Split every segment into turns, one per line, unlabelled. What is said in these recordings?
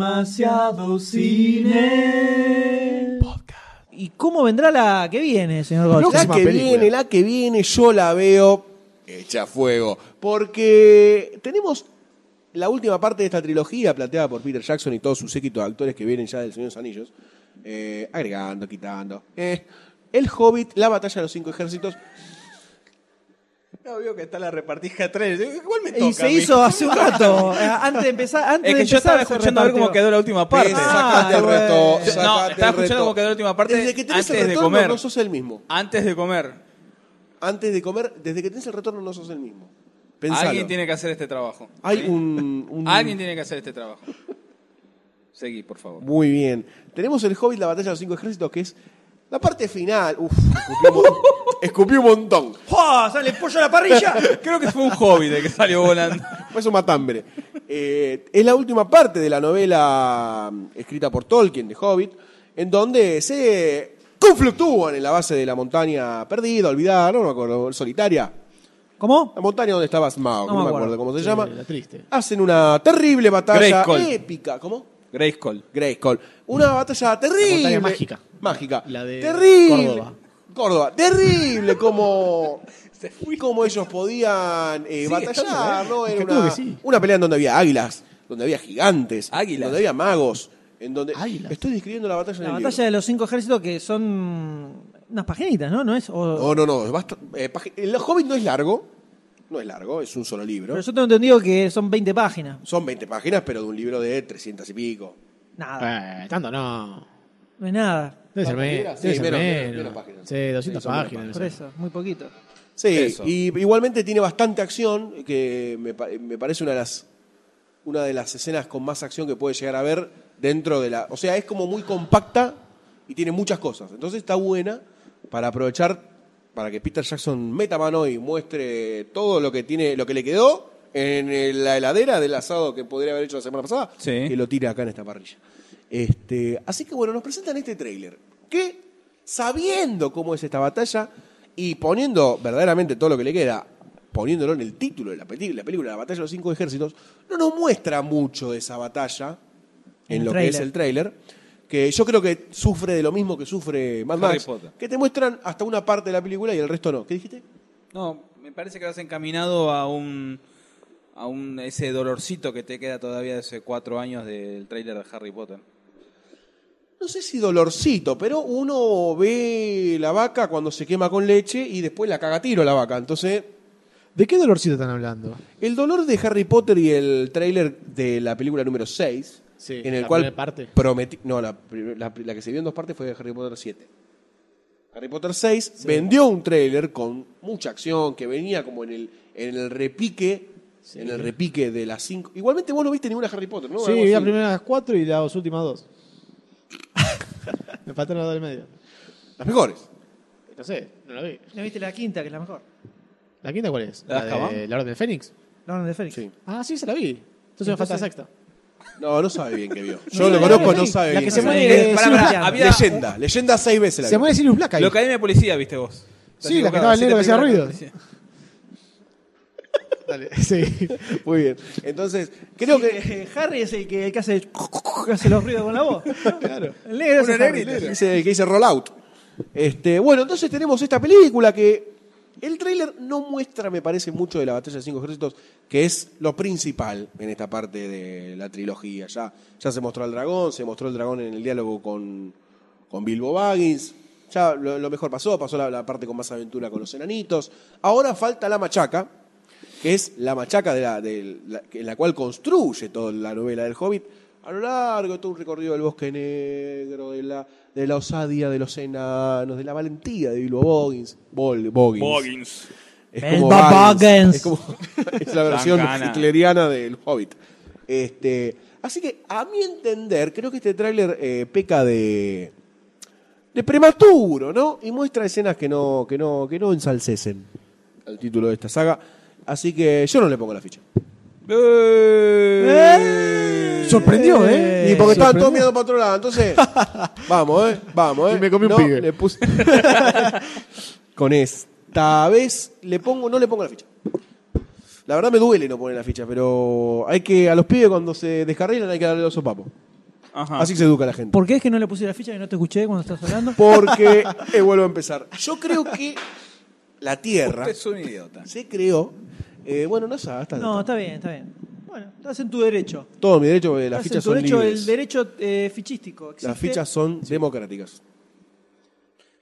Demasiado cine.
¿Y cómo vendrá la que viene, señor Gotch?
La
Próxima
que
película.
viene, la que viene, yo la veo hecha fuego. Porque tenemos la última parte de esta trilogía planteada por Peter Jackson y todo su séquito de actores que vienen ya del Señor de los Anillos. eh, agregando, quitando. eh. El Hobbit, la batalla de los cinco ejércitos. No veo que está la repartija 3. Igual me
Y se hizo hace un rato, eh, antes de empezar. Antes
Es
de
que yo
empezar, se
estaba escuchando a ver cómo
repartió.
quedó la última parte.
Ah,
sacate el
bueno.
reto.
Yo-
sacate
no,
el
estaba escuchando
reto.
cómo quedó la última parte
Desde que tenés
antes
el
de
retorno
comer.
no sos el mismo.
Antes de comer,
Antes de comer, desde que tenés el retorno no sos el mismo. Pensalo.
alguien tiene que hacer este trabajo.
Hay
¿sí?
un, un-
Alguien tiene que hacer este trabajo. Seguí, por favor.
Muy bien. Tenemos el Hobbit, la batalla de los cinco ejércitos, que es la parte final. Uf, escupí un, mon- escupí un montón.
¡Jua! ¡Sale el pollo a la parrilla!
Creo que fue un hobby de que salió volando.
Fue un matambre. Eh, es la última parte de la novela mm, escrita por Tolkien, de Hobbit, en donde se confluctúan en la base de la montaña perdida, olvidada, no me acuerdo, solitaria.
¿Cómo?
La montaña donde estaba Smaug,
No me
no, me
acuerdo.
acuerdo, cómo se llama.
la triste.
Hacen una terrible batalla
Grayskull.
épica. ¿Cómo?
Grayskull.
Grayskull. Una batalla terrible.
montaña mágica.
Mágica.
La de
terrible.
Córdoba.
Córdoba. Terrible como, como ellos podían eh, batallar, ¿no? Era
Calculo
una,
eh. que sí.
una pelea en donde había águilas, donde había gigantes,
Águilas.
donde había magos. En donde
Águilas.
Estoy describiendo la batalla
La
en el
batalla
libro.
de los cinco ejércitos que son unas paginitas, ¿no? ¿No es? O-
No, no, no. basta- eh, pagi- el Hobbit no es largo. No es largo, es un solo libro.
Pero yo tengo entendido que son 20 páginas.
Son 20 páginas, pero de un libro de 300 y pico.
Nada,
Eh, tanto no.
no es nada.
Debe ser menos.
Sí,
Debe ser
menos,
menos.
menos páginas.
Sí, 200
Sí, son menos
páginas.
Por eso, muy poquito.
Sí,
Eso.
y igualmente tiene bastante acción, que me, pa- me parece una de las una de las escenas con más acción que puede llegar a ver dentro de la... O sea, es como muy compacta y tiene muchas cosas. Entonces está buena para aprovechar, para que Peter Jackson meta mano y muestre todo lo que tiene lo que le quedó en eh, la heladera del asado que podría haber hecho la semana pasada,
Sí.
que lo tira acá en esta parrilla. Este, así que bueno, nos presentan este tráiler que, sabiendo cómo es esta batalla y poniendo verdaderamente todo lo que le queda, poniéndolo en el título de la, peli- la película, La batalla de los cinco ejércitos, no nos muestra mucho de esa batalla
En
en,
el
lo
tráiler.
que es el tráiler, que yo creo que sufre de lo mismo que sufre Mad
Harry
Max,
Potter.
que te muestran hasta una parte de la película y el resto no. ¿Qué dijiste?
No, me parece que vas encaminado a un a un ese dolorcito que te queda todavía de hace cuatro años del tráiler de Harry Potter.
No sé si dolorcito, pero uno ve la vaca cuando se quema con leche y después la caga a tiro la vaca. Entonces,
¿De qué dolorcito están hablando?
El dolor de Harry Potter y el tráiler de la película número 6,
Sí,
en el
la
cual
primera parte.
prometí... No, la, prim- la- la que se vio en dos partes fue de Harry Potter 7. Harry Potter 6 vendió un tráiler con mucha acción, que venía como en el, en el repique, en el repique de las 5. Igualmente vos no viste ninguna Harry Potter, ¿no?
sí,
Algo
vi las
así.
primeras cuatro y las últimas dos. Me faltaron las dos del medio.
Las mejores.
No sé, no la vi.
¿No viste la quinta, que es la mejor?
¿La quinta cuál es?
¿La
¿La,
de
de
Azkaban?
la Orden del Fénix?
La Orden de Félix.
Sí.
Ah, sí, se la vi. Entonces, me falta la sexta.
No, no sabe bien que vio.
Sí,
Yo lo
la
conozco,
verdad,
no
sí.
sabe
La
bien.
que se
vio.
muere
Eh,
Sirius
pará, pará,
Black.
había-
Leyenda, leyenda seis veces la
Se
vio.
muere Sirius Black ahí.
La Academia de Policía, viste vos. Estás
Sí, la
equivocado,
que estaba en negro que hacía
siete
ruido.
películas de policía.
Dale, sí.
Muy bien. Entonces, creo que...
Eh, Harry es el que, el que hace, que hace los ruidos con la voz.
Claro.
El negro es el Harry.
Que dice, que dice Rollout. Este, bueno, entonces tenemos esta película que el tráiler no muestra, me parece, mucho de la batalla de cinco ejércitos, que es lo principal en esta parte de la trilogía. Ya, ya se mostró el dragón, se mostró el dragón en el diálogo con, con Bilbo Baggins. Ya lo, lo mejor pasó, pasó la, la parte con más aventura con los enanitos. Ahora falta la machaca, que es la machaca de la, de la- en la cual construye toda la novela del Hobbit, a lo largo de todo un recorrido del bosque negro, de la, de la osadía de los enanos, de la valentía de Bilbo Boggins. Bol- Boggins.
Boggins.
Es
Bilbo
como Baggins.
Baggins.
Es, como- es la versión
Tangana.
hitleriana del Hobbit. Este, así que, a mi entender, creo que este tráiler eh, peca de... De prematuro, ¿no? Y muestra escenas que no, que no, que no ensalcesen al título de esta saga. Así que yo no le pongo la ficha.
Eh.
Sorprendió, ¿eh?
Y porque estaban
Sorprendió.
todos mirando para otro lado, entonces. vamos, ¿eh? Vamos, ¿eh?
Y me comí un
No,
pibe.
le puse- Con esta vez le pongo, no le pongo la ficha. La verdad me duele no poner la ficha, pero hay que, a los pibes cuando se descarrilan hay que darle los sopapos.
Ah.
Ajá.
Así se educa la gente.
¿Por qué es que no le puse la ficha que no te escuché cuando estás hablando?
Porque, eh, vuelvo a empezar, yo creo que la Tierra
Usted Este es un idiota.
se creó, eh, bueno, no sabes, está,
No,
está-
está bien, está bien. Bueno, estás en tu derecho.
todo mi derecho, eh,
Estás
las
en
fichas
tu
son
derecho,
libres.
el derecho eh, fichístico. existe.
Las fichas son democráticas.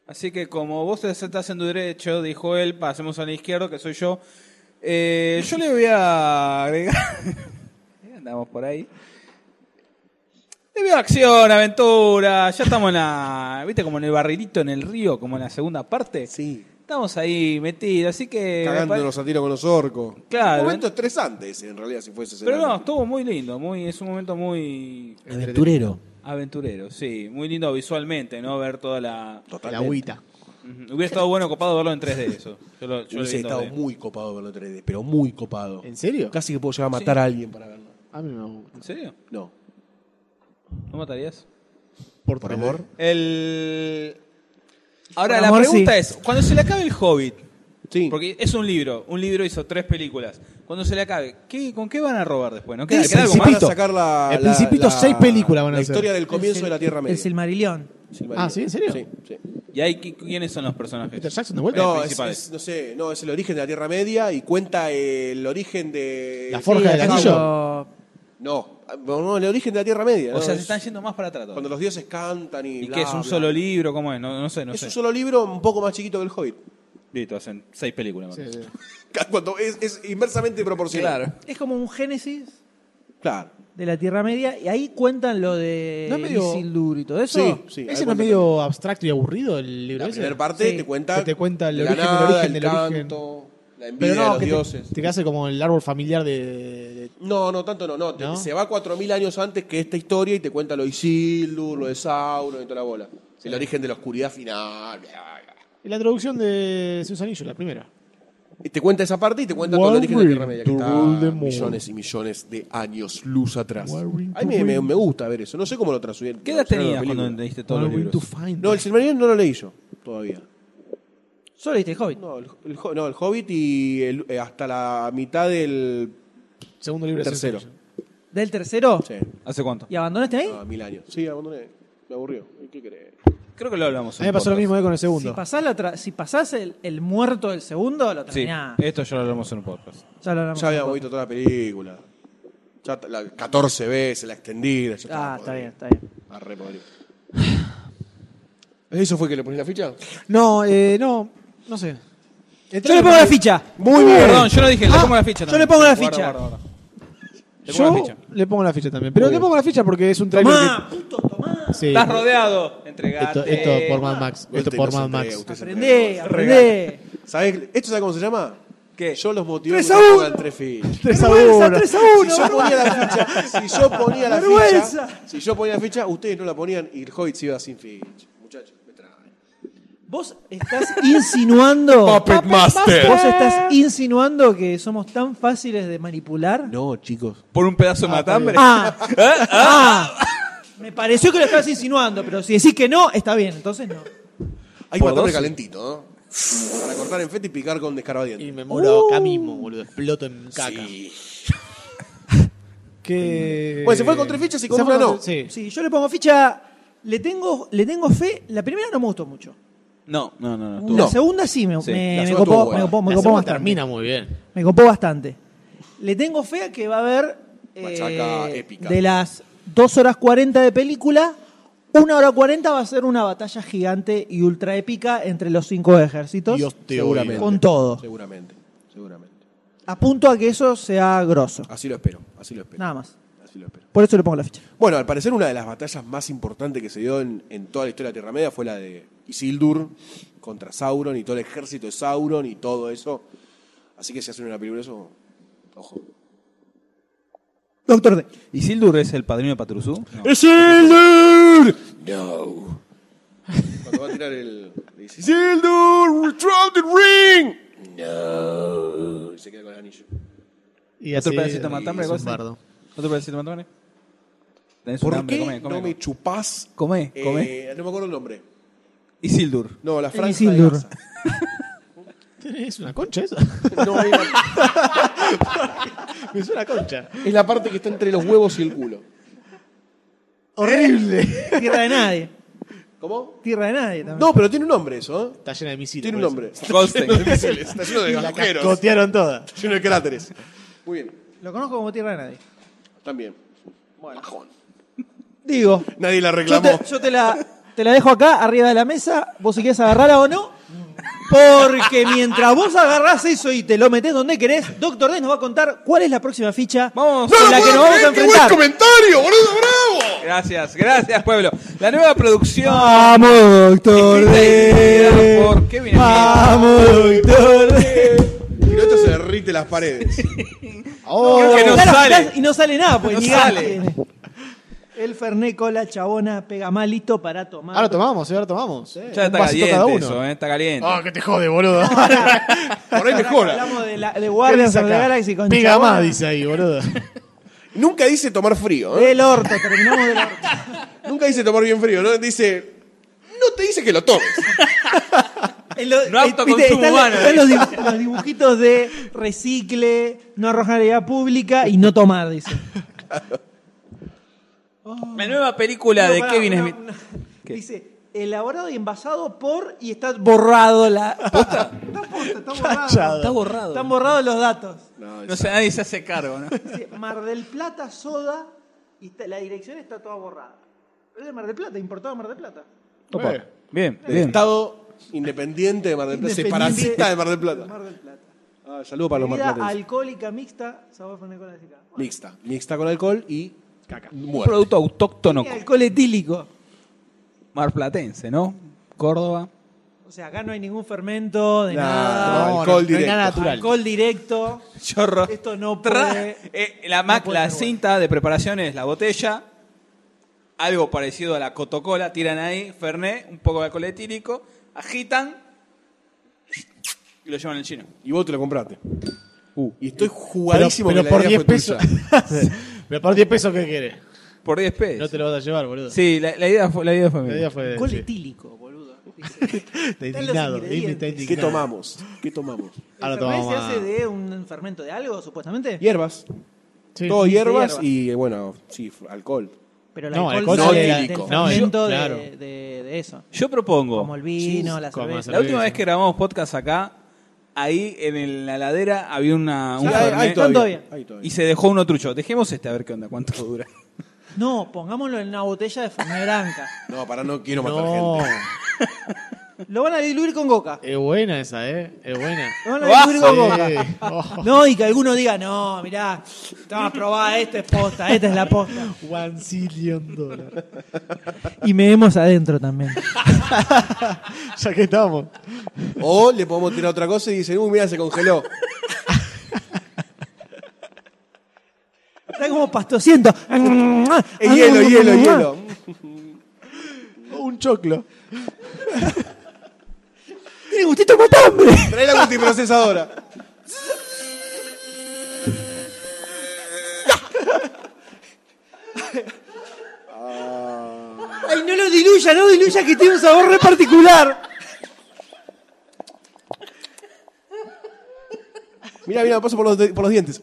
Así que como vos te sentás en tu derecho, dijo él, pasemos a la izquierda, que soy yo. Eh, yo le voy a agregar... Eh, Andamos por ahí. Le veo acción, aventura, ya estamos en la... ¿Viste como en el barrilito en el río, como en la segunda parte?
Sí.
Estamos ahí metidos, así que... me
Cagándonos
pare-
a tiro con los orcos.
Eh, Claro.
Un momento estresante ese, en realidad, si fuese ese
Pero no,
escenario.
estuvo muy lindo, muy es un momento muy
Aventurero.
aventurero, sí, muy lindo visualmente, ¿no? Ver toda la...
La agüita.
Ujú. Hubiera estado bueno copado verlo en 3D eso. Yo lo, yo lo vi
Hubiese
en
estado
2D.
muy copado verlo en 3D, pero muy copado.
¿En serio?
Casi que puedo llegar a matar a alguien para verlo.
A mí no me gusta.
¿En serio?
No.
¿No matarías?
¿Por, amor?
El... Ahora,
Por
la
amor,
pregunta
sí.
es, cuando se le acabe el Hobbit,
Sí.
porque es un libro, un libro hizo tres películas, cuando se le acabe, ¿qué, ¿con qué van a robar después? ¿No queda,
Dice
queda algo
Van a
más?
Principito.
sacar la.
El
la-
Principito,
la-
seis películas van a
La
hacer.
historia del
El
comienzo
Sil-
de la Tierra
El
Media.
Silmarillion.
Silmarillion.
Ah, ¿sí? ¿En serio?
Sí, sí.
¿Y ahí qui- quiénes son los personajes?
Peter Jackson de vuelta.
Los
No, es,
principales.
es- no sé, no, es el origen de la Tierra Media y cuenta el origen de.
La forja del
acá
anillo.
cuando-
No, no, no, el origen de la Tierra Media.
o
no,
sea,
es
se están yendo más para atrás. todos.
Cuando los dioses cantan y.
¿Y
bla,
qué es un
bla.
solo libro? ¿Cómo es? No, no sé, no
Es
sé.
un solo libro un poco más chiquito que el Hobbit.
Listo, hacen seis películas.
Sí,
más.
sí.
Cuando es, es inversamente proporcional.
Claro.
Es como un génesis
Claro.
de la Tierra Media y ahí cuentan lo de
No es medio-
Isildur y todo eso.
Sí, sí. ahí
¿Ese no es
cuenta
medio abstracto y aburrido el libro
La
ese?
primera parte
Sí.
te cuenta.
Que te cuenta el
de
origen,
la
el
nada,
origen,
el
del origen.
canto, La envidia
Pero
de
no,
los
que te,
dioses.
te quedas como el árbol familiar de... de-
No, no, tanto no. no, te-
¿No?
Se va 4.000 años antes que esta historia y te cuenta lo de Isildur, lo de Sauron y toda la bola. El origen de la oscuridad final. bla, bla, bla.
la introducción de Sus Anillos, la primera.
Y te cuenta esa parte y te cuenta todo el
One
origen de la Tierra
ring
Media, que
to
está
rule them all.
millones y millones de años luz atrás.
One ring
A mí
to
me, me-
rule.
me gusta ver eso. No sé cómo lo trasudieron.
¿Qué edad
lo trasladaron a la
tenías cuando
película.
entendiste todos los
Where
libros?
to find
No, el
them.
Silmarillion no lo leí yo todavía.
Solo viste el Hobbit.
No, el, el Ho- no, el Hobbit y el- eh, hasta la mitad del
segundo libro de Sus
tercero.
Anillos.
¿Del tercero?
Sí,
¿Hace cuánto?
¿Y abandonaste ahí?
Ah, mil años. Sí, abandoné. Me aburrió. ¿Y ¿Qué querés?
Creo que lo hablamos.
A mí me pasó lo mismo eh, con el
Si
segundo.
pasás, la tra- si pasás el, el muerto del segundo, lo
Sí,
terminás.
esto ya lo hablamos en un podcast.
Ya lo hablamos.
Eh,
Ah,
Ya habíamos visto toda la película. Ya t- la 14 veces, la extendida. ya estaba
Ah, está
podrido.
bien, está bien.
Arre podrido. ¿Eso fue que le pones la ficha?
No, eh, no, no sé.
Yo le pongo la ficha.
Muy
Perdón, yo lo dije, le
Ah,
pongo la ficha.
yo
también.
le pongo la
Guarda,
ficha.
guarda, guarda. Le pongo
Yo
la ficha.
le pongo la ficha también. Pero le pongo la ficha porque es un trailer
Tomá, puto, tomá.
que... Sí.
Estás rodeado. Entregate.
Esto, esto por Mad Max. Esto por Mad Max.
Aprendé, aprendé.
¿Sabes? ¿Esto sabe cómo se llama?
¿Qué?
Yo los motivé
Tres
que
a
me
uno.
pongan tres fichas.
3 a
Vergüenza,
1.
3 a
Si
1.
yo ponía la ficha, si yo ponía la
Vergüenza.
ficha, si yo ponía la ficha, ustedes no la ponían y el Hobbit se iba sin ficha. Muchachos, me traen.
Vos estás insinuando.
Puppet Master.
Vos estás insinuando que somos tan fáciles de manipular.
No, ¿Eh? chicos.
Por un pedazo de matambre.
Ah, ah. Me pareció que lo estabas insinuando, pero si decís que no, está bien, entonces no.
Hay que
Por
matarle
dos.
calentito, ¿no? Para cortar en fete y picar con descarbadiente.
Y me muero
Uh.
acá mismo, boludo. Exploto en caca.
Sí.
Que...
Bueno, se fue con tres fichas y con
Se
una
fue
no.
Sí.
Sí, yo le pongo ficha. Le tengo, le tengo fe. La primera no me gustó mucho.
No, no, no. no.
La
No.
segunda sí me,
Sí,
me-
la
me
segunda estuvo
copó,
buena.
me copó, me
La
copó
segunda
bastante.
termina muy bien.
Me copó bastante. Le tengo fe a que va a haber eh,
Machaca épica.
de las 2 horas 40 de película, 1 hora 40 va a ser una batalla gigante y ultra épica entre los cinco ejércitos.
Dios te
Seguramente.
oiga.
Con todo.
Seguramente, seguramente.
Apunto a que eso sea grosso.
Así lo espero, así lo espero.
Nada más.
Así lo espero.
Por eso le pongo la ficha.
Bueno, al parecer una de las batallas más importantes que se dio en, en toda la historia de la Tierra Media fue la de Isildur contra Sauron y todo el ejército de Sauron y todo eso. Así que si hacen una película de eso, ojo.
Doctor D.
¿Y Sildur es el padrino de Patrusú? No.
Eh. ¡Isildur! No. Cuando va a tirar el... le dice, ¡Isildur! ¡Retract the ring! No. Y se queda con el anillo.
Y
¿Otro
así-
pedacito de matambre, ¿eh?
y es
Goldstein?
un bardo.
¿Otro pedacito de matambre? ¿Tenés un
¿Por
hambre?
qué
Come, come,
no me
come.
chupás?
Come,
eh,
come.
no me acuerdo el nombre.
Isildur.
No, la franja de
Isildur.
Gaza.
¿Tenés una concha esa?
No, es la,
Me suena concha.
es la parte que está entre los huevos y el culo.
¡Horrible!
Tierra de nadie.
¿Cómo?
Tierra de nadie también.
No, pero tiene un nombre eso, ¿eh?
Está llena de misiles.
Tiene un
por
nombre.
Goldstein.
misiles, está lleno de
eso. La
agujeros,
cascotearon toda.
lleno de cráteres. Muy bien,
Lo conozco como Tierra de nadie.
también.
Digo,
Nadie la
yo,
reclamó.
te, yo te la, te la dejo acá, arriba de la mesa. Vos si quieres agarrarla o no. Porque mientras vos agarrás eso y te lo metés donde querés, Doctor D nos va a contar cuál es la próxima ficha
Vamos.
con
¡No
la que nos
Este
vamos a enfrentar.
comentario, boludo, bravo!
Gracias, gracias, pueblo. La nueva producción.
Vamos, Doctor
escrita y dirigida
D.
por Kevin Smith.
Vamos, Doctor D.
Quiroto se derrite las paredes.
Creo
Oh.
que no
Claro,
sale.
Y no sale nada, pues
No
ni gas
sale.
tiene. El Ferné con la chabona pega mal, listo para tomar.
Ahora tomamos, sí, ahora tomamos.
Ya
Un
está
vasito cada
caliente
uno.
eso, eh, está caliente.
Ah, que te jode, boludo.
Por ahí mejora.
Hablamos de, la, de Guardians
¿Qué dice
of the
acá?
Galaxy con
Pega
chabona.
más, dice ahí, boludo.
Nunca dice tomar frío, ¿eh?
Del orto, terminamos del orto.
Nunca dice tomar bien frío, ¿no? Dice. No te dice que lo tomes.
En lo-
No
eh,
autoconsumo
viste, están-
humano, ¿eh?
están los, dibu- los dibujitos de recicle, no arrojar idea pública y no tomar, dice.
La nueva película de
No, pará,
Kevin
una-
Smith.
una- Dice, elaborado y envasado por y está borrado la. ¿Posta? Está posta, está borrado.
Callado.
Está borrado.
Están borrados los datos.
No sé, nadie se hace cargo, ¿no?
Dice, Mar del Plata, soda, y está- la dirección está toda borrada. Es de Mar del Plata, importado de Mar del Plata.
Opa.
Bien,
El Estado independiente de Mar del Plata.
Independiente
Separatista de Mar del Plata.
Mar del Plata.
Ah, saludo para los
Bebida
marplatenses.
alcohólica mixta, sabor fenocola de Bueno,
Mixta. Mixta con alcohol y. Caca.
Un
Muerto.
producto autóctono
tiene alcohol etílico.
marplatense, ¿no? Córdoba.
O sea, acá no hay ningún fermento de
Nah,
nada.
no, alcohol
no hay nada
directo.
natural.
Alcohol directo.
Chorro.
Esto no
Tra-
puede.
eh, la mac-
no puede
la
estar bueno.
cinta de preparación es la botella, algo parecido a la cotocola, tiran ahí, ferné, un poco de alcohol etílico, agitan y lo llevan al chino.
Y vos te lo compraste.
Uh.
Y estoy jugadísimo
pero
que la
por
idea
10
fue
pesos.
tuya.
pero por 10 pesos, ¿qué querés?
Por 10 pesos.
No te lo vas a llevar, boludo.
Sí, la, la idea fue la idea fue
La
mía.
idea fue.
Alcohol
sí.
etílico, boludo. Dice.
Está
los
indignado. Amy
ingredientes.
está indignado.
¿Qué tomamos? ¿Qué tomamos?
Ahora
¿El fernet
tomamos
se hace
más.
de un fermento de algo, supuestamente?
Hierbas.
Sí.
Todo hierbas,
hierbas.
y, bueno, sí, alcohol.
Pero el
No,
alcohol,
alcohol
sale
no
del-
etílico.
del
No,
fermento
yo-
de-
claro.
de, de eso.
Yo propongo.
Como el vino, la
como
cerveza.
La última
Cerveza.
vez que grabamos podcast acá, ahí en el- la ladera había una, un
Sí,
Fernet
hay todavía.
Hay todavía.
y se dejó uno trucho. Dejemos este a ver qué onda, cuánto dura.
No, pongámoslo en una botella de fernet blanca.
No, para no quiero matar
No.
gente.
Lo van a diluir con coca.
Es buena esa, ¿eh? Es buena.
Lo van a diluir con coca.
Sí. Oh.
No, y que alguno diga, no, mirá, estaba probada, esta es posta, esta es la posta.
One zillion dólares.
Y me vemos adentro también.
ya que estamos.
O le podemos tirar otra cosa y dicen, uy, mira, se congeló.
Está como pastosiento. Ah,
Es hielo, hielo, hielo.
Un choclo.
Tiene gustito a matambre.
Trae la multiprocesadora.
Ay, no lo diluya, no diluya que tiene un sabor re particular.
Mira, mira, paso por los, de- por los dientes.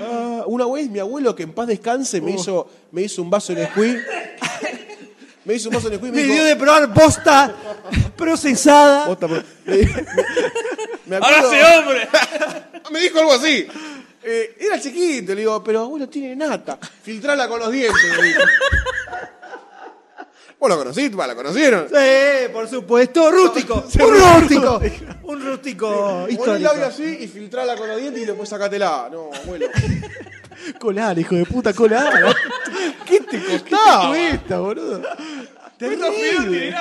Ah, una vez mi abuelo, que en paz descanse, me, hizo, me hizo un vaso de Nesquik. Me hizo un vaso de Nesquik y me
Me
dijo...
dio de probar posta procesada.
"Posta, por-". Me- me
¡Ahora
acuerdo-
sí, hombre!
Me dijo algo así. Eh, era chiquito, le digo, pero abuelo tiene nata. Filtrala con los dientes, me dijo. Vos lo conociste, va, la conocieron.
Sí, por supuesto, rústico. Un rústico. Un rústico
Pon el
histórico.
labio así y filtrala con los dientes y después sacatela. No, abuelo.
Colar, hijo de puta, colar.
¿Qué te
¿Qué
costaba?
cuesta, boludo?
Terrible.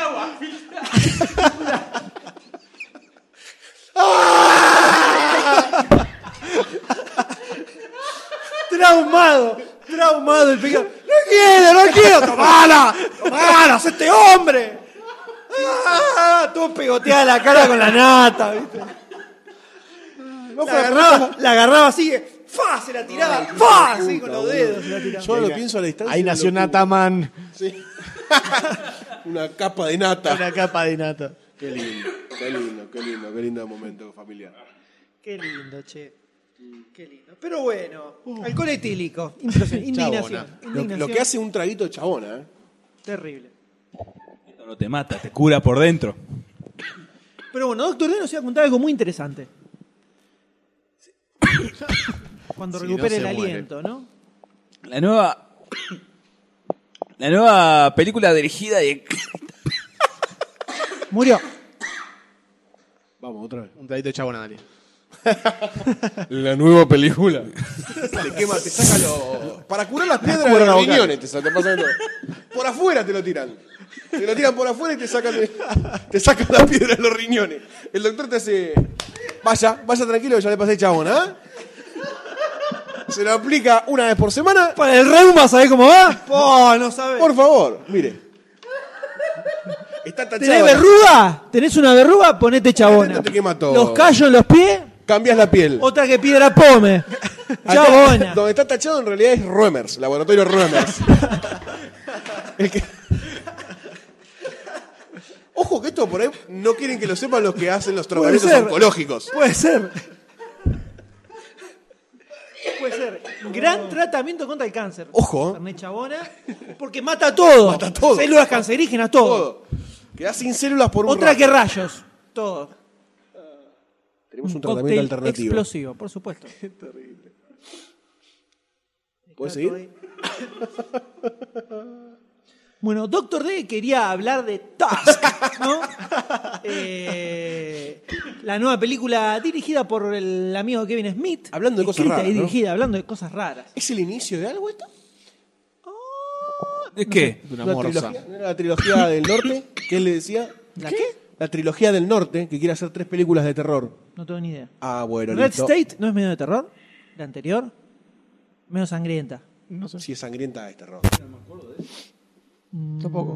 Traumado. Traumado el pecado. No quiero, no quiero. Tomala. Tomala, hacete hombre. Ah, todo pegoteada la cara con la nata, ¿viste?
No
La agarraba, la agarraba así, fa, se la tiraba, fa, así con los dedos se la tiraba.
Yo lo pienso a la distancia.
Ahí nació
Nata.
Nataman.
una capa de nata.
Una capa de nata.
Qué lindo, qué lindo, qué lindo, qué lindo momento familiar.
Qué lindo, che. Qué lindo. Pero bueno, alcohol etílico. Impresión- Indignación.
Chabona.
Lo,
indignación.
lo que hace un traguito de chabona, ¿eh?
Terrible.
Esto no te mata, te cura por dentro.
Pero bueno, Doctor D nos iba a contar algo muy interesante. Cuando
Si no
recupere
se
el
muere.
aliento, ¿no?
La nueva. La nueva película dirigida y.
Murió.
Vamos, otra vez.
Un traguito de chabona, dale.
La nueva película. te quema, te saca los. Para curar las piedras de los riñones, te saca, te pasa de todo. Por afuera te lo tiran. Te lo tiran por afuera y te sacan, te sacan las piedras de los riñones. El doctor te hace. Vaya, vaya tranquilo, ya le pasé chabón, ¿ah? Se lo aplica una vez por semana.
Para el reuma, ¿sabés cómo va? Oh, no sabés.
Por favor, mire. Está
¿Tenés
tachado.
verruga? ¿Tenés una verruga? Ponete chabona.
No te quema todo.
Los callos en los pies,
Cambias la piel.
otra que piedra pome.
Acá,
Chabona.
Donde está tachado en realidad es Römers, laboratorio Römers. El que- Ojo que esto por ahí no quieren que lo sepan los que hacen los tratamientos
ser.
oncológicos.
Puede ser. Puede ser. Gran tratamiento contra el cáncer.
Ojo.
Fernet Chabona, porque mata todo.
Mata todo.
Células cancerígenas, todo.
Todo. Quedás sin células por un
Otra
rato.
que rayos. Todo.
Tenemos un
Cóctel
tratamiento alternativo.
Explosivo, por supuesto.
¿Puedes seguir?
Bueno, Doctor D quería hablar de Tusk, ¿no? Eh, la nueva película dirigida por el amigo Kevin Smith.
Hablando de cosas
Escrita
raras,
y
¿no?
dirigida, hablando de cosas raras.
¿Es el inicio de algo esto?
¿De qué?
De una
¿La
morsa.
trilogía, ¿no era la trilogía del norte? ¿Qué él le decía?
¿La qué?
La trilogía del norte, que quiere hacer tres películas de terror.
No tengo ni idea.
Ah, bueno,
Red
listo.
State no es medio de terror. La anterior, menos sangrienta.
No sé.
Si es sangrienta, este es terror.
Tampoco.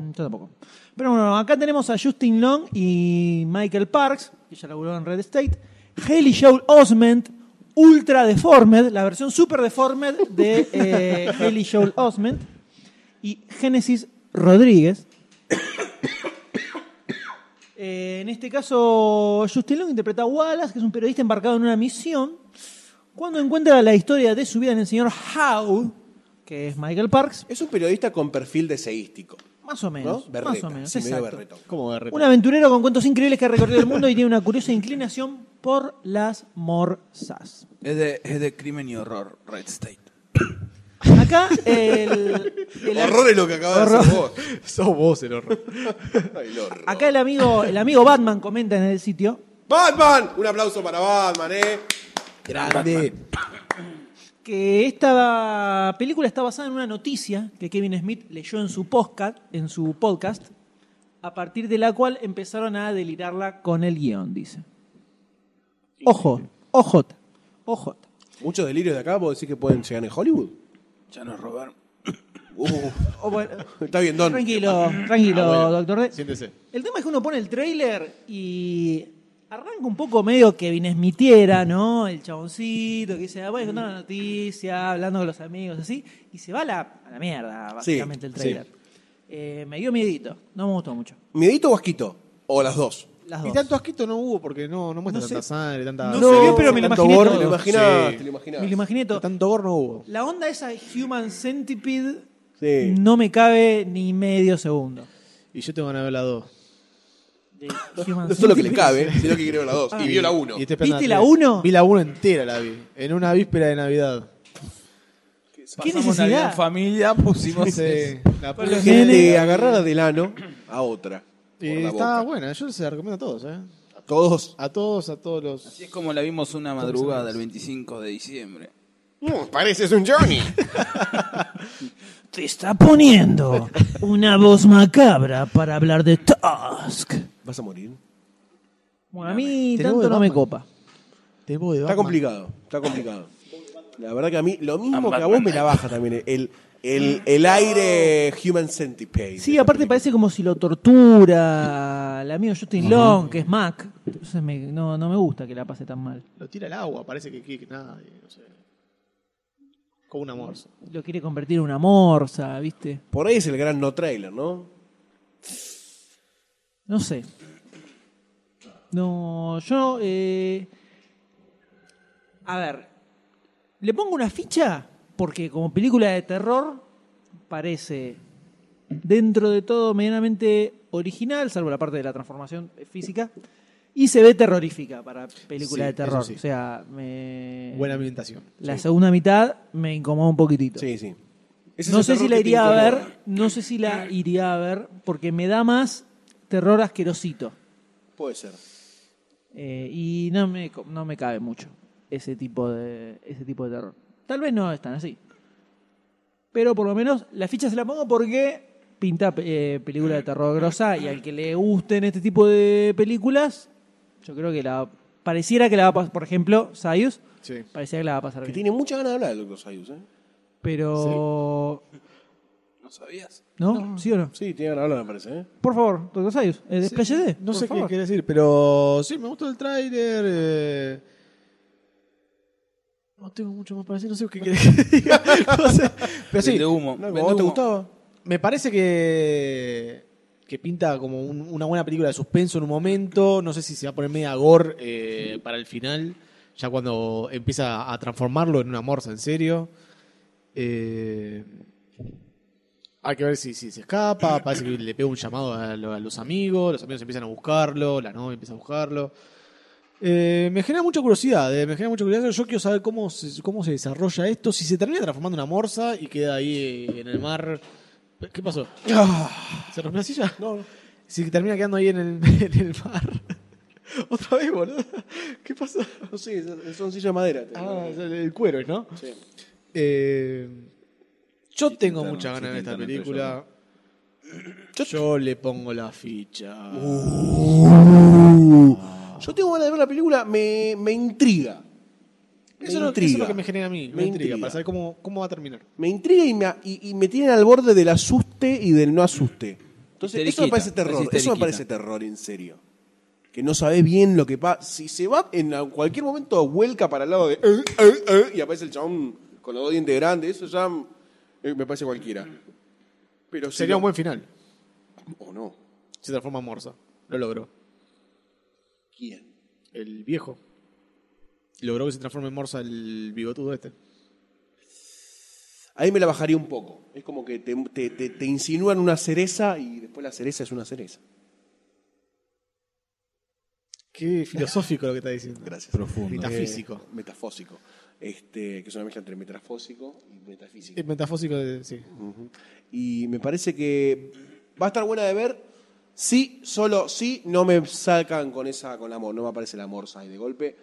Mm, Yo tampoco. Pero bueno, acá tenemos a Justin Long y Michael Parks, que ya laburó en Red State. Haley Joel Osment, ultra deformed, la versión super deformed de eh, Haley Joel Osment. Y Génesis Rodríguez. Eh, en este caso, Justin Long interpreta a Wallace, que es un periodista embarcado en una misión. Cuando encuentra la historia de su vida en el señor Howe, que es Michael Parks,
Es un periodista con perfil deseístico.
más o
¿no?
menos.
Berreta,
más o menos,
sí, medio
exacto.
berretón.
¿Cómo de repente?
Un aventurero con cuentos increíbles que ha recorrido el mundo y tiene una curiosa inclinación por las morsas.
Es de, es de crimen y horror, Red State.
Acá el, el-
Horror es lo que acabas de decir vos.
Sos vos el horror.
El horror.
acá el amigo, el amigo Batman comenta en el sitio.
Batman, un aplauso para Batman, eh.
Grande.
que esta película está basada en una noticia que Kevin Smith leyó en su podcast, en su podcast, a partir de la cual empezaron a delirarla con el guión, dice. Ojo, OJ, OJ.
Muchos delirios de acá, vos decís que pueden llegar en Hollywood. Uh,
Ya nos robaron.
O Oh, bueno,
Está bien, Don.
tranquilo, tranquilo,
Ah, bueno.
doctor D.
Siéntese.
El tema es que uno pone el trailer y arranca un poco medio que Smithiera, ¿no? El chaboncito que dice, "Ah, voy a contar una noticia, hablando con los amigos, así. Y se va a la, a la mierda, básicamente, el
sí.
trailer. Eh, me dio miedito, no me gustó mucho.
¿Miedito o asquito? O las dos.
Las
Y
dos.
tanto asquito no hubo porque no, no muestra
No sé.
tanta sangre, tanta.
No se vio, pero me lo
tanto
imaginé
gore,
todo.
Te lo imaginás,
Sí.
te lo imaginás.
Me lo imaginé todo.
Tanto gore no hubo.
La onda esa de Human Centipede
Sí.
no me cabe ni medio segundo.
Y yo tengo ganas de ver la 2.
De Human
No solo que le
Centipede.
cabe, sino que quiere ver las dos. y vio la uno.
Y estoy esperando
¿Viste la
tres.
uno?
Vi la 1 entera, la vi. En una víspera de Navidad.
¿Qué
Pasamos Navidad en
necesidad?
familia, pusimos. eh,
Ese- la
Con
puse
los
en-
nenes.
De agarrar del ano a otra. Por
Eh,
Y
la
está
boca.
buena, yo se la recomiendo a todos, ¿eh?
A todos.
A todos, a todos los.
Así es como la vimos una madrugada del 25 de diciembre.
Mm, pareces un Johnny.
Te está poniendo una voz macabra para hablar de Tusk.
¿Vas a morir?
Bueno, a mí
Te
tanto
lo
no me
Batman.
copa.
Te voy,
Está
Batman.
complicado, está complicado. La verdad que a mí, lo mismo
Ah,
que a vos me la baja también, el, el, el aire Human Centipede.
Sí, aparte parece como si lo tortura el amigo Justin Long, que es Mac. Entonces me- no, no me gusta que la pase tan mal.
Lo tira al agua, parece que quiere que nada, y no sé. Como una morsa.
Lo quiere convertir en una morsa, ¿viste?
Por ahí es el gran no trailer, ¿no?
No sé. No, yo. eh, a ver. Le pongo una ficha porque, como película de terror, parece dentro de todo medianamente original, salvo la parte de la transformación física. Y se ve terrorífica para película
Sí,
de terror.
eso sí.
O sea, me.
Buena ambientación.
La segunda mitad me incomoda un poquitito.
Sí, sí. Ese
no
es el
sé si
terror
la
que te
iría a
incomoda.
ver, no sé si la iría a ver, porque me da más terror asquerosito.
Puede ser.
Eh, y no me, co- no me cabe mucho ese tipo, de, ese tipo de terror. Tal vez no es tan así. Pero por lo menos la ficha se la pongo porque pinta eh, película de terror grosa y al que le gusten este tipo de películas, yo creo que la pareciera que la va a pasar, por ejemplo, Sayus,
Sí.
pareciera que la va a pasar
Que
bien.
tiene mucha ganas de hablar el doctor Sayus, ¿eh?
Pero...
¿No sabías?
¿No? ¿Sí o no?
Sí, tiene ganas de hablar, me parece, ¿eh?
Por favor, doctor Sayus, eh, despláyese,
No
por
sé qué
favor.
quiere decir, pero sí, me gustó el tráiler. eh. No tengo mucho más para decir, no sé qué quiere que diga. No sé. Pero sí,
Vende humo.
no, como
Vende
vos te
humo.
gustaba. Me parece que, que pinta como un- una buena película de suspenso en un momento. No sé si se va a poner media gore eh, para el final, ya cuando empieza a transformarlo en una morsa en serio. Eh, hay que ver si, si se escapa. Parece que le pega un llamado a, lo- a los amigos. Los amigos empiezan a buscarlo. La novia empieza a buscarlo. Eh, me genera mucha curiosidad. eh, me genera mucha curiosidad. Yo quiero saber cómo se, cómo se desarrolla esto. Si se termina transformando en una morsa y queda ahí eh, en el mar. ¿Qué pasó? ¿Se rompió la silla? Ah. No, Si termina quedando ahí en el, en el mar. Otra vez, boludo. ¿Qué pasa?
No sé, son- son sillas de madera. te digo.
Ah, el cuero, ¿no?
Sí.
Eh, yo tengo
interno,
muchas ganas
chiste
de
interno
esta
entre
película. Yo, le pongo la ficha.
Ah.
Yo tengo ganas de ver la película, me, me intriga. Me
eso, es lo- eso
intriga.
es lo que me genera a mí. Me,
Me
intriga,
intriga.
para saber cómo, cómo va a terminar.
Me intriga y me, y, y me tienen al borde del asuste y del no asuste. Entonces, eso
Histeriquita,
me parece terror.
es
Eso me parece terror, en serio. Que no sabés bien lo que pasa. Si se va, en a- cualquier momento vuelca para el lado de. "Eh, eh, eh", y aparece el chabón con los dos dientes grandes. Eso ya eh, me parece cualquiera. Pero si
Sería
lo-
un buen final.
O no.
Se transforma en Morsa. Lo logró.
¿Quién?
El viejo. Logró que se transforme en Morsa el bigotudo este.
Ahí me la bajaría un poco. Es como que te, te- te- te insinúan una cereza y después la cereza es una cereza.
Qué filosófico lo que está diciendo.
Gracias.
Profundo. Metafísico.
Eh, metafósico. Este, que es una mezcla entre metafósico y metafísico.
Eh,
Es Eh, metafósico, de- sí.
Y me parece que va a estar buena de ver. Sí, solo sí, no me sacan con esa, con la mor- no me aparece la morsa ahí de golpe.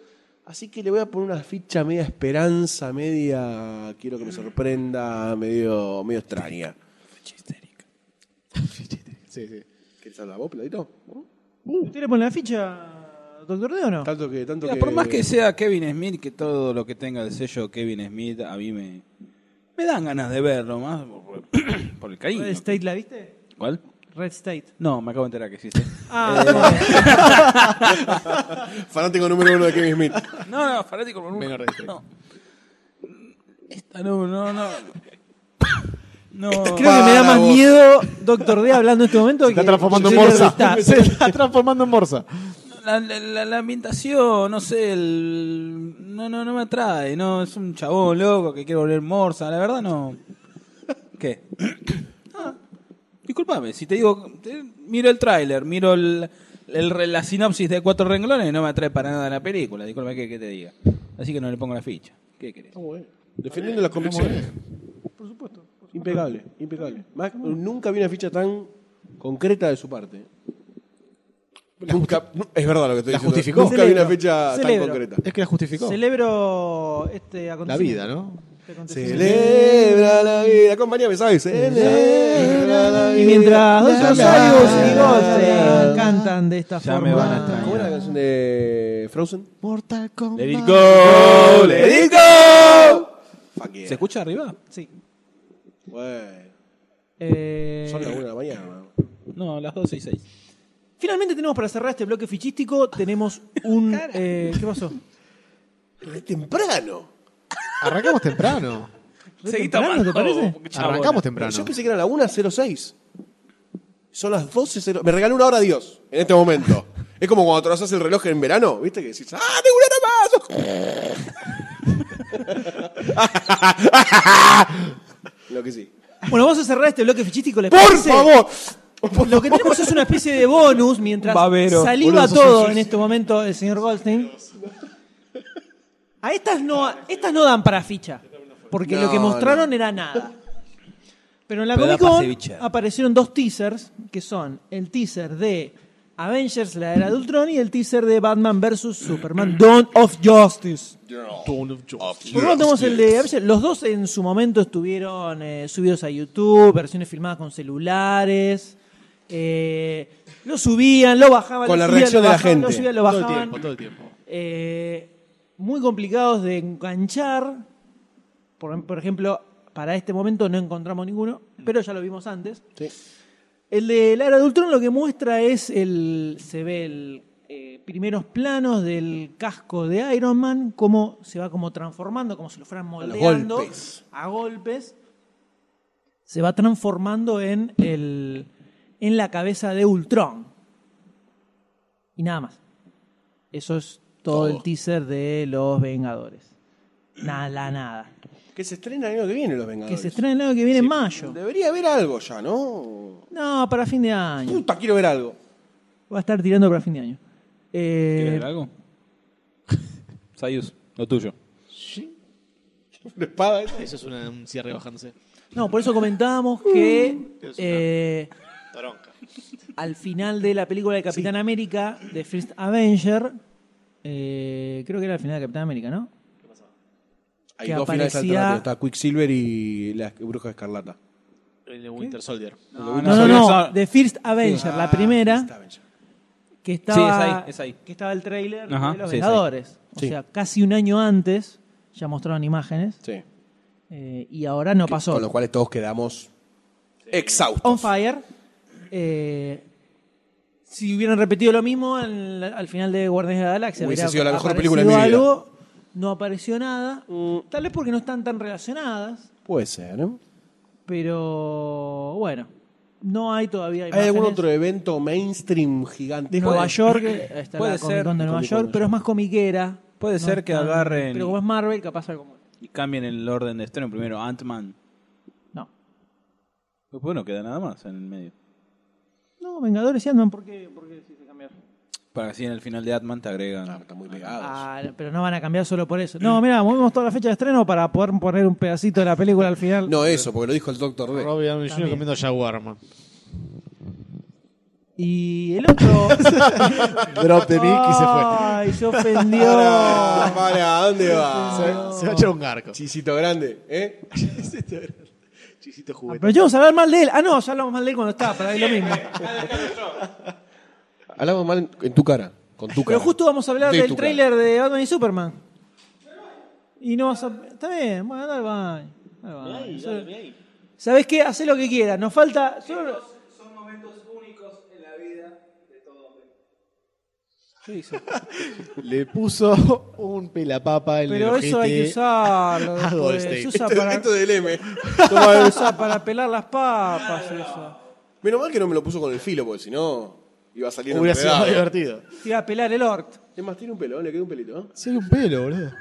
Así que le voy a poner una ficha media esperanza, media quiero que me sorprenda, medio, medio extraña.
sí, sí.
¿Querés hablar vos, Platito? ¿No?
¿Usted le pone la ficha, doctor D o no?
Tanto que, tanto
Mira,
que.
por más que sea Kevin Smith, que todo lo que tenga el sello Kevin Smith, a mí me, me dan ganas de verlo, más por, por el cariño.
¿Red State la viste?
¿Cuál?
Red State.
No, me acabo de enterar que existe.
Ah,
Fanático número uno de Kevin Smith.
No, no, fanático por
Menos Red State.
No. Esta no, no, no. No.
creo que me da más
Para vos.
miedo Doctor D hablando en este momento. que- que la revista.
Se está transformando en Morsa.
La, la- la- la ambientación, no sé, el... no, no, no me atrae, no, es un chabón loco que quiere volver morsa, la verdad no. ¿Qué? Ah, disculpame, si te digo, te- miro el tráiler, miro el, el re- la sinopsis de cuatro renglones, no me atrae para nada la película, disculpame que, que te diga. Así que no le pongo la ficha. ¿Qué querés?
Defendiendo las convicciones. Por supuesto. Impecable, impecable. Mac, nunca vi una ficha tan concreta de su parte. Nunca, nu- es verdad lo que estoy
La
diciendo.
justificó.
Nunca vi una
Celebro.
ficha
Celebro.
tan concreta.
Es que la justificó.
Celebro este
La
acontecimiento.
vida, ¿no?
Este acontecimiento.
Celebra la vida. Acompáñame, ¿sabes? Celebra la vida.
Y mientras Doctor
La-
Sayus y
la-
Goldstein cantan de esta
Ya
forma.
me van a
Ah, ¿Cómo era la canción de Frozen?
Mortal Kombat.
Let it go, let it go.
Fuck yeah.
¿Se escucha arriba?
Sí.
Bueno,
Eh,
son las 1 de la mañana. ¿no?
No, las 12 y 6.
Finalmente tenemos para cerrar este bloque fichístico, tenemos un... eh, ¿Qué pasó?
Re temprano.
Arrancamos temprano.
¿Re temprano, ¿Te parece?
Arrancamos temprano.
Yo pensé que era la 1.06. Son las 12.00. Me regaló una hora Dios en este momento. es como cuando te haces el reloj en verano, ¿viste? Que decís, ¡ah, tengo una hora más! Lo que sí.
Bueno, vamos a cerrar este bloque fichístico. ¿les
¡Por
parece?
favor!
Lo que tenemos es una especie de bonus mientras
Babero.
saliva
Boludo, sos
todo
un-
en este momento el señor Goldstein. A estas no, estas no dan para ficha, porque lo que
No,
mostraron era nada. Pero en la
Pero da
Comic
pa'
Con
cevichear.
aparecieron dos teasers, que son el teaser de Avengers, la era de Ultron, y el teaser de Batman vs. Superman, Dawn of Justice. Por un lado tenemos el de Avengers. Los dos en su momento estuvieron eh, subidos a YouTube, versiones filmadas con celulares. eh, lo subían, lo bajaban.
Con
lo
la
subían,
reacción
lo
de la
bajaban, Lo
gente.
subían, lo
Todo el
bajaban.
tiempo, todo el tiempo.
Eh, muy complicados de enganchar. Por, por ejemplo, para este momento no encontramos ninguno, pero ya lo vimos antes. El de la era de Ultron lo que muestra es el. se ve el eh, primeros planos del casco de Iron Man, cómo se va como transformando, como si lo fueran moldeando
golpes.
a golpes. Se va transformando en el. en la cabeza de Ultron. Y nada más. Eso es todo, el teaser de Los Vengadores. Nada, nada.
Que se estrena el año que viene Los
Que
Vengadores.
se estrena el año que viene en mayo.
Debería haber algo ya, ¿no?
No, para fin de año.
Puta, quiero ver algo.
Va a estar tirando para fin de año. Eh,
¿Quieres ver algo? Sayus, lo tuyo.
Una espada. esa.
Eso es una- un cierre bajándose.
no, por eso comentábamos que eh, al final de la película de Capitán América, de First Avenger, eh, creo que era el final de Capitán América, ¿no?
Hay
que
dos finales
aparecía-
alternativos. Está Quicksilver y la bruja escarlata.
El de Winter Soldier.
No,
No, no, no, Ah, de First Avenger, la primera.
Está bien ya.
que estaba,
Sí, es ahí, es ahí.
Que estaba el trailer
Ajá,
de Los
sí, es ahí.
Vengadores. O
Sí.
sea, casi un año antes ya mostraron imágenes
Sí.
eh, y ahora no pasó.
Con los cuales todos quedamos exhaustos.
On Fire. eh, si hubieran repetido lo mismo al, al final de Guardianes de la Galaxia,
Hubiese
hubiera
sido la mejor
aparecido
película de mi vida.
algo, no apareció nada.
Mm.
Tal vez porque no están tan relacionadas,
Puede ser, ¿eh? ¿no?
pero bueno, no hay todavía.
¿Hay algún
imágenes.
otro evento mainstream gigante?
de Nueva York, eh, está
puede
la Comic
ser.
Con de Nueva
Comic Con
York,
de
pero es
York.
más comiquera.
Puede
No
ser
es
que
tan-
agarren-
Pero como es Marvel, capaz algo más.
Y cambien el orden de estreno. Primero Ant-Man.
No.
Pues no queda nada más en el medio.
No, Vengadores y Ant-Man, ¿por qué, por qué si se cambiaron?
Para que así en el final de Ant-Man te agregan.
Está muy pegado.
Ah, pero no van a cambiar solo por eso. No, mira, movimos toda la fecha de estreno para poder poner un pedacito de la película al final.
No, eso, porque lo dijo el Doctor D.
Robert Downey Jr. comiendo Jaguar, man.
Y el otro.
Drop the mic y se fue.
Ay, se ofendió.
Pará, Ah, pará, ¿a dónde va?
Se va a echar un garco.
Chisito grande, ¿eh?
Chisito juguete.
Pero yo vamos a hablar mal de él. Ah, no, ya hablamos mal de él cuando estaba, pero es lo mismo.
Hablamos mal en tu cara, con tu cara.
Pero justo vamos a hablar
De
del
tu cara.
tráiler de Batman y Superman. Y no vas a... Está bien, bueno, anda al baño. anda al baño. Solo- ¿Sabés qué? Hacé lo que quieras. Nos falta... solo-
Le puso un pelapapa en el
Pero eso hay que
ojete.
usarlo.
A
después.
Goldstein.
Se usa para,
Esto del M.
se usa para pelar las papas. Eso.
Menos mal que no me lo puso con el filo, porque si no iba a salir
Hubiera sido
enredado.
más divertido.
Te iba a pelar el ort.
Es más, tiene un pelón, le queda un pelito. ¿no?
Sí, hay un pelo, boludo.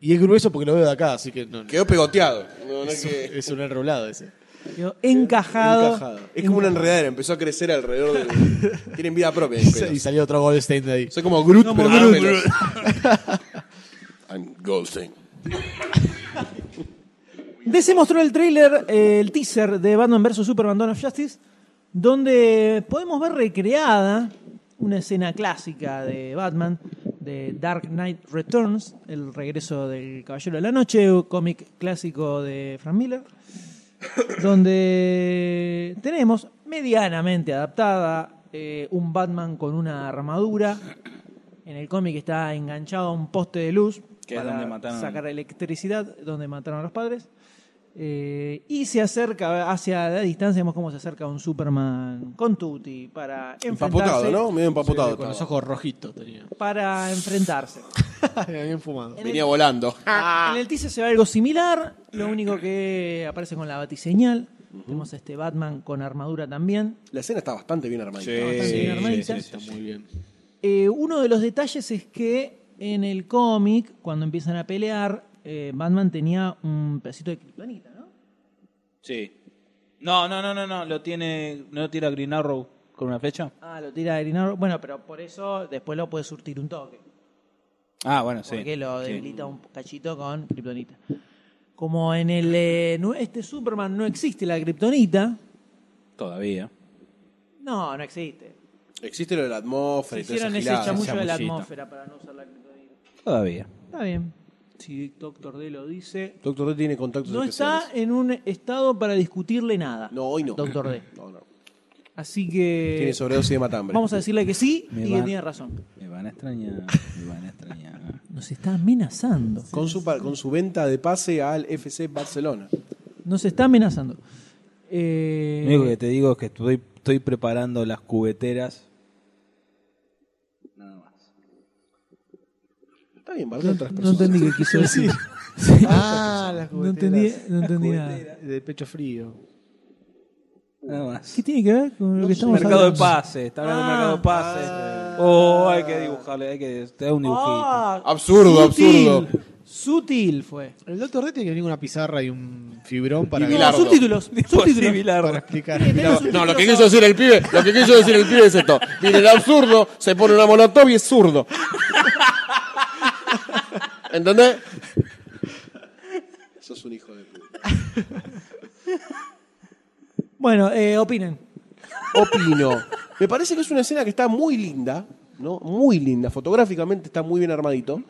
Y es grueso porque lo veo de acá, así que no.
Quedó pegoteado. No, no es
Es, un,
que-
es un enrolado ese.
Quedó Encajado.
Encajado. Es como una enredadera, empezó a crecer alrededor del. Tienen vida propia. mis
Y
pelos.
salió otro Goldstein de ahí.
Soy como Groot,
Como
pero con
Groot.
pelos. I'm Goldstein.
De ese mostró el trailer, eh, el teaser de Batman vs. Superman Dawn of Justice, donde podemos ver recreada una escena clásica de Batman, de Dark Knight Returns, el regreso del Caballero de la Noche, un cómic clásico de Frank Miller, donde tenemos medianamente adaptada eh, un Batman con una armadura. En el cómic está enganchado a un poste de luz
Que es donde mataron.
sacar electricidad, donde mataron a los padres. Eh, y se acerca hacia la distancia, vemos cómo se acerca un Superman con Tutti para
Empapotado,
enfrentarse.
¿no? Medio empapotado.
con los
estaba.
ojos rojitos tenía.
Para enfrentarse.
Bien fumado.
En
Venía
el-
volando.
En el teaser se ve algo similar, lo único que aparece con la batiseñal. Tenemos a este Batman con armadura también.
La escena está bastante bien armada.
bastante bien armadita.
Está muy bien.
Eh, uno de los detalles es que en el cómic, cuando empiezan a pelear, eh, Batman tenía un pedacito de kriptonita, ¿no?
Sí. No, no, no, no, no. Lo tiene, no tira Green Arrow con una flecha.
Ah, lo tira de Grinaro. Bueno, pero por eso después lo puede surtir un toque.
Ah, bueno, sí.
Porque lo
Sí.
debilita un cachito con kriptonita. Como en el eh, nu- este Superman no existe la kriptonita.
Todavía.
No, no existe.
Existe lo de la
Se
atmósfera y toda esa
hicieron ese
gilada.
chamullo
esa
de la
chamullita.
atmósfera para no usar la kriptonita.
Todavía.
Está bien. Si Doctor D lo dice.
Doctor D tiene contactos
No está
especiales.
en un estado para discutirle nada.
No, hoy no.
Doctor D.
No, no.
Así que.
Tiene sobredosis de matambre.
Vamos a decirle que sí
Me
y
van-
que tiene razón.
Me van a extrañar, me van a extrañar.
Nos está amenazando.
Con su, pa- con su venta de pase al FC Barcelona.
Nos está amenazando. Eh,
Lo único que te digo es que estoy, estoy preparando las cubeteras.
Está bien, para otras
no
personas.
entendí qué quiso decir.
Ah, las
No entendí, no entendí nada.
De pecho frío.
Nada más.
¿Qué tiene que ver con lo que estamos
mercado de
hablando?
pases, está hablando de
Ah.
mercado de pases. Oh, hay que dibujarle, hay que te da un dibujito.
Ah,
Absurdo,
sutil.
absurdo.
Sutil fue.
El doctor D tiene que venir con una pizarra y un fibrón para,
Y
que-
No,
Bilardo.
subtítulos. Subtítulos.
para explicar.
Tenemos
No, lo que
subtítulos
quiso decir el pibe, lo que quiso decir el pibe es esto. Viene el absurdo, se pone una molotov y es zurdo. ¿Entendés? Sos un hijo de puta.
ahora. Bueno, eh, opinen.
Opino. Me parece que es una escena que está muy linda, ¿no? Muy linda. Fotográficamente está muy bien armadito.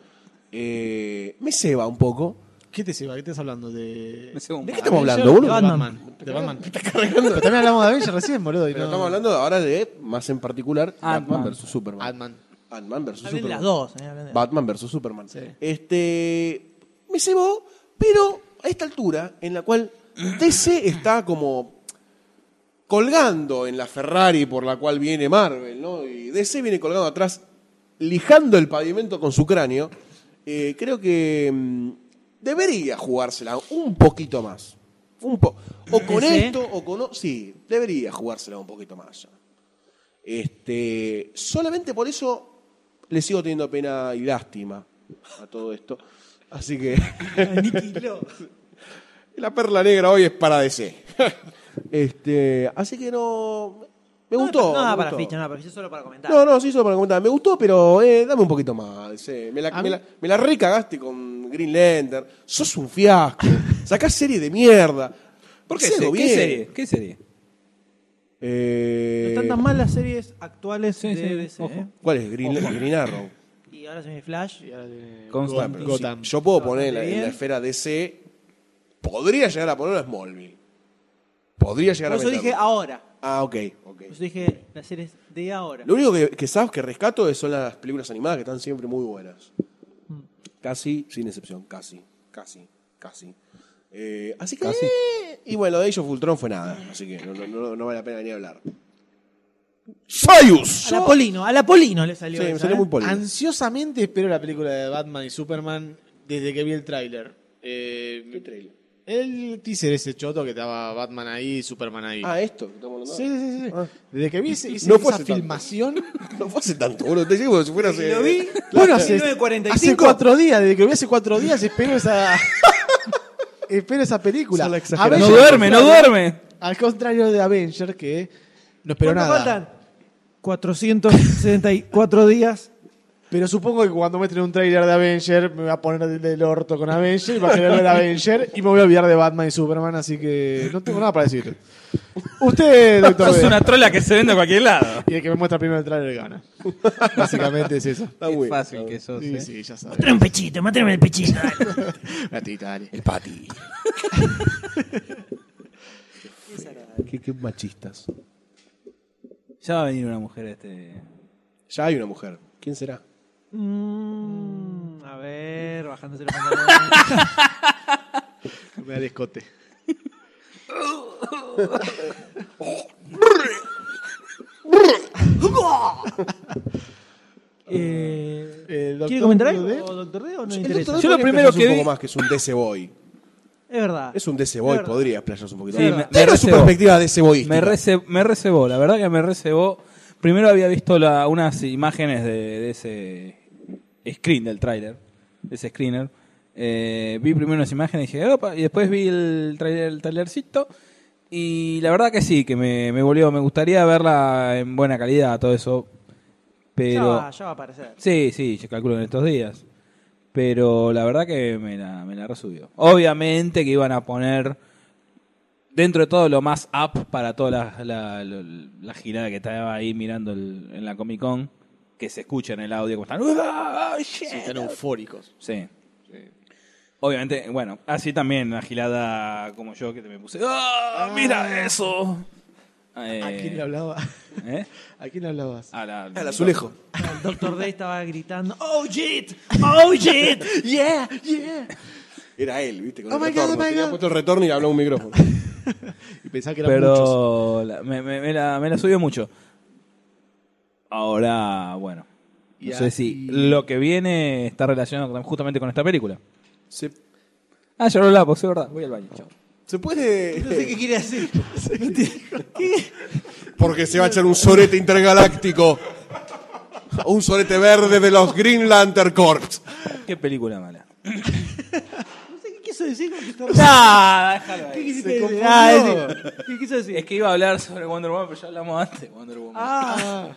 Eh, me ceba un poco.
¿Qué te lleva? ¿Qué estás hablando? ¿De,
Me ceba un
¿De qué estamos
poco.
hablando,
Avengers?
boludo?
De Batman. De Batman. Pero también hablamos de Avengers recién, boludo. y
Pero
no-
estamos hablando ahora de, más en particular, Batman
Ant-Man.
versus Superman.
Ant-Man.
Ant-Man versus
Hablen de
Superman.
las dos. eh, hablen de-
Batman versus Superman.
Sí.
Este me cebó, pero a esta altura en la cual DC está como colgando en la Ferrari por la cual viene Marvel, ¿no? Y DC viene colgando atrás, lijando el pavimento con su cráneo. Eh, creo que mm, debería jugársela un poquito más. Un po- o con
DC.
esto, o con... o- Sí, debería jugársela un poquito más. ya. Este, solamente por eso le sigo teniendo pena y lástima a todo esto. Así que la perla negra hoy es para DC. este, así que no. Me
No,
gustó.
Nada
me
para
gustó.
ficha, nada para ficha, solo para comentar.
No, no, sí, solo para comentar. Me gustó, pero eh, dame un poquito más. DC. Me, la,
A
me,
mí-
la, me la recagaste con Green Lantern. Sos un fiasco. Sacás serie de mierda.
¿Por qué,
Hacelo
se-
bien.
¿Qué serie? ¿Qué serie?
Eh,
Están tan mal las series actuales
Sí,
de
sí,
DC.
ojo.
eh.
¿Cuál es? Green, Green Arrow.
Y ahora se viene Flash. y ahora-
Constantine.
Bueno, pero
Gotham.
si yo puedo poner en la,
Bastante
en la
bien.
esfera DC. Podría llegar a poner a Smallville. Podría llegar
Por eso
a meterlo.
dije ahora.
Ah, ok, ok.
Por eso dije las series de ahora.
Lo único que, que sabes que rescato es- son las películas animadas que están siempre muy buenas.
Mm.
Casi, sin excepción, casi, casi, casi. Eh, así que.
Casi.
Y bueno, de ellos Fultrón fue nada, así que no, no- no- no vale la pena ni hablar. ¡Sayus!
A la Polino, a la Polino le
Sí,
salió.
me
esa,
salió
¿eh?
muy polvo.
Ansiosamente espero la película de Batman y Superman desde que vi el tráiler. Eh, El teaser ese choto que estaba Batman ahí y Superman ahí.
Ah, esto. que estamos hablando.
sí, sí, sí. sí. Desde que vi ese- ese-
No fue
esa
hace tanto.
filmación...
No fue hace tanto, boludo. Te digo como si fuera hace.
Lo vi.
Bueno, hace,
1945.
hace cuatro días, desde que vi hace cuatro días, espero esa. espero esa película.
Solo
A
exagerado.
ver,
No
yo-
duerme, no duerme.
Al contrario de Avenger, que no espero
¿Cuánto
nada.
faltan? 464 días.
Pero supongo que cuando muestren un tráiler de Avenger, me voy a poner del- del orto con Avenger y va a querer ver Avenger y me voy a olvidar de Batman y Superman, así que no tengo nada para decir. Usted, doctor.
Sos
B,
una trola que se vende a cualquier lado.
Y el que me muestra primero el tráiler gana. Básicamente es eso.
Ah,
Está bueno.
fácil que sos.
Sí,
eh.
sí, ya sabes.
Matame un pechito, matame el pechito. dale.
Gatita, dale.
El pati. qué, qué machistas.
Ya va a venir una mujer este.
Ya hay una mujer. ¿Quién será?
Mm, a ver, bajándose los pantalones.
Me da el escote.
Eh,
¿El
¿Quiere
Dr.
comentar algo,
Dudé?
doctor D, o no le
El
interesa?
doctor
Yo lo
podría
primero
explayarse
que
un
vi-
poco más que es un DC Boy.
Es verdad.
Es un DC
Es
Boy,
verdad.
podría explayarse un poquito
Sí,
más.
me-
Pero
me
es su
recebo.
perspectiva DC Boy.
Me, rece, me recebó, la verdad que me recebó. Primero había visto la- unas imágenes de, de ese screen del tráiler, de ese screener. Eh, vi primero unas imágenes y dije, "Opa", y después vi el, trailer, el trailercito. Y la verdad que sí, que me, me volvió. Me gustaría verla en buena calidad, todo eso.
Ya
Pero.
va, ya va a aparecer.
Sí, sí, yo calculo en estos días. Pero la verdad que me la, me la resubió. Obviamente que iban a poner dentro de todo lo más up para toda la, la, la- la girada que estaba ahí mirando el- en la Comic Con. Que se escucha en el audio como están. "Ah, shit".
Están eufóricos.
Sí. Obviamente, bueno, así también la gilada como yo que me puse. ¡Ah, mira eso! Eh,
¿A quién le hablaba?
¿eh?
¿A quién le hablabas?
A la,
Al azulejo.
El doctor D estaba gritando, ¡Oh, shit! ¡Oh, shit!
Yeah, yeah.
Era él, ¿viste? Con
Oh
el
my God,
retorno.
oh my
Tenía
God.
puesto el retorno y hablaba un micrófono.
Y pensaba que eran muchos.
Pero la- me, me- me la, me la subió mucho. Ahora, bueno. No
Y
sé
a-
si
y-
lo que viene está relacionado con- justamente con esta película.
¿Se,
Ah, ya lo hablamos, es verdad. Voy al baño, chao.
se puede...?
No sé qué quiere decir.
Porque se va a echar un sorete intergaláctico. Un sorete verde de los Green Lantern Corps.
Qué película mala.
No sé qué quiso decir con Doctor D.
Nah, déjalo
¿Qué
ahí.
quisiste decir?
Se confundió.
Ah, es- ¿Qué quiso decir?
Es que iba a hablar sobre Wonder Woman, pero ya hablamos antes de Wonder Woman.
Ah,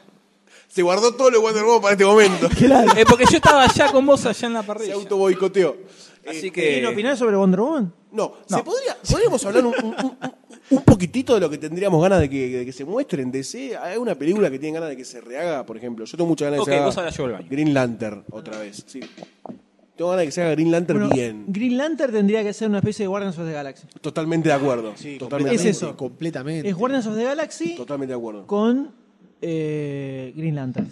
Se guardó todo lo Wonder Woman para este momento.
Eh, porque yo estaba allá con vos allá en la
Se
parrilla.
auto boicoteó. Eh,
Así
¿quieren
que.
opinar sobre Wonder Woman?
No, ¿se podría, podríamos hablar un, un- un- un poquitito de lo que tendríamos ganas de que, de que se muestre en DC. Hay una película que tiene ganas de que se rehaga, por ejemplo. Yo tengo muchas ganas de que
Ok,
se haga
vos ahora yo voy al baño.
Green Lantern otra vez. Sí. Tengo ganas de que se haga Green Lantern
Bueno,
bien.
Green Lantern tendría que ser una especie de Guardians of the Galaxy.
Totalmente de acuerdo. totalmente,
Es eso. Eh,
Completamente.
Es Guardians of the Galaxy
totalmente de acuerdo.
con eh, Green Lantern.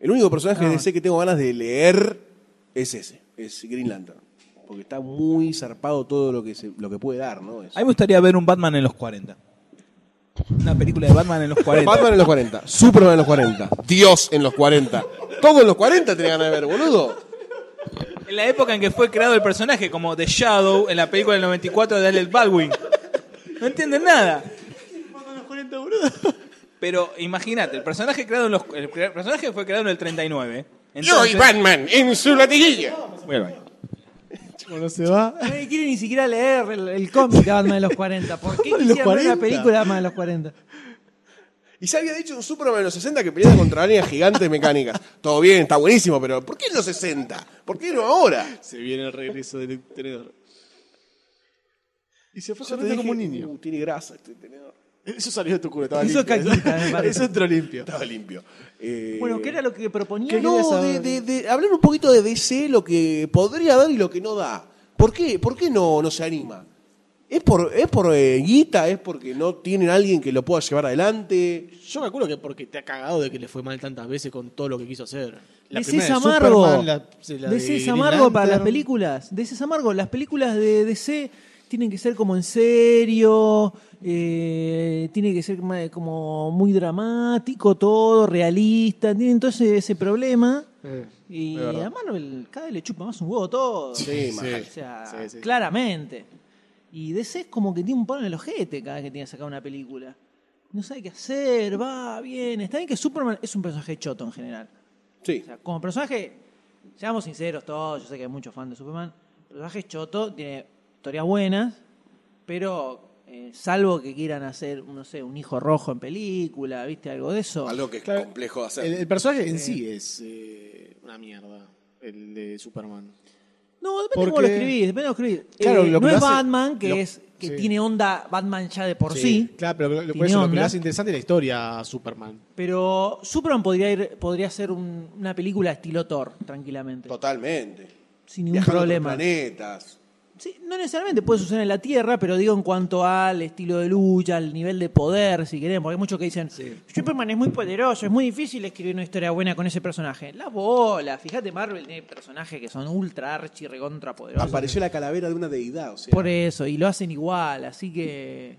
El único personaje
Ah.
de DC que tengo ganas de leer es ese, es Green Lantern. Porque está muy zarpado todo lo que, se, lo que puede dar, ¿no? Es-
A mí me gustaría ver un Batman en los 40. Una película de Batman en los 40.
Batman en los 40, Superman en los 40, Dios en los 40. Todo en los 40 tenía ganas de ver, boludo.
En la época en que fue creado el personaje, como The Shadow en la película del 94 de Alec Baldwin. No entienden nada. Pero imagínate, el personaje creado en los, el crea- personaje fue creado en el 39. Entonces, Eh,
Batman en su latiguilla.
Voy al baño.
Como no se va.
No me quiere ni siquiera leer el, el cómic de Batman de los 40. ¿Por qué
Batman de los
quisieran ver una
40?
película de Batman de los 40?
Y se había dicho un Superman en los 60 que peleaba contra arañas gigantes mecánicas. Todo bien, está buenísimo, pero ¿por qué en los 60? ¿Por qué no ahora?
Se viene el regreso del tenedor. Y se fue
Yo
corriendo
te
como un
dije,
niño.
"Uh, tiene grasa este tenedor.
Eso salió de tu culo, estaba
Eso
limpio.
es caquita, me parece.
Eso entró limpio.
Estaba limpio. Eh,
Bueno, ¿qué era lo que proponía?
Que
¿Qué era
no,
esa-
de, de- de hablar un poquito de DC, lo que podría dar y lo que no da. ¿Por qué? ¿Por qué no, no se anima? ¿Es por, es por eh, guita? ¿Es porque no tienen alguien que lo pueda llevar adelante?
Yo me acuerdo que porque te ha cagado de que le fue mal tantas veces con todo lo que quiso hacer. La
DC
primera
es
de
amargo.
Superman, la- la de
DC es
Green
amargo para las
Lantern.
películas. DC es amargo. Las películas de DC tienen que ser como en serio, eh, tiene que ser ma- como muy dramático todo, realista. Tienen todo ese, ese problema.
Eh.
y a Marvel cada vez le chupa más un huevo todo.
Sí,
Sí.
O sea,
Sí, sí.
claramente. Y DC es como que tiene un palo en el ojete cada vez que tiene que sacar una película. No sabe qué hacer, va, viene. Está bien que Superman es un personaje choto en general.
Sí.
O sea, como personaje, seamos sinceros todos, yo sé que hay muchos fans de Superman. El personaje es choto, tiene historias buenas, pero eh, salvo que quieran hacer, no sé, un hijo rojo en película, ¿viste? Algo de eso.
Algo que es
Claro.
complejo de hacer.
El, el personaje en sí es eh, una mierda. El de Superman.
No, depende
Porque-
cómo lo escribís, depende de lo escribís.
Claro,
Eh,
lo que
no
lo
es
hace-
Batman, que
lo-
es que
sí.
tiene onda Batman ya de por Oh, sí.
Claro, pero lo- lo, por
Tiene
eso lo que
onda.
lo hace interesante es la historia a Superman.
Pero Superman podría ir, podría ser un- una película estilo Thor, tranquilamente.
Totalmente.
sin ningún
Viajando a otros
problema.
planetas.
Sí, no necesariamente puede suceder en la Tierra, pero digo en cuanto al estilo de lucha, al nivel de poder, si queremos. Hay muchos que dicen, Superman es muy poderoso, es muy difícil escribir una historia buena con ese personaje. Las bolas, fíjate, Marvel tiene personajes que son ultra archi recontra poderosos.
e-
Apareció la calavera de una deidad, o sea.
Por eso, y lo hacen igual, así que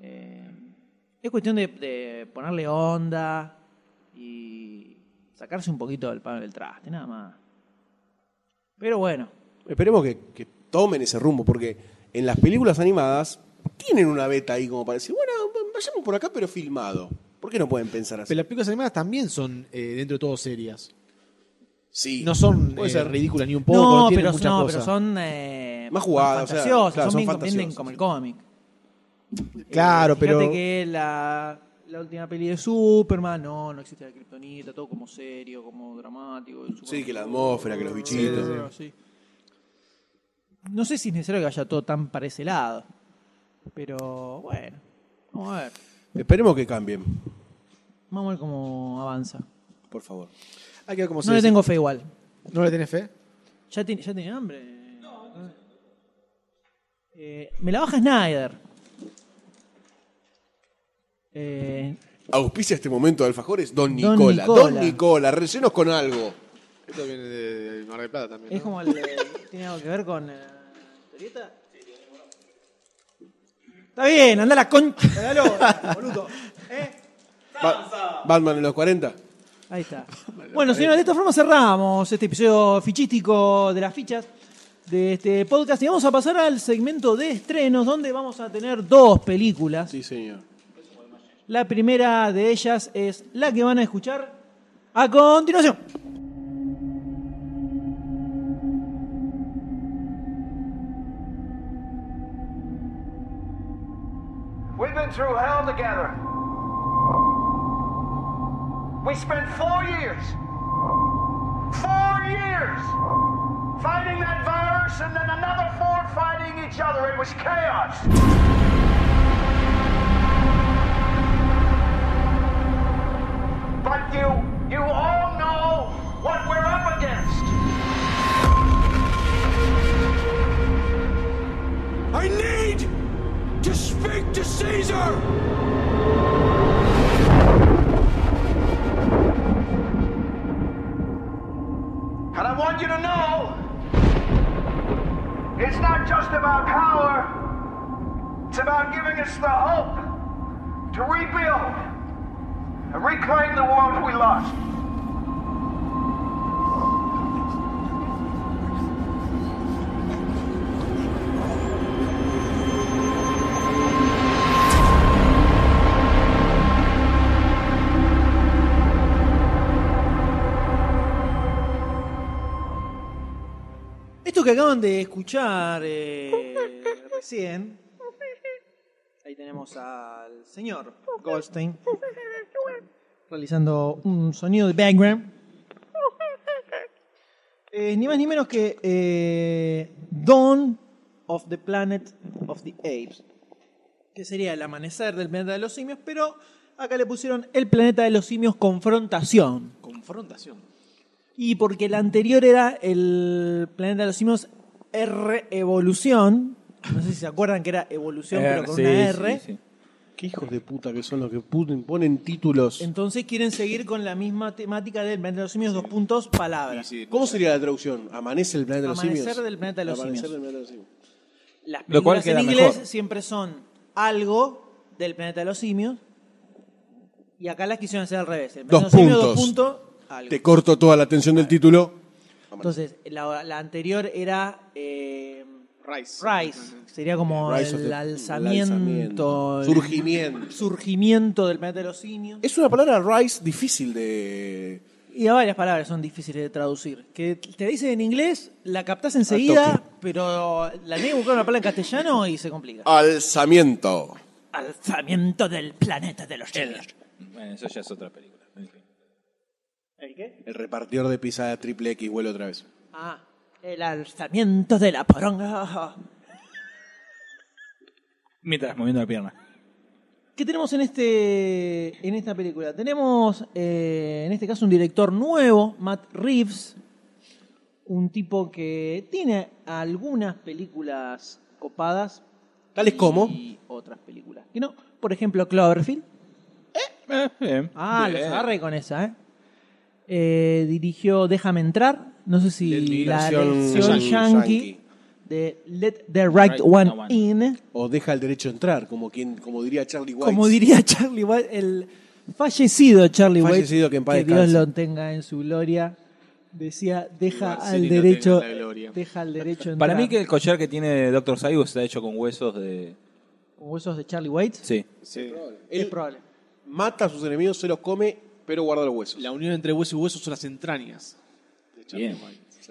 Eh, es cuestión de, de ponerle onda y sacarse un poquito del palo del traste, nada más. Pero bueno,
Esperemos que, que tomen ese rumbo, porque en las películas animadas tienen una beta ahí como para decir, bueno, vayamos por acá, pero filmado. ¿Por qué no pueden pensar así?
Pero las películas animadas también son, eh, dentro de todo, serias.
sí.
No son
Puede
eh,
ser
ridículas ni un poco, no,
no,
tienen
pero,
muchas
no,
cosas.
pero son eh,
Más jugadas, o sea,
fantasiosas,
claro,
son,
son
bien-
fantasiosas,
venden como el
sí.
cómic. Eh,
Claro, pero-
Fíjate que la, la última peli de Superman, no, no existe la kriptonita, todo como serio, como dramático. el Superman-
que la atmósfera, que los bichitos.
Sí. No sé si es necesario que vaya todo tan para ese lado, pero bueno, vamos a ver,
Esperemos que cambien,
vamos a ver cómo avanza.
por favor.
Hay que ver cómo se
No le
dice.
tengo fe igual.
¿No le tenés fe?
¿Ya tiene, ya tiene hambre? Ah. Eh, me la baja Snyder. Eh,
Auspicia este momento de Alfajores Don
Don
Nicola. Don Nicola,
Nicola.
rellenos con algo.
Esto viene de Mar del Plata también.
¿Es como el. eh, ¿Tiene algo que ver con eh, la historieta? Está bien, anda la concha. de la lora, boludo. ¿Eh?
Ba- Batman en los 40.
Ahí está. Bueno, señores, de esta forma cerramos este episodio fichístico de las fichas de este podcast. Y vamos a pasar al segmento de estrenos, donde vamos a tener dos películas.
Sí, señor.
La primera de ellas es la que van a escuchar a continuación.
We've been through hell together. We spent four years, four years fighting that virus and then another four fighting each other. It was chaos. But you, you all know what we're up against.
I need to speak to Caesar!
And I want you to know it's not just about power, it's about giving us the hope to rebuild and reclaim the world we lost.
Esto que acaban de escuchar eh, recién. Ahí tenemos al señor Goldstein realizando un sonido de background. Eh, ni más ni menos que eh, Dawn of the Planet of the Apes, que sería el amanecer del planeta de los simios, pero acá le pusieron el planeta de los simios confrontación.
Confrontación.
Y porque el anterior era el planeta de los simios R evolución. No sé si se acuerdan que era evolución, pero con una R.
Qué hijos de puta que son los que ponen, ponen títulos.
Entonces quieren seguir con la misma temática del planeta de los simios, dos puntos, palabras.
¿Cómo sería la traducción? ¿Amanece el planeta de los
Amanecer
simios?
del planeta de los
Amanecer
simios.
del planeta de los simios.
Las
Lo cual
películas en
queda
inglés
mejor.
siempre son algo del planeta de los simios. Y acá las quisieron hacer al revés. El planeta
Dos
de los simios,
puntos.
dos puntos, algo.
Te corto toda la atención del título.
Entonces, la, la anterior era... eh,
Rice.
Rise. Sería como
Rise of
el,
the-
alzamiento,
alzamiento.
el
Surgimiento.
surgimiento del planeta de los simios.
Es una palabra rise difícil de.
Y a varias palabras son difíciles de traducir. Que te dicen en inglés, la captás enseguida, pero la tenés que buscar una palabra en castellano y se complica.
Ah. Alzamiento.
Alzamiento del planeta de los simios.
Bueno, eso ya es otra película. en fin.
¿El qué?
El repartidor de pizza triple X vuelve otra vez.
Ah, el alzamiento de la poronga.
Mientras moviendo la pierna.
¿Qué tenemos en, este, en esta película? Tenemos, eh, en este caso, un director nuevo, Matt Reeves, un tipo que tiene algunas películas copadas.
Tales como.
Y otras películas. que no, por ejemplo, Cloverfield.
Eh, bien.
Ah,
Bien.
los agarré con esa, ¿eh? Eh, Dirigió Déjame entrar, no sé si la
Dirección
versión
yankee.
yankee, de Let the Right,
Right
One,
One.
In.
O deja el derecho a entrar, como, quien, como diría Charlie White.
Como diría Charlie White, el fallecido Charlie White,
Fallecido, que en paz
Dios
descanse.
lo tenga en su gloria, decía, deja al
Marcelino
derecho,
tenga la gloria.
deja al derecho entrar.
Para mí que el collar que tiene Dr. Saigo está hecho con huesos de...
¿Con huesos de Charlie White?
Sí.
Sí.
Es
Él
probable.
mata a sus enemigos, se los come, pero guarda los huesos.
La unión entre hueso y hueso son las entrañas.
Bien.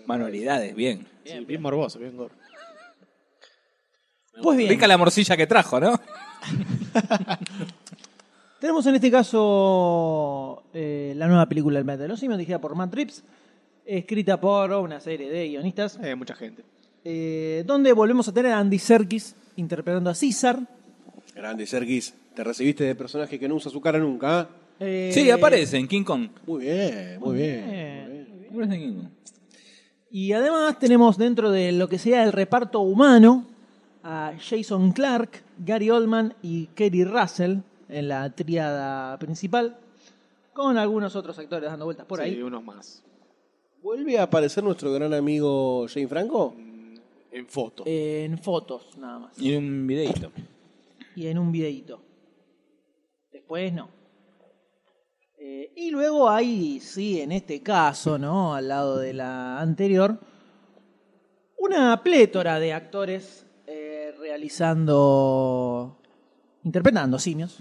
Manualidades, bien.
Bien, bien morboso, bien gordo.
Pues bien,
Rica la morcilla que trajo, ¿no?
tenemos en este caso eh, la nueva película El Planeta de los Simios, dirigida por Matt Reeves, escrita por oh, una serie de guionistas,
Eh, mucha gente.
eh, donde volvemos a tener a Andy Serkis interpretando a César.
Grande, Sergis. Te recibiste de personaje que no usa su cara nunca. ¿ah?
eh,
Sí, aparece en King Kong.
Muy bien, muy bien.
eh,
Aparece en King Kong.
Y además tenemos dentro de lo que sería el reparto humano a Jason Clark, Gary Oldman y Kerry Russell en la tríada principal, con algunos otros actores dando vueltas por
Sí,
ahí.
unos más.
¿Vuelve a aparecer nuestro gran amigo Jane Franco?
En foto.
Eh,
En fotos nada más.
Y un videito.
Y en un videíto. Después no. Eh, y luego hay, sí, en este caso, ¿no? Al lado de la anterior, una plétora de actores eh, realizando, interpretando simios.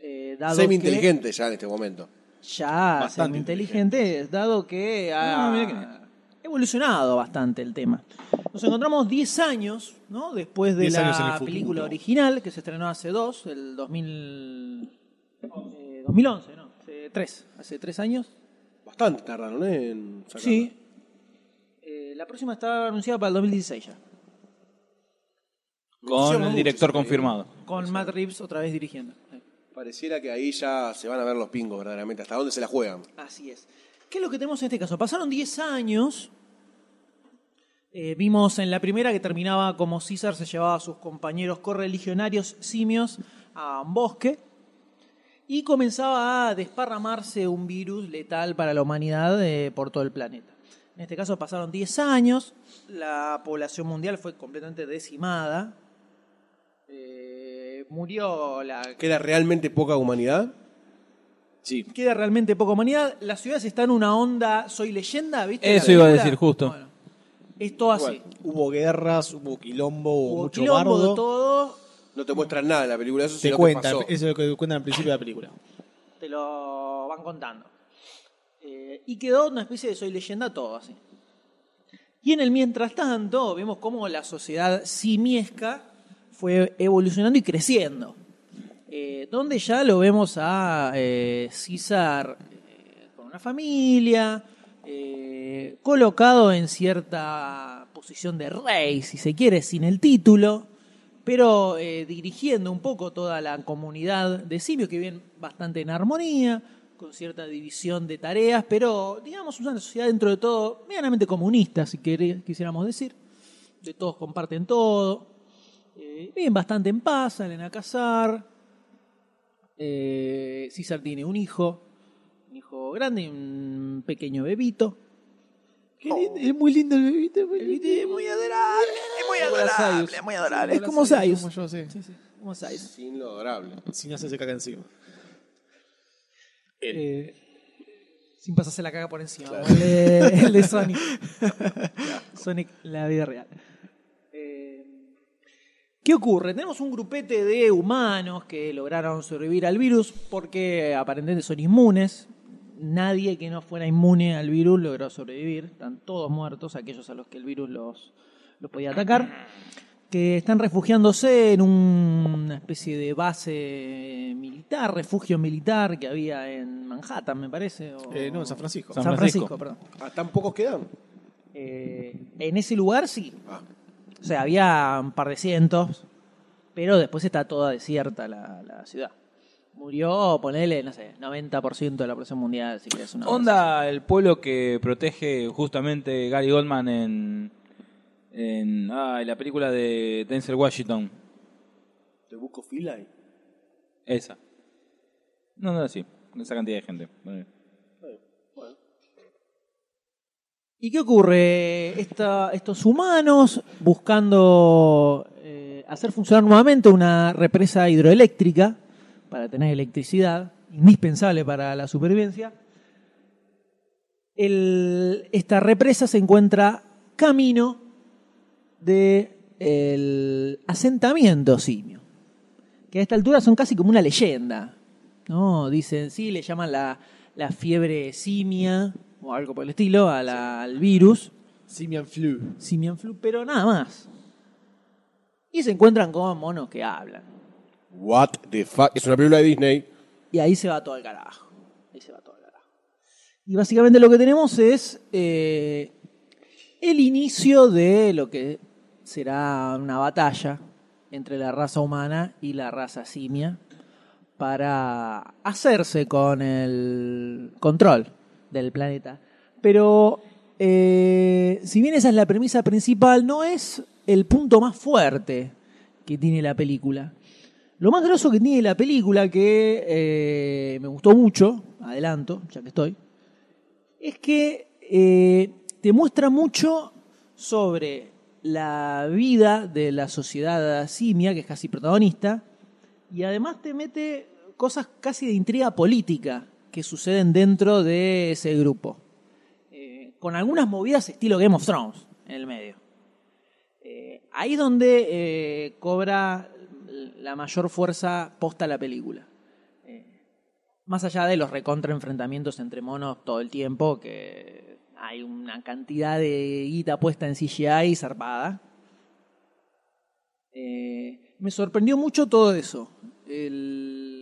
Eh, dado
Semi
que-
inteligente ya en este momento.
ya
Bastante
inteligentes, dado que ha
Ah,
No, mira que-
evolucionado bastante el tema. Nos encontramos 10 años, ¿no? Después de
10 años en el
la
futuro.
película original, que se estrenó hace dos, el 2000, eh, 2011, ¿no? Hace tres, hace tres años.
Bastante tardaron ¿eh? en sacarla.
Sí. Eh, la próxima está anunciada para el 2016 ya,
Con el director confirmado.
con Matt Reeves otra vez dirigiendo.
Pareciera que ahí ya se van a ver los pingos verdaderamente. ¿Hasta dónde se la juegan?
Así es. ¿Qué es lo que tenemos en este caso? Pasaron 10 años. Eh, vimos en la primera que terminaba como César se llevaba a sus compañeros correligionarios simios a un bosque y comenzaba a desparramarse un virus letal para la humanidad eh, por todo el planeta. En este caso pasaron 10 años, la población mundial fue completamente decimada, Eh, murió la
¿Queda realmente poca humanidad?
Sí.
queda realmente poca humanidad. La ciudad está en una onda soy leyenda, ¿viste?
Eso
La
iba a
película.
decir justo.
Bueno, es todo así.
Hubo guerras, hubo quilombo, hubo
Hubo
mucho
quilombo
bardo.
de todo,
No te muestran nada en la película, eso
Te
sino que
cuentan,
pasó.
eso es lo que cuentan al principio de la película.
te lo van contando. Eh, y quedó una especie de soy leyenda todo así. Y en el mientras tanto, vemos cómo la sociedad simiesca fue evolucionando y creciendo. Eh, donde ya lo vemos a eh, César eh, con una familia, eh, colocado en cierta posición de rey, si se quiere, sin el título, pero eh, dirigiendo un poco toda la comunidad de simios, que viven bastante en armonía, con cierta división de tareas, pero digamos una sociedad dentro de todo medianamente comunista, si quere- quisiéramos decir, de todos comparten todo. Eh, viven bastante en paz, salen a cazar. Eh, César tiene un hijo, un hijo grande, y un pequeño bebito. Es muy lindo el bebito, es muy adorable, es muy adorable, es muy adorable. Es como Sayus.
Como yo, sí.
Como Sayus.
Sin lo adorable.
Sin hacerse caca encima.
Eh, sin pasarse la caga por encima. como El, de, el de Sonic. Sonic, la vida real. Eh, ¿Qué ocurre? Tenemos un grupete de humanos que lograron sobrevivir al virus porque aparentemente son inmunes. Nadie que no fuera inmune al virus logró sobrevivir. Están todos muertos, aquellos a los que el virus los, los podía atacar. Que están refugiándose en un- una especie de base militar, refugio militar que había en Manhattan, me parece. o-
Eh, no, en San Francisco.
San
San
Francisco,
Francisco.
perdón.
¿A Ah, tan pocos quedan?
Eh, en ese lugar sí.
Ah.
O sea, había un par de cientos, pero después está toda desierta la, la ciudad. Murió, ponele, no sé, 90% de la población mundial, si querés una
Onda el pueblo que protege justamente Gary Goldman en, en, ah, en la película de Denzel Washington.
Te busco fila ahí.
Esa. No, no, sí. Esa cantidad de gente. Bueno.
¿Y qué ocurre? Esta- estos humanos buscando eh, hacer funcionar nuevamente una represa hidroeléctrica para tener electricidad, indispensable para la supervivencia. El- esta represa se encuentra camino del asentamiento simio, que a esta altura son casi como una leyenda. ¿no? Dicen, sí, le llaman la, la fiebre simia o algo por el estilo a la- al virus,
Simian Flu.
simian flu, pero nada más. Y se encuentran con monos que hablan.
What the fuck. Es una película de Disney.
Y ahí se va todo al carajo. Ahí se va todo al carajo. Y básicamente lo que tenemos es eh, el inicio de lo que será una batalla entre la raza humana y la raza simia para hacerse con el control del planeta. Pero eh, si bien esa es la premisa principal, no es el punto más fuerte que tiene la película. Lo más grosso que tiene la película, que eh, me gustó mucho, adelanto, ya que estoy, es que eh, te muestra mucho sobre la vida de la sociedad simia, que es casi protagonista, y además te mete cosas casi de intriga política que suceden dentro de ese grupo, Eh, con algunas movidas estilo Game of Thrones en el medio. Eh, ahí es donde eh, cobra la mayor fuerza posta la película. Eh, más allá de los recontra enfrentamientos entre monos todo el tiempo, que hay una cantidad de guita puesta en CGI y zarpada. Eh, me sorprendió mucho todo eso. El-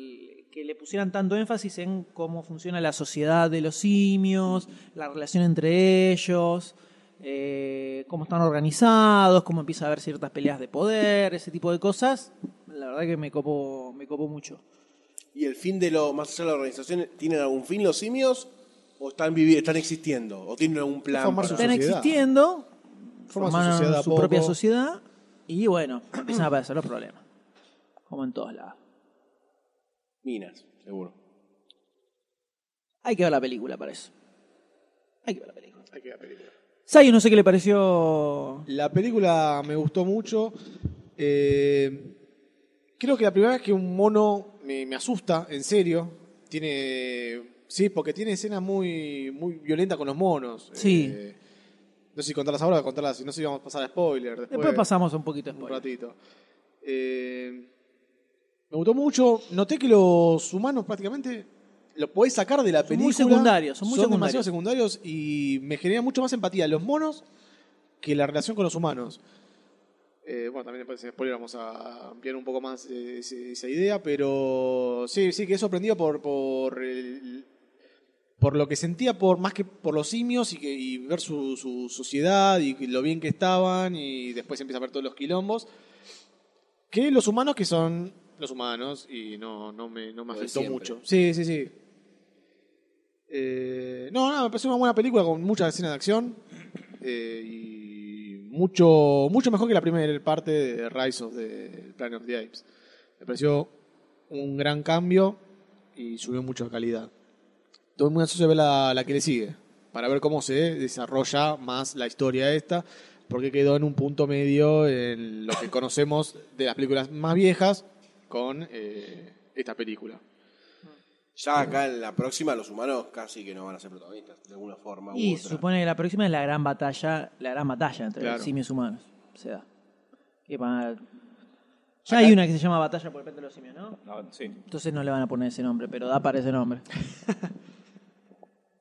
que le pusieran tanto énfasis en cómo funciona la sociedad de los simios, la relación entre ellos, eh, cómo están organizados, cómo empieza a haber ciertas peleas de poder, ese tipo de cosas. La verdad que me copó, me copó mucho.
¿Y el fin de lo, más allá de la organización, tienen algún fin los simios? ¿O están viviendo, están existiendo? ¿O tienen algún plan?
Formar
para-
su
Están
sociedad.
existiendo,
Forman su
formaron su,
sociedad de a poco.
propia sociedad y bueno, empiezan a aparecer los problemas. Como en todos lados.
Minas, seguro.
Hay que ver la película para eso. Hay que ver la película. Hay que ver la película. Sayo, no sé qué le pareció.
La película me gustó mucho. Eh, creo que la primera vez que un mono me, me asusta, en serio, tiene. Sí, porque tiene escenas muy, muy violentas con los monos.
Sí.
Eh, no sé si contarlas ahora o contarlas, si no, si vamos a pasar a spoiler. Después,
Después pasamos un poquito de
un
spoiler.
ratito. Eh, me gustó mucho. Noté que los humanos prácticamente los podés sacar de la
Son muy
película.
secundarios, son muy
demasiado secundarios y me genera mucho más empatía los monos que la relación con los humanos. Eh, bueno, también después en spoiler vamos a ampliar un poco más eh, ese- esa idea, pero sí, sí, quedé sorprendido por, por, el- por lo que sentía, por más que por los simios y, que, y ver su, su sociedad y lo bien que estaban y después empieza a ver todos los quilombos, que los humanos que son los humanos y no, no me, no me
Lo de
afectó
siempre.
mucho. Sí, sí, sí. Eh, no, nada, me pareció una buena película con muchas escenas de acción eh, y mucho, mucho mejor que la primera parte de Rise of the Planet of the Apes. Me pareció un gran cambio y subió mucho de calidad. Estoy muy ansioso de ver la, la que le sigue, para ver cómo se desarrolla más la historia esta, porque quedó en un punto medio en lo que conocemos de las películas más viejas con eh, esta película.
Ya acá en la próxima los humanos casi que no van a ser protagonistas, de alguna forma. u
Y
otra.
se supone que la próxima es la gran batalla, la gran batalla entre
Claro.
los simios humanos. Se da. Que van a- Ya hay una que se llama Batalla por el Frente de los Simios, ¿no?
No, sí.
Entonces no le van a poner ese nombre, pero da para ese nombre.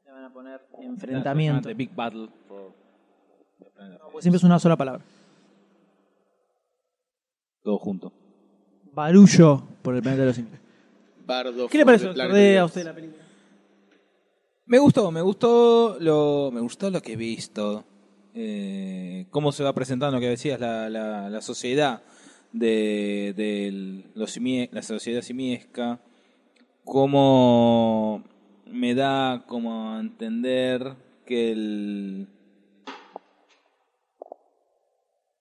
le van a poner enfrentamiento.
The Big Battle.
Porque siempre es una sola palabra.
Todo junto.
Barullo por el planeta de los simios.
Bardo
¿Qué le
for
pareció
the Planet
Cordé, a
of the
usted la
Apes.
película?
Me gustó, me gustó lo, me gustó lo que he visto. Eh, cómo se va presentando, que decías, la, la, la sociedad de, del- los simie- la sociedad simiesca. Cómo me da como a entender que el...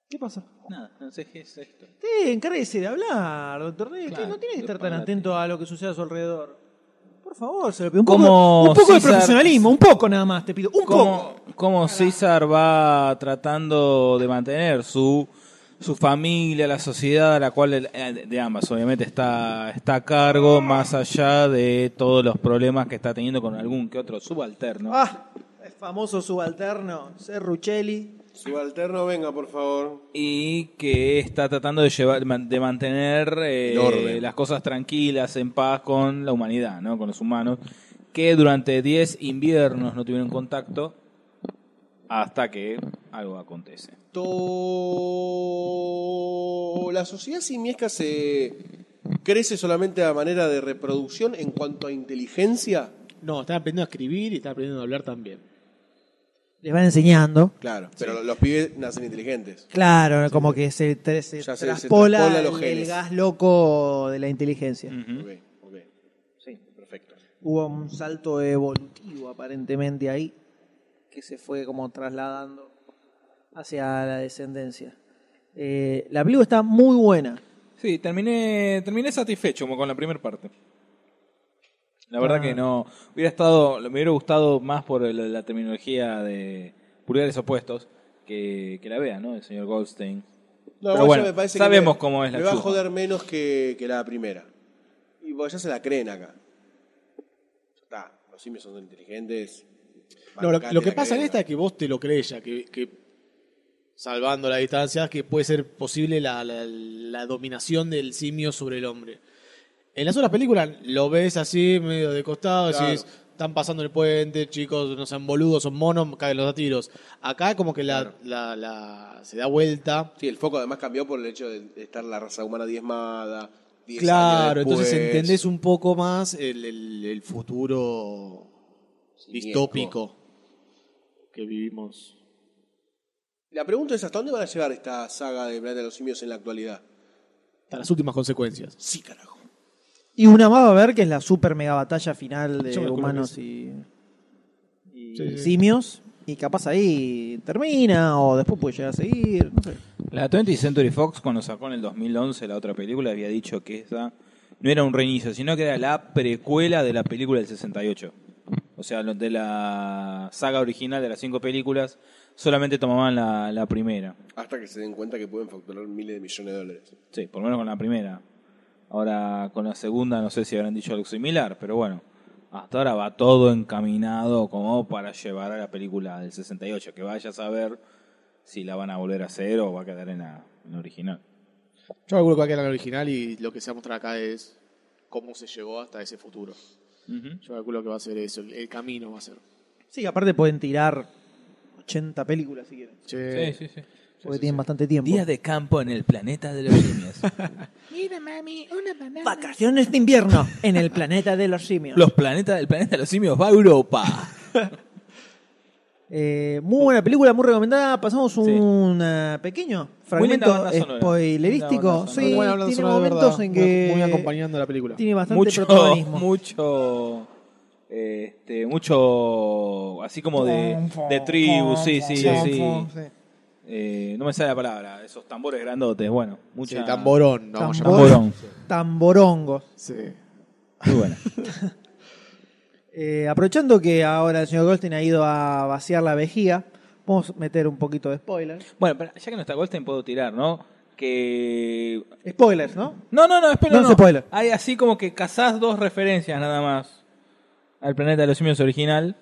¿Qué pasa? Nada, no sé qué es esto.
Usted encárguese de hablar, doctor Rey. Usted
Claro,
no tiene que estar tan
prepárate.
atento a lo que sucede a su alrededor. Por Por favor, se lo pido. Un poco,
Como
un poco de
César-
profesionalismo, un poco nada más, te pido. Un poco.
¿Cómo, cómo César va tratando de mantener su, su familia, la sociedad a la cual, él- eh, de ambas, obviamente está, está a cargo, más allá de todos los problemas que está teniendo con algún que otro subalterno?
Ah, el famoso subalterno, Serruchelli.
Subalterno, venga, por favor.
y que está tratando de llevar man- de mantener eh,
El orden.
las cosas tranquilas en paz con la humanidad no con los humanos que durante 10 inviernos no tuvieron contacto hasta que algo acontece
To- La sociedad simiesca se crece solamente a manera de reproducción en cuanto a inteligencia.
No, están aprendiendo a escribir y están aprendiendo a hablar también.
Les van enseñando.
Claro, pero lo- los pibes nacen inteligentes.
Claro, como que se, tra- se
Ya se- se
traspola
traspola los
el,
genes.
el gas loco de la inteligencia.
Ok, ok.
Hubo un salto evolutivo aparentemente ahí, que se fue como trasladando hacia la descendencia. Eh, la película está muy buena.
sí terminé terminé satisfecho como con la primera parte la verdad que no hubiera estado me hubiera gustado más por el- la terminología de pulgares opuestos que, que la vea no el señor Goldstein
No,
Pero
igual ya
bueno,
que
sabemos
me-
cómo es la
Me va a
chusma.
joder menos que, que la primera. Y vos ya se la creen acá. Ya está, los simios son inteligentes.
No, lo,
Bancate
lo que
la
pasa en
creen,
esta es que vos te lo crees ya, que, que salvando las distancias, que puede ser posible la, la- la dominación del simio sobre el hombre. En las otras películas lo ves así, medio de costado,
Claro.
decís, están pasando el puente, chicos, no sean boludos, son monos, caen los a tiros. Acá como que la, la- la- se da vuelta.
Sí, el foco además cambió por el hecho de estar la raza humana diezmada. 10 años
Claro, entonces
después.
entendés un poco más el, el- el futuro
Siniestro.
distópico que vivimos.
La pregunta es: ¿hasta dónde van a llevar esta saga de Planeta de los Simios en la actualidad?
Hasta las últimas consecuencias.
Sí, carajo.
Y una más va a ver que es la super mega batalla final de
Yo calculo
humanos
que
y, y
Sí, sí.
simios. Y capaz ahí termina o después puede llegar a seguir. No sé.
La 20th Century Fox, cuando sacó en el 2011 la otra película, había dicho que esa no era un reinicio, sino que era la precuela de la película del 68. O sea, lo- de la saga original de las cinco películas, solamente tomaban la, la primera.
Hasta que se den cuenta que pueden facturar miles de millones de dólares.
Sí, por lo menos con la primera. Ahora con la segunda no sé si habrán dicho algo similar, pero bueno. Hasta ahora va todo encaminado como para llevar a la película del 68, que vaya a saber si la van a volver a hacer o va a quedar en la- en la original.
Yo calculo que va a quedar en el original y lo que se va a mostrar acá es cómo se llegó hasta ese futuro.
Ujú.
Yo calculo que va a ser eso, el, el camino va a ser.
Sí, aparte pueden tirar 80 películas si quieren.
Che,
sí, sí.
Porque tienen bastante tiempo.
Días de campo en el planeta de los simios.
Vacaciones de invierno en el planeta de los simios.
los planetas del planeta de los simios va a Europa.
Eh, muy buena película, muy recomendada. Pasamos un eh, pequeño
linda
fragmento
banda sonora. Linda
spoilerístico.
banda
Sí,
sonora.
Muy buena banda
tiene
sonora, de
momentos
verdad.
en que
Muy acompañando la película.
tiene bastante
Mucho,
protagonismo.
mucho, este, mucho, así como de, de tribu, sí, sí,
Sí,
sí.
sí.
Eh, no me sale la palabra, esos tambores grandotes, bueno, mucha...
Sí, tamborón, no, vamos a
Tambor-
llamarlo.
Tamborón.
Tamborongos.
Sí.
Muy buena.
Eh, aprovechando que ahora el señor Goldstein ha ido a vaciar la vejía, vamos a meter un poquito de spoiler.
bueno, pero ya que no está Goldstein puedo tirar, ¿no? Que...
Spoilers, ¿no?
No, no, no, espera,
No,
no.
spoiler.
Hay así como que cazás dos referencias nada más al planeta de los simios original.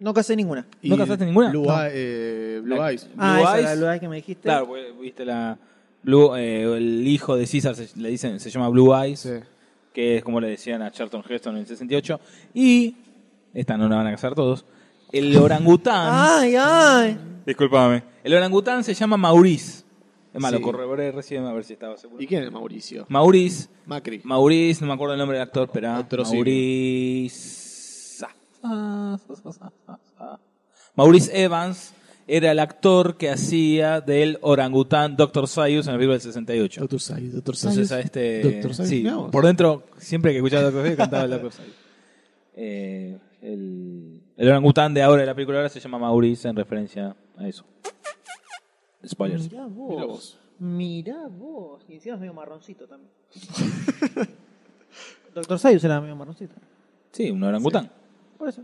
No casé ninguna.
¿No casaste ninguna?
Blue,
No.
Eye- eh, Blue
La-
Eyes.
Ah,
Blue
esa
Eyes.
era la verdad que me dijiste.
Claro, porque, viste la Blue, eh, el hijo de César se, le dicen, se llama Blue Eyes,
Sí.
que es como le decían a Charlton Heston en el 68 y esta no la van a casar todos. El
Ah.
orangután,
Ay, ay.
discúlpame. El orangután se llama Maurice. Es malo,
Sí.
corroboré recién a ver si estaba seguro.
¿Y quién es Mauricio?
Maurice,
Macri.
Maurice, no me acuerdo el nombre del actor, pero
Otro sí.
Maurice. Ah, ah, ah, ah, ah, ah. Maurice Evans era el actor que hacía del orangután Dr. Sayus en el película del 68.
Doctor Sayus, Doctor
Entonces a este. sí, por dentro, siempre que escuchaba Dr. Sayus cantaba el Dr. Sayus. Eh, el, el orangután de ahora de la película ahora se llama Maurice en referencia a eso. Spoilers.
Mirá vos. Mirá vos. Y encima es medio marroncito también. Doctor Sayus era medio marroncito.
Sí, un orangután.
Por eso.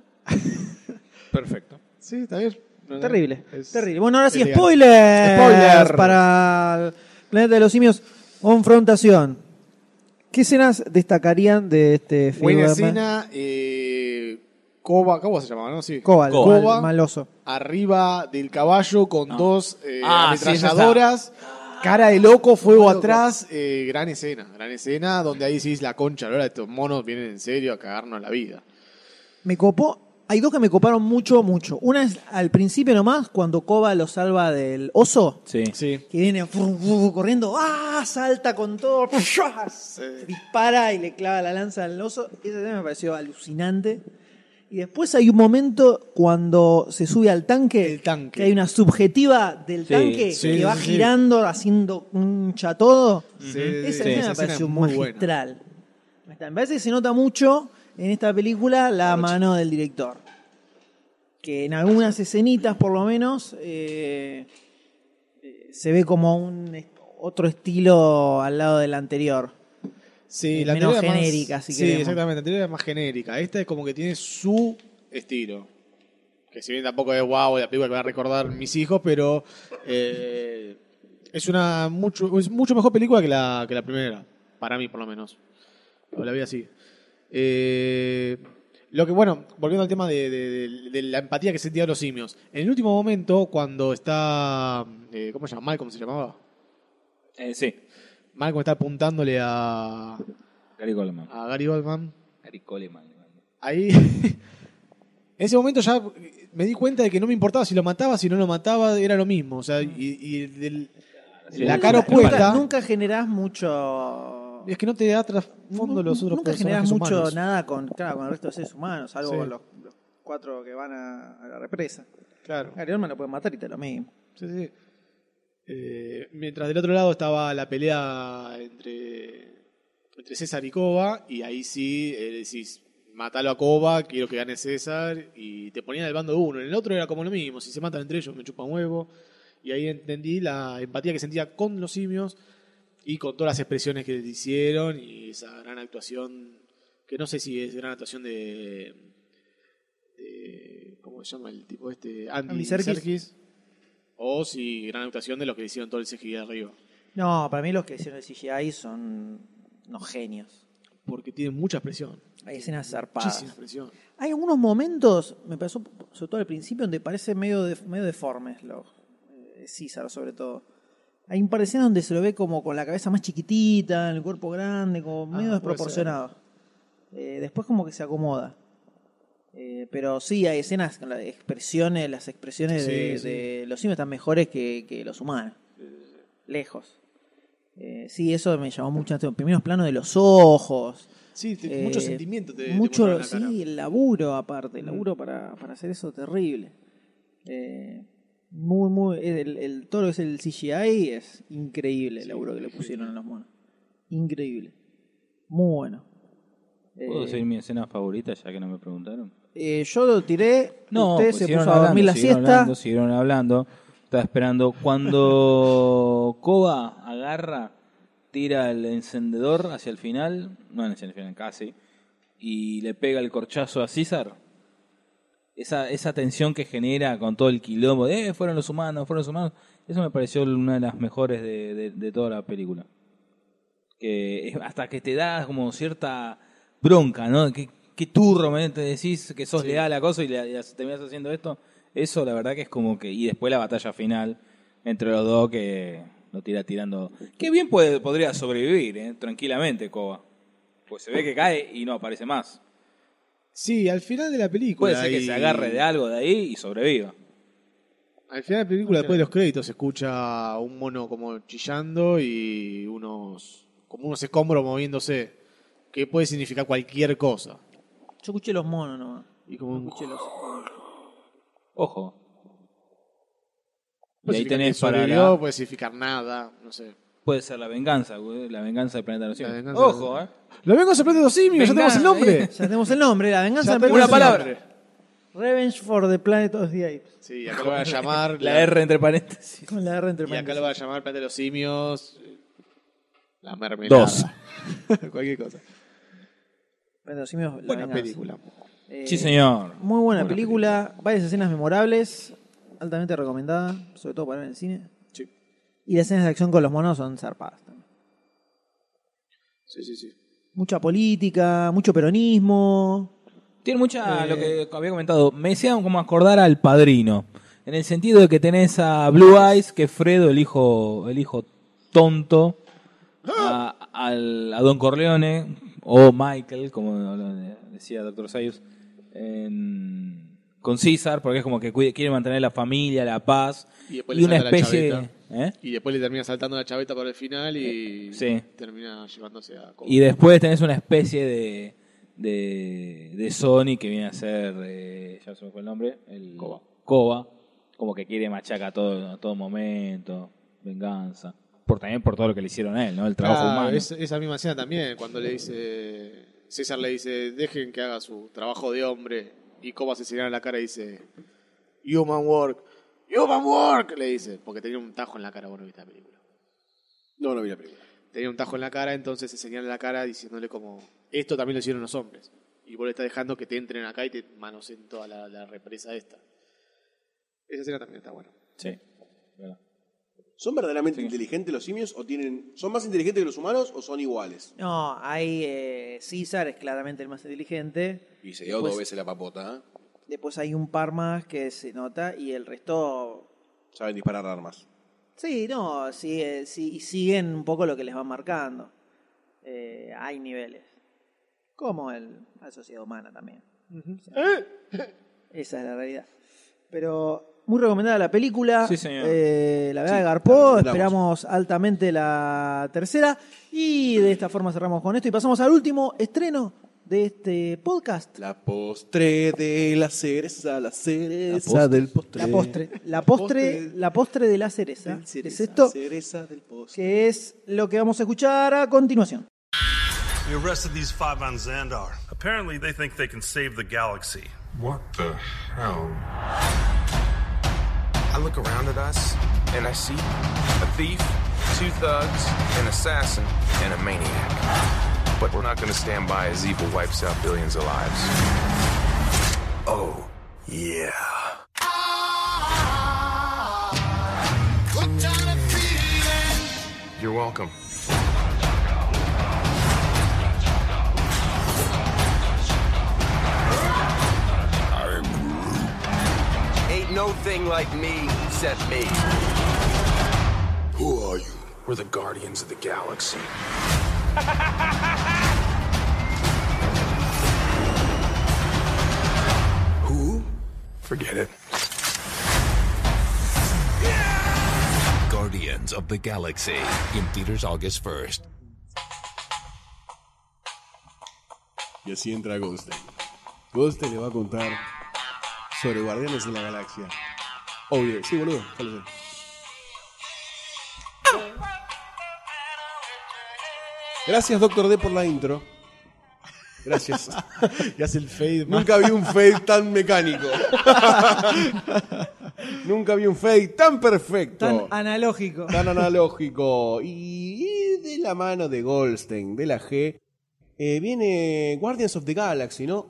Perfecto.
Sí, está bien. No, no,
Terrible.
es-
terrible. Bueno, ahora sí,
es legal.
spoilers.
Spoiler.
Para el Planeta de los Simios, confrontación. ¿Qué escenas destacarían de este film?
Buena escena. Eh, Coba, ¿cómo se llamaba? No? Sí.
Cobal,
Cobal.
Cobal, maloso.
Arriba del caballo con dos eh,
Ah, sí, esa
ametralladoras. Cara de loco, fuego atrás. eh, gran escena, gran escena donde ahí decís la concha, ahora estos monos vienen en serio a cagarnos la vida.
Me copó. Hay dos que me coparon mucho, mucho. Una es al principio nomás, cuando Coba lo salva del oso.
Sí.
Sí.
que viene fru, fru, corriendo, ¡ah! salta con todo, ¡pshua! dispara y le clava la lanza al oso. Ese tema me pareció alucinante. Y después hay un momento cuando se sube al tanque,
El tanque.
que hay una subjetiva del
Sí,
tanque
sí,
que
sí,
va
sí.
girando, haciendo un todo.
Sí,
Esa
sí,
escena
esa
me
escena
pareció
es muy buena.
magistral. Me parece que se nota mucho en esta película la mano del director. Que en algunas escenitas, por lo menos, eh, eh, se ve como un est- otro estilo al lado del anterior.
Sí,
Es
la
Eh, menos
anterior era más-
genérica, si
Sí,
queremos.
exactamente, la anterior es más genérica. Esta es como que tiene su estilo. Que si bien tampoco es wow, la película que van a recordar mis hijos, pero eh, es una mucho, es mucho mejor película que la, que la primera. Para mí, por lo menos. O la vi así. Eh, lo que, bueno, volviendo al tema de, de- de- de la empatía que sentían los simios. En el último momento, cuando está. eh, ¿Cómo se llama? Malcolm se llamaba.
Eh, sí.
Malcolm está apuntándole a,
Gary Coleman.
a Gary Oldman.
Gary Coleman.
Ahí. en ese momento ya me di cuenta de que no me importaba si lo mataba, si no lo mataba, era lo mismo. O sea, y, y del- la cara
Nunca-
opuesta.
Nunca, nunca generás mucho.
Es que no te da trasfondo los otros
nunca generás
personajes
mucho
humanos.
nada con, claro, con el resto de seres humanos, salvo
Sí.
con los, los cuatro que van a, a la represa.
Claro.
Gary Oldman lo puede matar y te lo mismo.
Sí, sí. Eh, mientras del otro lado estaba la pelea entre, entre César y Coba, y ahí sí eh, decís, matalo a Coba, quiero que gane César, y te ponían al bando de uno. En el otro era como lo mismo, si se matan entre ellos me chupan huevo. Y ahí entendí la empatía que sentía con los simios y con todas las expresiones que hicieron y esa gran actuación, que no sé si es gran actuación de... de- ¿Cómo se llama el tipo este? Andy,
Andy Serkis.
Serkis. O si gran actuación de los que hicieron todo el CGI de arriba.
No, para mí los que hicieron el CGI son unos genios.
Porque tienen mucha expresión.
Hay escenas zarpadas.
Muchísima expresión.
Hay algunos momentos, me pasó sobre todo al principio, donde parece medio, de- medio deformes los eh, César, sobre todo. Hay un par de escenas donde se lo ve como con la cabeza más chiquitita, el cuerpo grande, como medio
Ah, puede
desproporcionado. Eh, después como que se acomoda. Eh, pero sí, hay escenas, con las expresiones, las expresiones
Sí,
de,
sí.
de los simios están mejores que, que los humanos. Lejos. Eh, sí, eso me llamó mucho la atención. Primeros planos de los ojos.
Sí, te-
Eh,
mucho sentimiento te, te
mucho,
mostraron en la
sí,
cara.
el laburo aparte, el laburo para, para hacer eso terrible. Eh, muy, muy, el, el- todo lo que es el CGI es increíble el laburo que le pusieron a los monos. Increíble. Muy bueno.
¿Puedo
Eh,
decir mi escena favorita ya que no me preguntaron?
eh, yo lo tiré,
No,
usted
pues
se puso
siguieron
a dormir
hablando,
la
siguieron
siesta.
hablando, siguieron hablando. Estaba esperando cuando Koba agarra, tira el encendedor hacia el final, no hacia el final casi, y le pega el corchazo a César. Esa, esa tensión que genera con todo el quilombo de eh, fueron los humanos, fueron los humanos, eso me pareció una de las mejores de, de- de toda la película. Que es- hasta que te da como cierta bronca, ¿no? Qué, qué turro, me te decís que sos leal a la cosa y, le, y as- terminás haciendo esto. Eso la verdad que es como que... Y después la batalla final entre los dos que lo tira tirando... Qué bien puede, podría sobrevivir, ¿eh? tranquilamente, Coba. Pues se ve que cae y no aparece más.
Sí, al final de la película.
Puede ser que
y-
se agarre de algo de ahí y sobreviva.
Al final de la película, después de los créditos, se escucha un mono como chillando y unos. como unos escombros moviéndose. Que puede significar cualquier cosa.
Yo escuché los monos nomás.
Y como un-
Escuché los-
Ojo. Y
puede
ahí tenés
significar que
para
Pues sobrevivió,
la-
puede significar nada, no sé.
Puede ser la venganza, güey, la venganza del planeta de los
La
simios.
venganza
Ojo, eh.
Lo vengo a sorprender los simios,
Venga, eh.
ya tenemos el nombre.
Ya tenemos el nombre, la
Ya
venganza.
tenemos
Una
el
palabra.
nombre.
Revenge for the Planet of the Apes.
Sí, acá lo van a llamar.
La R entre paréntesis.
Con la R entre
Y acá
paréntesis.
lo va a llamar Planeta de los Simios. La mermelada.
Dos.
Cualquier cosa.
de los simios. la
Buena
venganza.
película.
Eh,
Sí, señor.
Muy buena, película, varias escenas memorables, altamente recomendada, sobre todo para ver en el cine.
Sí.
Y las escenas de acción con los monos son zarpadas también.
Sí, sí, sí.
Mucha política, mucho peronismo.
Tiene mucha, lo que había comentado, me hacían como acordar al padrino. En el sentido de que tenés a Blue Eyes, que es Fredo, el hijo, el hijo tonto, a, al- a Don Corleone, o Michael, como lo decía Dr. Sayus, en- con César, porque es como que cuide- quiere mantener la familia, la paz,
Y
y,
después le
una
saca la
especie...
chaveta.
¿eh?
Y después le termina saltando la chaveta para el final y
Sí.
termina llevándose a Ah, Cobb.
Y después tenés una especie de, de, de Sony que viene a ser, eh, ya se me fue el nombre, el
Coba.
Coba, como que quiere machaca a todo, a todo momento, venganza. Por, también por todo lo que le hicieron a él, ¿no? El trabajo
Ah,
humano.
es- esa misma escena también, cuando le dice. César le dice, dejen que haga su trabajo de hombre. Y Coba se señala en la cara y dice, Human work, Human work, le dice. Porque tenía un tajo en la cara, bueno, viste la película.
No, no vi la película.
Tenía un tajo en la cara, entonces se señala en la cara diciéndole como, esto también lo hicieron los hombres. Y vos le estás dejando que te entren acá y te manoseen toda la, la represa esta. Esa escena también está buena.
Sí.
¿Son verdaderamente inteligentes los simios o tienen. ¿Son más inteligentes que los humanos o son iguales?
No, hay eh, César, es claramente el más inteligente.
Y se dio
Pues-
dos veces la papota, ¿eh?
Después hay un par más que se nota y el resto...
Saben disparar armas.
Sí, no, sí, eh, sí, y siguen un poco lo que les van marcando. Eh, hay niveles. Como el, la sociedad humana también. O sea, esa es la realidad. Pero muy recomendada la
Ah,
película.
Sí, señor.
Eh, la verdad,
Sí, la
Garpó.
recomendamos.
Esperamos altamente la tercera. Y de esta forma cerramos con esto y pasamos al último estreno de este podcast.
La postre de la cereza, la cereza
postre.
del postre.
La postre. La postre, la postre de la cereza.
Del cereza,
Es esto
cereza del postre.
que es lo que vamos a escuchar a continuación.
We arrested these five on Xandar. Apparently, they think they can save the galaxy.
What the hell?
I look around at us and I see a thief, two thugs, an assassin, and a maniac. But we're not going to stand by as evil wipes out billions of lives. Oh, yeah. You're welcome. Ain't no thing like me except me. Who are you? We're the guardians of the galaxy. Who? Forget it.
Guardians of the Galaxy. In theaters August 1st.
Y así entra Goldstein. Goldstein le va a contar sobre Guardianes de la Galaxia. Obvio, sí, boludo. ya lo sé. Gracias, Doctor D, por la intro. Gracias.
Y hace el fade más.
Nunca vi un fade tan mecánico. Nunca vi un fade tan perfecto.
Tan analógico.
Tan analógico. Y de la mano de Goldstein, de la G, eh, viene Guardians of the Galaxy, ¿no?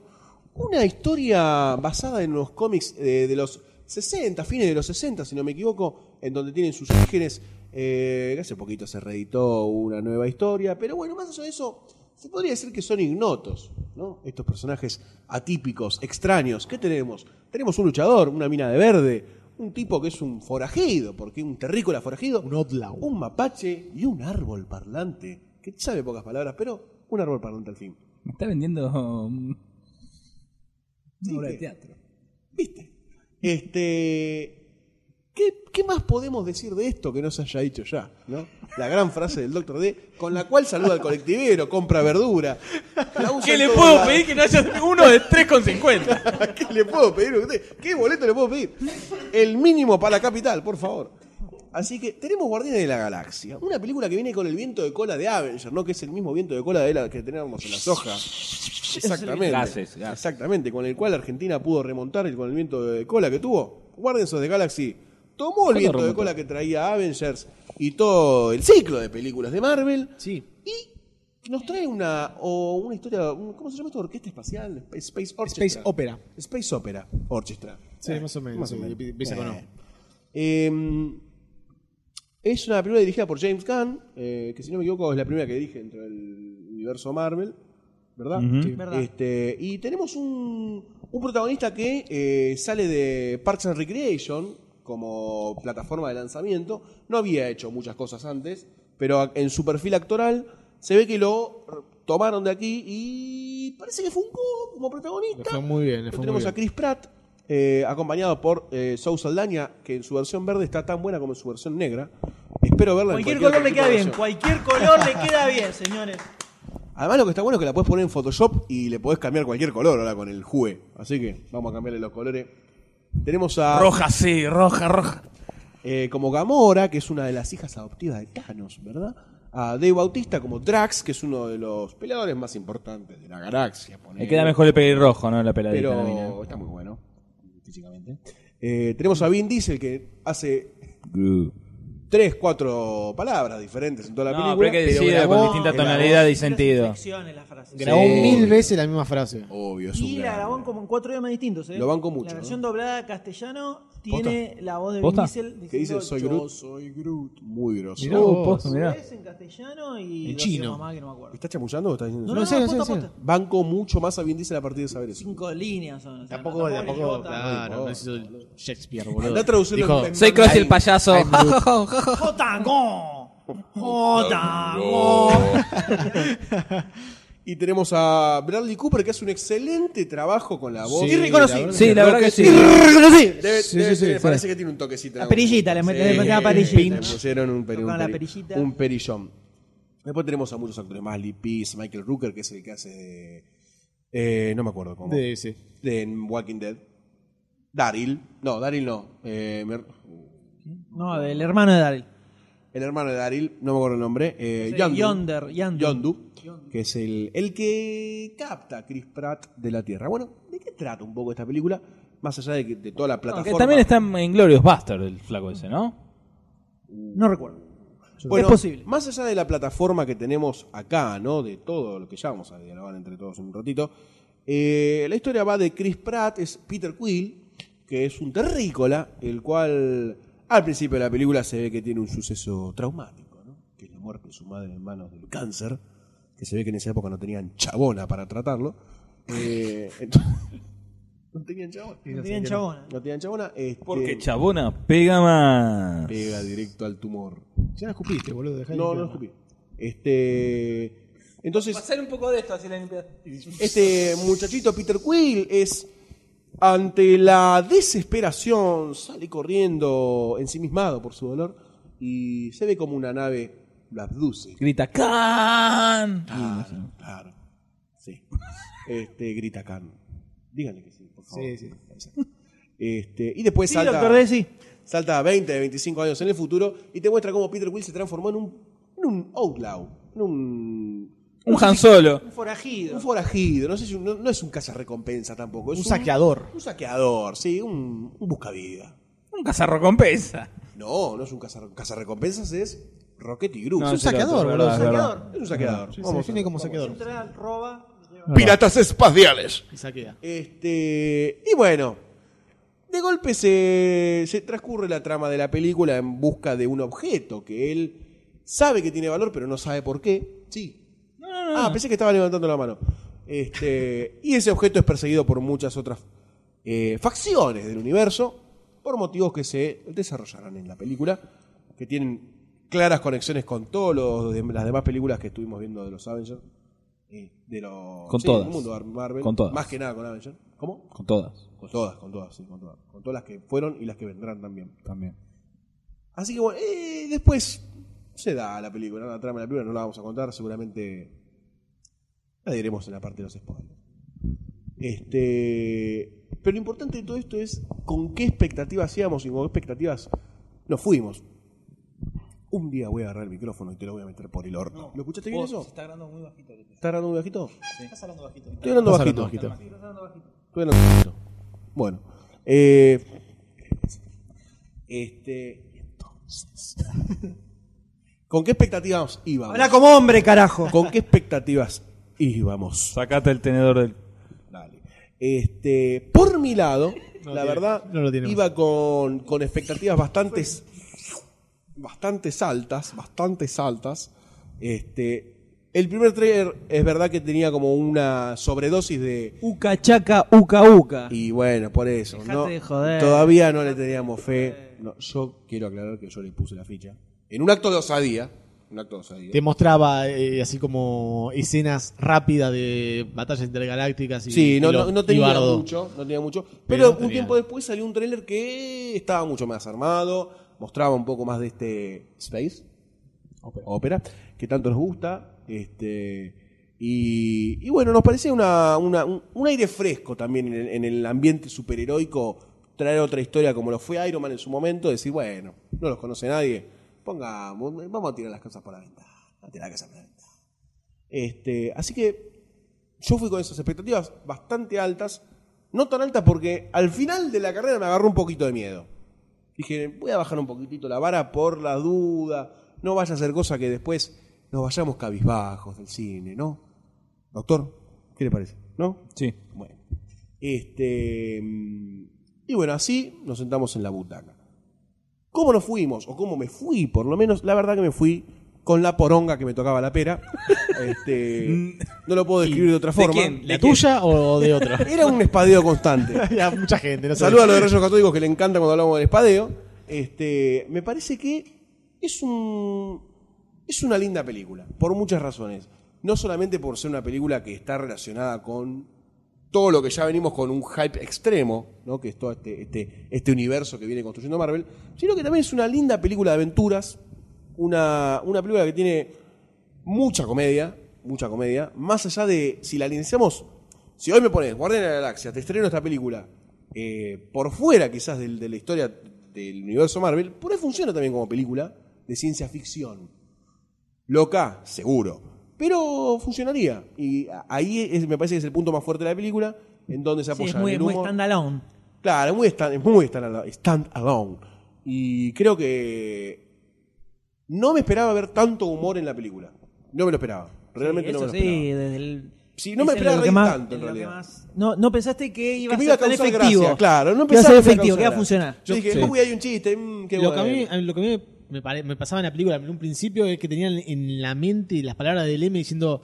Una historia basada en unos cómics eh, de los 60, fines de los 60, si no me equivoco, en donde tienen sus orígenes. Eh, hace poquito se reeditó una nueva historia, pero bueno, más allá de eso, se podría decir que son ignotos, ¿no? Estos personajes atípicos, extraños. ¿Qué tenemos? Tenemos un luchador, una mina de verde, un tipo que es un forajido, porque un terrícola forajido, un outlaw, un mapache y un árbol parlante, que sabe pocas palabras, pero un árbol parlante al fin.
Me está vendiendo um, una
Sí,
obra de
que-
teatro.
¿Viste? Este. ¿qué, qué más podemos decir de esto que no se haya dicho ya? ¿no? La gran frase del Doctor D, con la cual saluda al colectivero, compra verdura. la usa en todos lados.
que no haya uno de 3,50?
¿Qué le puedo pedir a usted? ¿Qué boleto le puedo pedir? El mínimo para la capital, por favor. Así que tenemos Guardianes de la Galaxia, una película que viene con el viento de cola de Avenger, ¿no? Que es el mismo viento de cola de la que teníamos en la soja. Exactamente.
Gases, gases.
Exactamente, con el cual Argentina pudo remontar y con el viento de cola que tuvo. Guardians of the Galaxy tomó el viento de
remontó?
cola que traía Avengers y todo el ciclo de películas de Marvel
Sí.
y nos trae una, o una historia, un- ¿cómo se llama esta orquesta espacial? Space Orchestra.
Space Opera.
Space Opera Orchestra.
Sí, más o menos, sí, que empieza con O.
Eh, es una película dirigida por James Gunn, eh, que si no me equivoco es la primera que dirige dentro del universo Marvel, ¿verdad?
Ujú. Sí.
Verdad.
Este, y tenemos un, un protagonista que eh, sale de Parks and Recreation como plataforma de lanzamiento. No había hecho muchas cosas antes, pero a- en su perfil actoral se ve que lo r- tomaron de aquí y parece que funcionó como
Le
protagonista.
fue muy bien, le
Lo
fue muy
tenemos
bien.
a Chris Pratt, eh, acompañado por eh, Zoe Saldaña, que en su versión verde está tan buena como en su versión negra. Espero verla
Cualquier
en
color
otro
le queda
tipo de
bien,
versión.
cualquier color le queda bien, señores.
Además, lo que está bueno es que la puedes poner en Photoshop y le podés cambiar cualquier color ahora con el Jue. Así que vamos a cambiarle los colores. Tenemos a.
Roja, sí, roja, roja.
eh, como Gamora, que es una de las hijas adoptivas de Thanos, ¿verdad? A Dave Bautista como Drax, que es uno de los peleadores más importantes de la galaxia.
Me
ponele.
queda mejor el pelirrojo, ¿no? La peladita. la mina.
Pero está muy bueno, físicamente. Eh, tenemos a Vin Diesel, que hace tres, cuatro palabras diferentes en toda la
No, pero
película.
hay que decirla
grabó
con distinta
en la
tonalidad y
Las
sentido.
inflexiones, las frases.
Grabó
Sí.
mil veces la misma frase.
voz. Obvio, es un
Y la
gran-
grabó en como en cuatro idiomas distintos. ¿eh?
Lo banco mucho,
La
¿no?
versión doblada a castellano tiene la voz de Vin
¿Posta?
Diesel
Que dice
diciendo,
soy
"Yo
Groot. soy Groot. Muy grosso.
Mirá vos, posta,
soy
mirá.
es en castellano y
En
dos
chino.
idiomas más que no me acuerdo.
¿Estás chamullando o estás diciendo
No,
eso?
no,
en serio,
no, posta,
en serio.
posta.
Banco mucho más a Vin Diesel a partir de saber eso.
Cinco líneas son. o sea,
Tampoco,
le
tampoco,
importa.
claro, no hizo el Shakespeare, boludo.
Andá a traducirlo
Dijo,
en-
Soy Cross el payaso.
¡Jotango! ¡Jotango!
Y tenemos a Bradley Cooper, que hace un excelente trabajo con la voz.
Sí,
Irreconocible.
Sí, la verdad que sí.
Irreconocible.
Debe-
Sí,
debe-
sí, sí,
debe-
sí.
parece que tiene un toquecito.
La perillita, le meten- le meten la perillita.
Le pusieron un, peri- un
Tocaron la
peri-
perillita.
un perillón. Después tenemos a muchos actores más, Lee Pease, Michael Rooker, que es el que hace de... eh, no me acuerdo cómo.
de- sí.
de en Walking Dead. Daryl. No, Daryl no. Eh, me-
No, del hermano de Daryl.
el hermano de Daryl, no me acuerdo el nombre. Eh,
Sí,
Yondu.
Yonder, Yondu.
Yondu, que es el, el que capta a Chris Pratt de la Tierra. Bueno, ¿de qué trata un poco esta película? Más allá de, que- de toda la plataforma.
Que también está en Glorious Buster el flaco ese, ¿no?
No recuerdo.
Bueno,
es posible.
Más allá de la plataforma que tenemos acá, ¿no? De todo lo que ya vamos a dialogar entre todos en un ratito. eh, la historia va de Chris Pratt, es Peter Quill, que es un terrícola, el cual al principio de la película se ve que tiene un suceso traumático, ¿no? Que es la muerte de su madre en manos del cáncer, que se ve que en esa época no tenían chabona para tratarlo. Eh, entonces- no tenían chabona.
No tenían chabona.
No tenían chabona. este,
Porque Chabona pega más.
pega directo al tumor.
Ya la escupiste, boludo. dejá de
No, no lo
limpiarla.
escupí. Este. Entonces,
un poco de esto así la limpieza.
este muchachito Peter Quill es. Ante la desesperación, sale corriendo ensimismado por su dolor y se ve como una nave la abduce.
Grita Khan.
Claro, claro. Sí. Este, grita Khan. Díganle que sí, por favor.
Sí, sí.
Este, y después
Sí,
salta.
doctor D, sí.
Salta a 20, 25 años en el futuro y te muestra cómo Peter Quill se transformó en un, en un outlaw, en un...
Un Han Solo.
Un forajido.
Un forajido, no, sé si un- no, no es un cazarrecompensa tampoco. Es
Un saqueador.
Un saqueador, sí, un, un buscavida.
Un cazarrecompensa.
No, no es un cazar- cazarrecompensas, es Rocket y Groot. es,
No,
un
un
es el
saqueador,
otro,
boludo,
verdad, es
un
verdad.
saqueador, es un saqueador.
Sí, se
Vamos
define
a-
como
vamos a-
saqueador.
Entra, roba.
Piratas espaciales.
Y saquea.
Este, y bueno, de golpe se, se transcurre la trama de la película en busca de un objeto que él sabe que tiene valor, pero no sabe por qué. Sí. ah, pensé que estaba levantando la mano. Este, y ese objeto es perseguido por muchas otras eh, facciones del universo por motivos que se desarrollarán en la película, que tienen claras conexiones con todas las demás películas que estuvimos viendo de los Avengers. eh, de los,
Con
sí, del
todas.
mundo Mar- Marvel.
Con todas.
Más que nada con Avengers. ¿Cómo?
Con todas.
Con todas, con todas, sí, con todas. Con todas las que fueron y las que vendrán también.
También.
Así que bueno, eh, después se da la película, la trama de la película, no la vamos a contar, seguramente la diremos en la parte de los spoilers. Este, pero lo importante de todo esto es con qué expectativas íbamos y con qué expectativas nos fuimos. Un día voy a agarrar el micrófono y te lo voy a meter por el horno. ¿Lo escuchaste bien eso?
Oh, está grabando muy bajito. Estoy
¿Está hablando muy bajito?
hablando bajito.
Estoy hablando
Estás
bajito.
hablando bajito.
Estoy hablando bajito. Bueno. eh, este, entonces. ¿Con qué expectativas íbamos?
Habla como hombre, carajo.
¿Con qué expectativas íbamos?
Sacate el tenedor del.
Este, por mi lado, la
tiene-
verdad,
no lo tiene
iba con, con expectativas bastantes, bastantes altas, bastantes altas. Este, el primer trailer es verdad que tenía como una sobredosis de...
Uca chaca, uca uca.
Y bueno, por eso, ¿no?
de joder.
todavía no le teníamos fe. No, yo quiero aclarar que yo le puse la ficha. En un acto de osadía. Un acto de osadía.
Te mostraba eh, así como escenas rápidas de batallas intergalácticas y
Sí, no,
y lo-
no, no
y
tenía
bardo.
mucho, no tenía mucho. Pero,
Pero no
un
tenía.
tiempo después salió un tráiler que estaba mucho más armado, mostraba un poco más de este Space ópera, que tanto nos gusta. Este, y, y bueno, nos parecía una, una- un, un aire fresco también en, el- en el ambiente superheroico traer otra historia como lo fue Iron Man en su momento, decir, bueno, no los conoce nadie, pongamos, vamos a tirar las cosas por la ventana, a tirar las cosas por la ventana. Este, así que yo fui con esas expectativas bastante altas. No tan altas porque al final de la carrera me agarró un poquito de miedo. Dije, voy a bajar un poquitito la vara por la duda. No vaya a ser cosa que después nos vayamos cabizbajos del cine, ¿no? Doctor, ¿qué le parece? ¿No?
Sí.
Bueno. Este. mm, Y bueno, así nos sentamos en la butaca. ¿Cómo nos fuimos? O cómo me fui, por lo menos, la verdad que me fui con la poronga que me tocaba la pera. Este, no lo puedo describir de otra
Mm. ¿De
forma.
quién?
¿La tuya o de otra?
Era un espadeo constante.
Había mucha gente, no sé.
Saludos a los de Rayos Católicos que le encanta cuando hablamos del espadeo. Este, me parece que es un es una linda película por muchas razones. No solamente por ser una película que está relacionada con todo lo que ya venimos con un hype extremo, ¿no? que es todo este, este, este universo que viene construyendo Marvel, sino que también es una linda película de aventuras, una, una película que tiene mucha comedia, mucha comedia, más allá de si la iniciamos, si hoy me pones Guardián de la Galaxia, te estreno esta película, eh, por fuera quizás del- de la historia del universo Marvel, por ahí funciona también como película de ciencia ficción. Loca, seguro. Pero funcionaría. Y a- ahí es- me parece que es el punto más fuerte de la película, en donde
Sí,
se apoya
es muy,
en el
muy
humor.
standalone.
Claro, es muy, stand, es muy stand, alo- stand alone. Y creo que no me esperaba ver tanto humor en la película. No me lo esperaba. Realmente
Sí,
no me
eso
lo
sí,
esperaba.
desde el-
Sí, no me
es en
esperaba
lo que
reír
más-
tanto, en
lo que
realidad.
más- no, no pensaste que iba
Que
a
me
ser
iba a
tan
causar
efectivo.
gracia, claro. No
que iba a
pensaba
ser
me
efectivo,
causara.
que iba a funcionar.
Yo dije,
Sí.
uy, hay un chiste, mm, qué
lo, que
bueno.
a mí, a mí- lo que a mí me, pare- me pasaba en la película en un principio es que tenían en la mente las palabras del M diciendo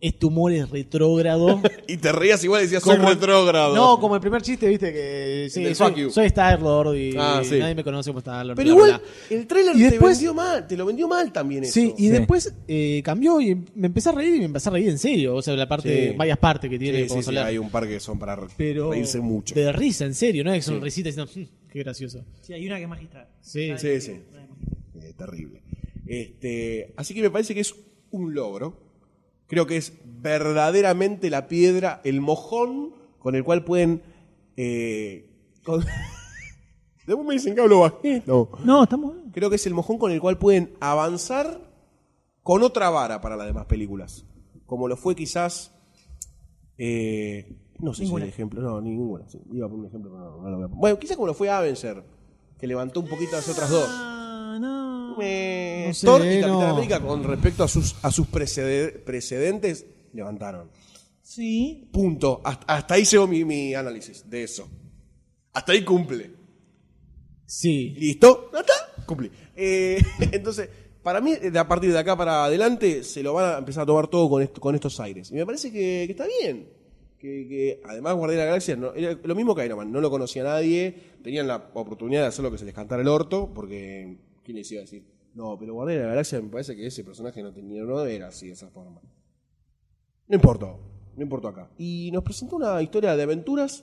este humor es retrógrado.
Y te reías igual y decías, soy retrógrado.
No, como el primer chiste, viste, que sí,
Ah, del fuck
soy,
you.
soy Star-Lord y
Ah, sí.
nadie me conoce como Star-Lord.
Pero
bla,
igual,
bla, bla.
el trailer
Y después-
te, vendió mal, te lo vendió mal también eso.
Sí, y
Sí.
después eh, cambió y me empecé a reír y me empecé a reír en serio. O sea, la parte,
Sí.
varias partes que tiene,
Sí,
como
sí, sí,
hablar.
hay un par que son para
pero
reírse mucho.
De risa, en serio, ¿no? Es sonrisita diciendo, "Mm, qué gracioso.
Sí, hay una que es magistral.
Sí,
Una
sí,
que-
sí.
una que es magistral.
Eh, terrible. Este, así que me parece que es un logro. Creo que es verdaderamente la piedra, el mojón con el cual pueden. eh, con- Después me dicen que hablo bajito.
No, estamos bien.
Creo que es el mojón con el cual pueden avanzar con otra vara para las demás películas. Como lo fue quizás. eh, no sé
Ninguna.
si el ejemplo. No, ninguna. sí. iba a poner un ejemplo, pero no, no lo voy a poner. Bueno, quizás como lo fue Avenger, que levantó un poquito las otras dos.
Ah, no.
Eh,
No sé,
Thor y Capitán
no.
América con respecto a sus, a sus precede- precedentes levantaron.
Sí.
Punto. Hasta, hasta ahí llegó mi, mi análisis de eso. Hasta ahí cumple.
Sí.
¿Listo? ¿Ya está? Cumplí. Eh, entonces, para mí, de- a partir de acá para adelante, se lo van a empezar a tomar todo con, esto- con estos aires. Y me parece que, que está bien. Que, que- además, Guardián de la Galaxia no- era lo mismo que Iron Man. No lo conocía nadie. Tenían la oportunidad de hacer lo que se les cantara el orto. Porque, ¿quién les iba a decir? No, pero Guardián de la Galaxia me parece que ese personaje no, tenía, no era así de esa forma. No importa, no importa acá. Y nos presentó una historia de aventuras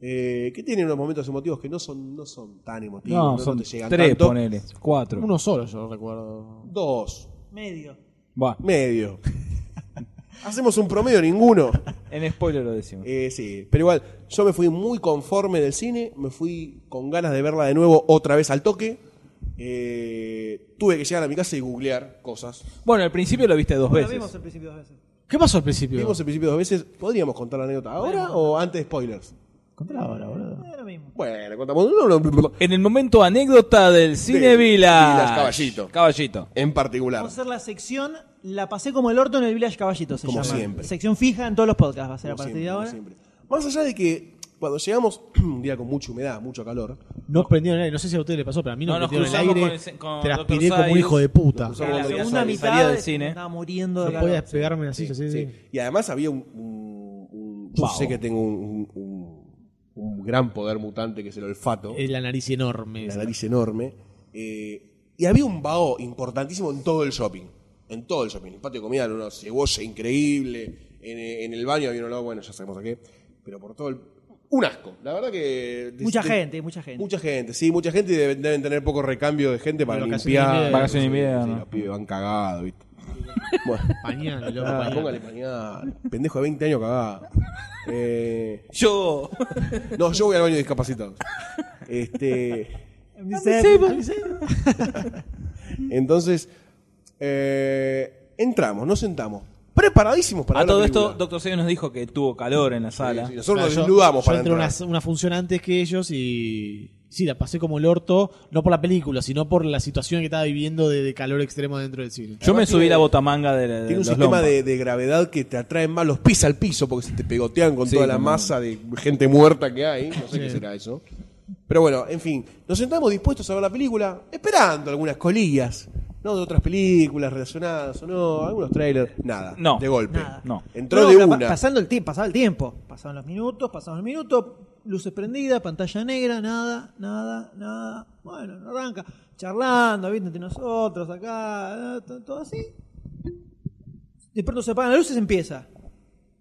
eh, que tiene unos momentos emotivos que no son, no son tan emotivos, no,
No,
no
son
te llegan
tres,
tanto.
ponele. Cuatro.
Uno solo, yo recuerdo.
Dos,
Medio.
Va.
medio. Hacemos un promedio ninguno.
En spoiler lo decimos.
Eh, sí, pero igual, yo me fui muy conforme del cine, me fui con ganas de verla de nuevo otra vez al toque. Eh, tuve que llegar a mi casa y googlear cosas.
Bueno, al principio lo viste dos
Bueno,
veces.
vimos al principio dos veces.
¿Qué pasó al principio?
Vimos el principio dos veces. ¿Podríamos contar la anécdota ahora o antes de spoilers?
Contra ahora, boludo.
Eh,
Bueno, contamos. no, no, no, no.
En el momento anécdota del Cine Village.
Village Caballito.
Caballito.
En particular.
Vamos a hacer la sección, la pasé como el orto en el Village Caballito, se
Como
llama.
siempre.
Sección fija en todos los podcasts, va a ser a
Como
partir
siempre,
de
como
ahora.
siempre. Más allá de que cuando llegamos, un día con mucha humedad, mucho calor,
No prendieron el aire, no sé si a ustedes les pasó, pero a mí no,
No, nos
prendieron el
cruzamos
aire.
con el- con
transpiré
Dr.
como un
Zaius.
hijo de puta.
Nos
En
cruzamos
la
con el
segunda
sol.
Salida
mitad
del cine.
estaba muriendo de
No
calor.
podía despegarme en la silla, sí, sí.
Sí. Y además había un. un- un- yo sé que tengo un, un- un- un gran poder mutante que es el olfato,
Eh, La nariz enorme.
la
esa.
nariz enorme. eh, y había un vaho importantísimo en todo el shopping. En todo el shopping. El patio de comida era una cebolla increíble. En, eh, en el baño había un olor, bueno, ya sabemos a qué. Pero por todo el. Un asco. La verdad que. de-
Mucha
de-
gente, mucha gente.
Mucha gente, sí, mucha gente y deben, deben tener poco recambio de gente para
Vacaciones
limpiar.
de
Vacaciones de
Sí,
invierno.
sí, los pibes van cagados, ¿viste? bueno.
Pañal, loco,
Ah,
pañal.
póngale pañal. Pendejo de 20 años cagado. Eh,
Yo.
no, yo voy al baño de discapacitados. Este, entonces, eh, entramos, nos sentamos. Preparadísimos para
A
ver la
todo esto,
película.
Dr. Seuss nos dijo que tuvo calor en la sala.
Sí, sí, nosotros
Claro,
nos
yo-
desnudamos
yo
para
entré a
entrar.
una, una función antes que ellos y sí, la pasé como el orto, no por la película, sino por la situación que estaba viviendo de, de calor extremo dentro del cine.
Yo me
Además,
subí
tiene-
la botamanga de, la- de
Tiene un
los
sistema
Lompa.
de, de gravedad que te atraen más los pisa al piso porque se te pegotean con
Sí,
toda la
como-
masa de gente muerta que hay. No sé qué será eso. Pero bueno, en fin, nos sentamos dispuestos a ver la película, esperando algunas colillas, ¿no? De otras películas relacionadas o no, algunos trailers, nada.
No,
De golpe.
nada.
No.
Entró
No,
de
pa-
una.
Pasando el tiempo, pasaba el tiempo. Pasaban los minutos, pasaban los minutos, luces prendidas, pantalla negra, nada, nada, nada. Bueno, no arranca. Charlando, viste, entre nosotros, acá, eh, to- todo así. De pronto se apagan las luces y empieza.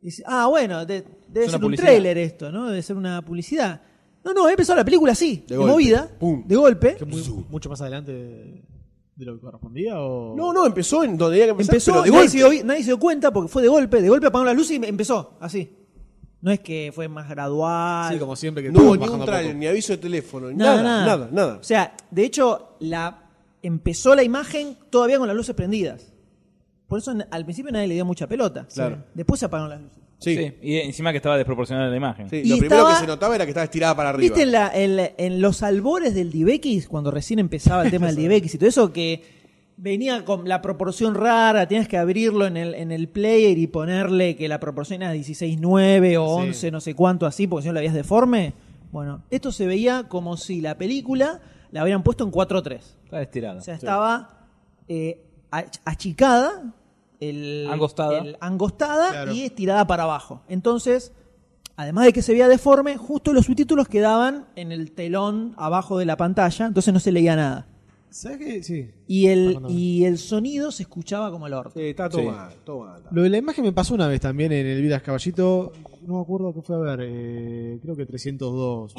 Dice, ah, bueno, de- debe
Es una
ser un
publicidad.
trailer esto, ¿no? Debe ser una publicidad. No, no, empezó la película así, de,
golpe.
movida,
Pum.
de golpe.
¿Fue muy- mucho más adelante de, de lo que correspondía o
No, no, empezó en donde había que empezar,
Empezó,
pero de
nadie,
golpe.
Se dio, nadie se dio cuenta porque fue de golpe, de golpe apagaron las luces y empezó, así. No es que fue más gradual.
Sí, como siempre que
No hubo
estamos
ni un
bajando
trailer,
poco.
ni aviso de teléfono, ni
nada,
nada,
nada,
nada, nada.
O sea, de hecho, la, empezó la imagen todavía con las luces prendidas. Por eso n- al principio nadie le dio mucha pelota.
Claro.
Después se apagaron las luces.
Sí,
Sí, y encima que estaba desproporcionada la imagen.
sí,
Y
Lo primero
estaba-
que se notaba era que estaba estirada para arriba.
¿Viste en, la- en la- en los albores del Dibequis, cuando recién empezaba el tema del Dibequis y todo eso, que venía con la proporción rara, tenías que abrirlo en el, en el player y ponerle que la proporción era 16.9 o 11, no sé cuánto así, porque si no la veías deforme? Bueno, esto se veía como si la película la hubieran puesto en 4.3.
Estaba estirada.
O sea, estaba eh, ach- achicada, el,
Angostada.
el- angostada
Claro.
y estirada para abajo. Entonces, además de que se veía deforme, justo los subtítulos quedaban en el telón abajo de la pantalla, entonces no se leía nada.
¿Sabes qué? Sí.
Y el,
Perdóname.
y el sonido se escuchaba como el orto.
Sí, estaba todo
Sí.
mal, todo mal, estaba.
Lo de la imagen me pasó una vez también en el Vidas Caballito. No me acuerdo qué fue a ver. eh, creo que 302.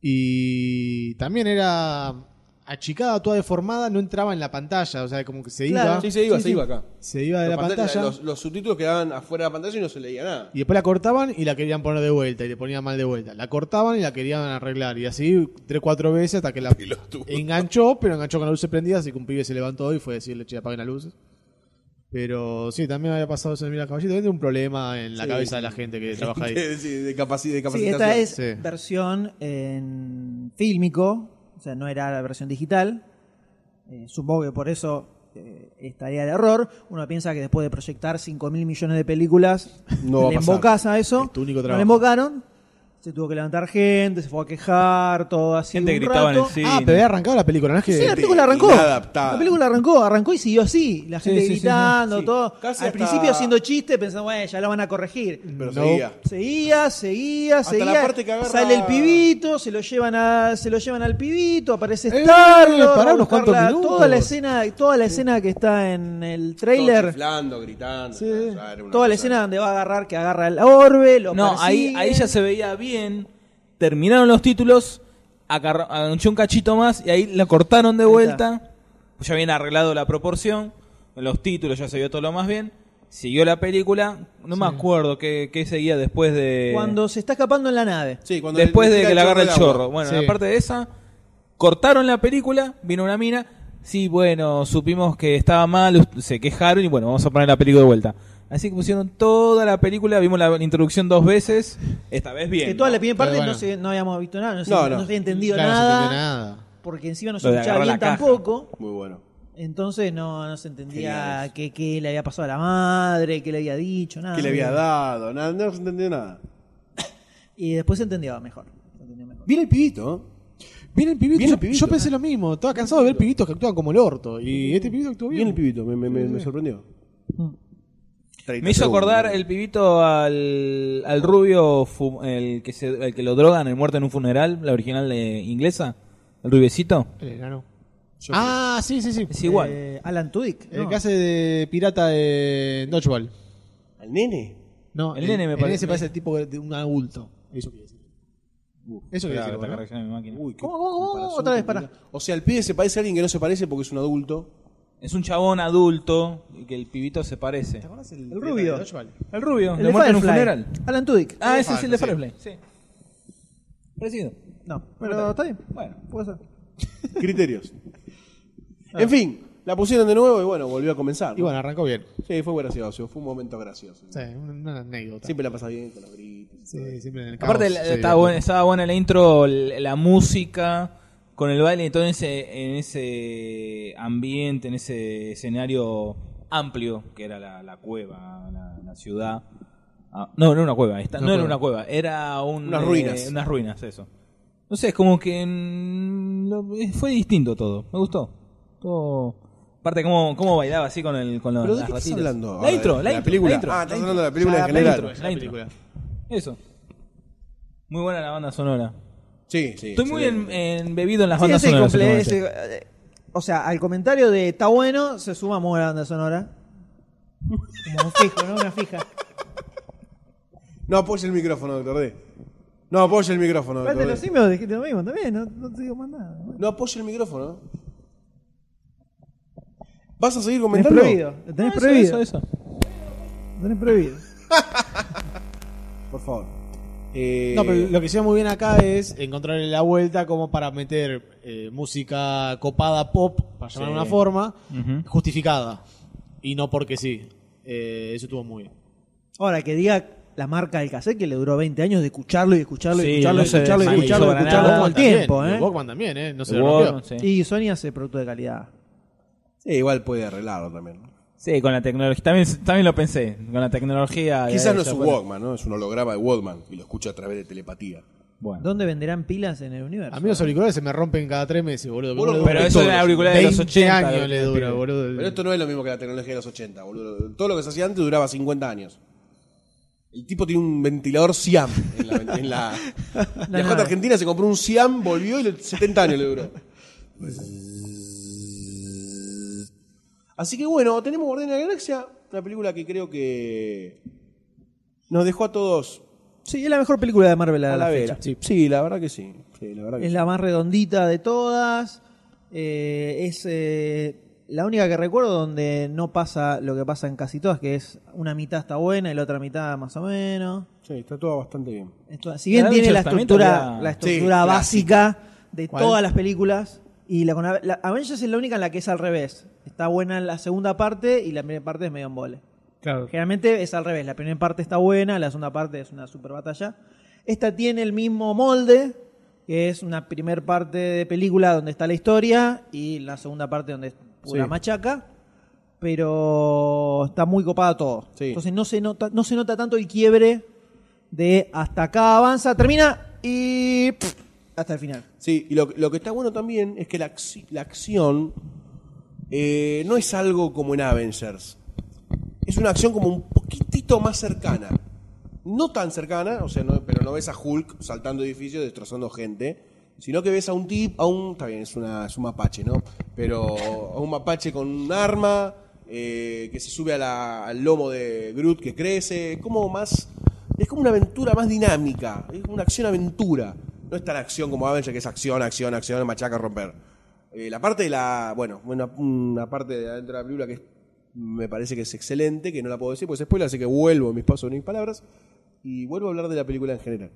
Y también era achicada, toda deformada, no entraba en la pantalla. O sea, como que se
Claro.
iba.
Sí, se iba,
Sí,
se
sí.
iba acá.
Se iba de la,
La pantalla-
pantalla.
Los, los subtítulos quedaban afuera de la pantalla y no se leía nada.
Y después la cortaban y la querían poner de vuelta. Y le ponían mal de vuelta. La cortaban y la querían arreglar. Y así tres, cuatro veces hasta que la
Pelotudo.
enganchó, pero enganchó con las luces prendidas. Así que un pibe se levantó y fue a decirle, che, apaguen las luces. Pero sí, también había pasado eso en Mira Caballito. Debe tener un problema en la
Sí,
cabeza
sí.
de la gente que trabaja ahí.
Sí, de, capaci- de
Sí,
capacitación.
esta es
Sí.
versión en fílmico, o sea, no era la versión digital. Eh, supongo que por eso eh, es tarea de error. Uno piensa que después de proyectar 5 mil millones de películas,
No va a
le
pasar.
embocas a eso.
Es tu único
No
trabajo.
le embocaron, se tuvo que levantar gente, se fue a quejar, todo así.
Gente
un
gritaba en
rato.
el cine.
Ah, pero había arrancado la película, ¿no es que?
Sí, la
Gente
película arrancó.
inadaptada.
La película arrancó, arrancó y siguió así. La gente
sí, sí, sí.
gritando,
Sí.
todo.
Casi
Al
hasta-
principio haciendo chistes, pensando, bueno, ya la van a corregir.
Pero
No.
seguía.
Seguía, seguía,
Hasta
seguía.
la parte que agarra-
Sale el pibito, se lo llevan a, se lo llevan al pibito, aparece
Eh,
Star-Lord,
pará
a
unos
buscarla.
cuantos minutos.
Toda la escena, toda la escena que está en el
Todos
trailer,
chiflando, gritando. O sea, era una
toda la
cosa-
escena donde va a agarrar, que agarra el orbe, lo
No, ahí,
persigue.
ahí ya se veía bien. Terminaron los títulos, agarró- anunció un cachito más y ahí la cortaron de
Ahí
vuelta. Ya habían arreglado la proporción. En los títulos ya se vio todo lo más bien. Siguió la película. No me acuerdo qué, qué seguía después de.
Cuando se está escapando en la nave.
Sí, cuando
después
le-
de
le
que le
tira
agarra el
de agua.
chorro. Bueno,
Sí.
aparte de esa, cortaron la película, vino una mina. Sí, bueno, supimos que estaba mal, se quejaron y bueno, vamos a poner la película de vuelta. Así que pusieron toda la película, vimos la introducción dos veces, esta vez bien.
Que toda la primera
Pero
parte no,
bueno.
se- no habíamos visto nada, no, se,
No, no.
no se había entendido
Claro, no se
nada,
entendió
nada.
Porque encima no se
Lo de
escuchaba
agarrar
bien
la caja.
tampoco.
Muy bueno.
Entonces no, no se
Genial
entendía qué, qué le había pasado a la madre, qué le había dicho, nada.
que le había dado, nada, no se entendió nada.
Y después se entendía mejor.
Viene el pibito. ¿eh? Viene el pibito.
Yo- Yo pensé lo mismo, estaba cansado de ver pibitos que actúan como el orto. Y este pibito actuó
Viene el
bien.
pibito, me, me- me- me sorprendió.
Mm. Me hizo acordar el pibito al, al rubio, fu- el que, se, el que lo drogan, el muerto en un funeral, la original de inglesa, el rubiecito.
Eh, ganó. Ah, sí, sí, sí.
Es igual.
Eh, Alan Tudyk.
El
no.
que hace de pirata de Dodgeball.
¿Al nene?
No,
El nene me parece.
Ese parece el tipo de un adulto. Eso quiere decir. Eso quiere decir. ¿no?
Uy, qué
¿Cómo, cómo, cómo?
comparación
Otra vez,
tan
pará.
mala. O sea, el pibe se parece a alguien que no se parece porque es un adulto.
Es un chabón adulto y que el pibito se parece.
El rubio.
El rubio,
El
lo
de
muerto en un
Firefly.
funeral.
Alan Tudyk.
Ah, ese es el de
sí.
Firefly. Sí. Parecido.
No, pero está bien.
Bueno.
Puede ser.
Criterios. En fin, la pusieron de nuevo Ah. y bueno, volvió a comenzar. ¿no?
Y bueno, arrancó bien.
Sí, fue gracioso, fue un momento gracioso.
Sí, una anécdota.
Siempre la pasa bien con los gritos.
Sí, siempre en el
Aparte,
caos
la- estaba,
se divierte.
buena, estaba buena la intro, l- la música, con el baile y todo en ese, en ese ambiente, en ese escenario amplio que era la, la cueva, la, la ciudad. Ah, no, no era una cueva, esta- no
Una
era
cueva.
una cueva, era un, eh,
Unas ruinas.
unas ruinas, eso. No sé, es como que mm, no, eh, fue distinto todo, me gustó. Todo. Aparte, cómo, cómo bailaba así con, el, con los,
¿Pero de
las
qué estás
ratitas.
hablando?
La
ahora?
intro,
¿De
la,
la
intro,
película.
la intro.
ah, estás
la
hablando de la
intro.
película en
La
general.
intro, la intro. Eso. Muy buena la banda sonora.
Sí, sí.
Estoy muy en- eh.
excelente.
embebido en las
Sí,
bandas
ese
sonoras.
comple-
últimamente.
ese- eh, o sea, al comentario de está bueno, se suma muy la banda sonora. Como un fijo, ¿no? Una fija.
No apoye el micrófono, doctor D. No apoye el micrófono,
Aparte de
doctor
los
D.
simios dijiste lo mismo también, no, no te digo más nada.
No apoye el micrófono. ¿Vas a seguir
Tenés
comentando?
prohibido, lo tenés
Ah, eso,
prohibido,
eso, eso.
lo tenés prohibido.
Por favor. Eh,
No, pero lo que hicieron muy bien acá es encontrarle la vuelta como para meter eh, música copada pop, para llamar de una forma,
Ujú.
justificada. Y no porque sí. Eh, eso estuvo muy bien.
Ahora, que diga la marca del cassette que le duró 20 años de escucharlo y escucharlo y
Sí,
escucharlo y
no se
escucharlo y
deshizo
escucharlo y
para
escucharlo
nada.
todo el tiempo,
también,
¿eh?
el Walkman también, ¿eh? No se
The
lo rompió.
Walkman, sí.
Y Sony hace producto de calidad.
eh, igual puede arreglarlo también. ¿no?
Sí, con la tecnología. También, también lo pensé. Con la tecnología.
Quizás
eh,
no es un
bueno.
Walkman, ¿no? Es un holograma de Walkman y lo escucha a través de telepatía.
Bueno.
¿Dónde venderán pilas en el universo?
A mí los auriculares se me rompen cada tres meses, boludo.
Boludo,
Boludo,
Pero eso
todos.
era auricular de los
20
80.
años le dura,
pibe.
boludo.
Pero esto no es lo mismo que la tecnología de los 80, boludo. Todo lo que se hacía antes duraba 50 años. El tipo tiene un ventilador Siam. En la, en la,
La
viajó a
nave.
Argentina, se compró un Siam, volvió y le- 70 años le duró. Así que bueno, tenemos Guardianes de la Galaxia, una película que creo que nos dejó a todos
Sí, es la mejor película de Marvel a,
a la
fecha.
vera. Sí. Sí, la verdad que sí. Sí, la verdad que
Es
sí.
la más redondita de todas. Eh, es eh, la única que recuerdo donde no pasa lo que pasa en casi todas, que es una mitad está buena y la otra mitad más o menos.
Sí, está todo bastante bien.
Esto- si bien
Claro,
tiene
yo
la
también
estructura,
todavía-
la estructura
Sí,
básica de
¿Cuál?
todas las películas, y la, con la- la- Avengers es la única en la que es al revés. Está buena la segunda parte y la primera parte es medio embole.
Claro.
Generalmente es al revés. La primera parte está buena, la segunda parte es una super batalla. Esta tiene el mismo molde, que es una primera parte de película donde está la historia y la segunda parte donde es pura
Sí.
machaca. Pero está muy copada todo.
Sí.
Entonces no se, nota, no se nota tanto el quiebre de hasta acá avanza, termina y pff, hasta el final.
Sí, y lo, lo que está bueno también es que la, acci- la acción eh, no es algo como en Avengers. Es una acción como un poquitito más cercana. No tan cercana, o sea, no- pero no ves a Hulk saltando edificios, destrozando gente, sino que ves a un tip, a un. Está bien, es, una, es un mapache, ¿no? Pero a un mapache con un arma eh, que se sube a la- al lomo de Groot que crece. Es como más. Es como una aventura más dinámica. Es una acción-aventura. No es tan acción como Avengers, que es acción, acción, acción, machaca, romper. Eh, la parte de la. Bueno, una, una parte de adentro de la película que es- me parece que es excelente, que no la puedo decir, pues es spoiler, así que vuelvo a mis pasos y mis palabras. Y vuelvo a hablar de la película en general.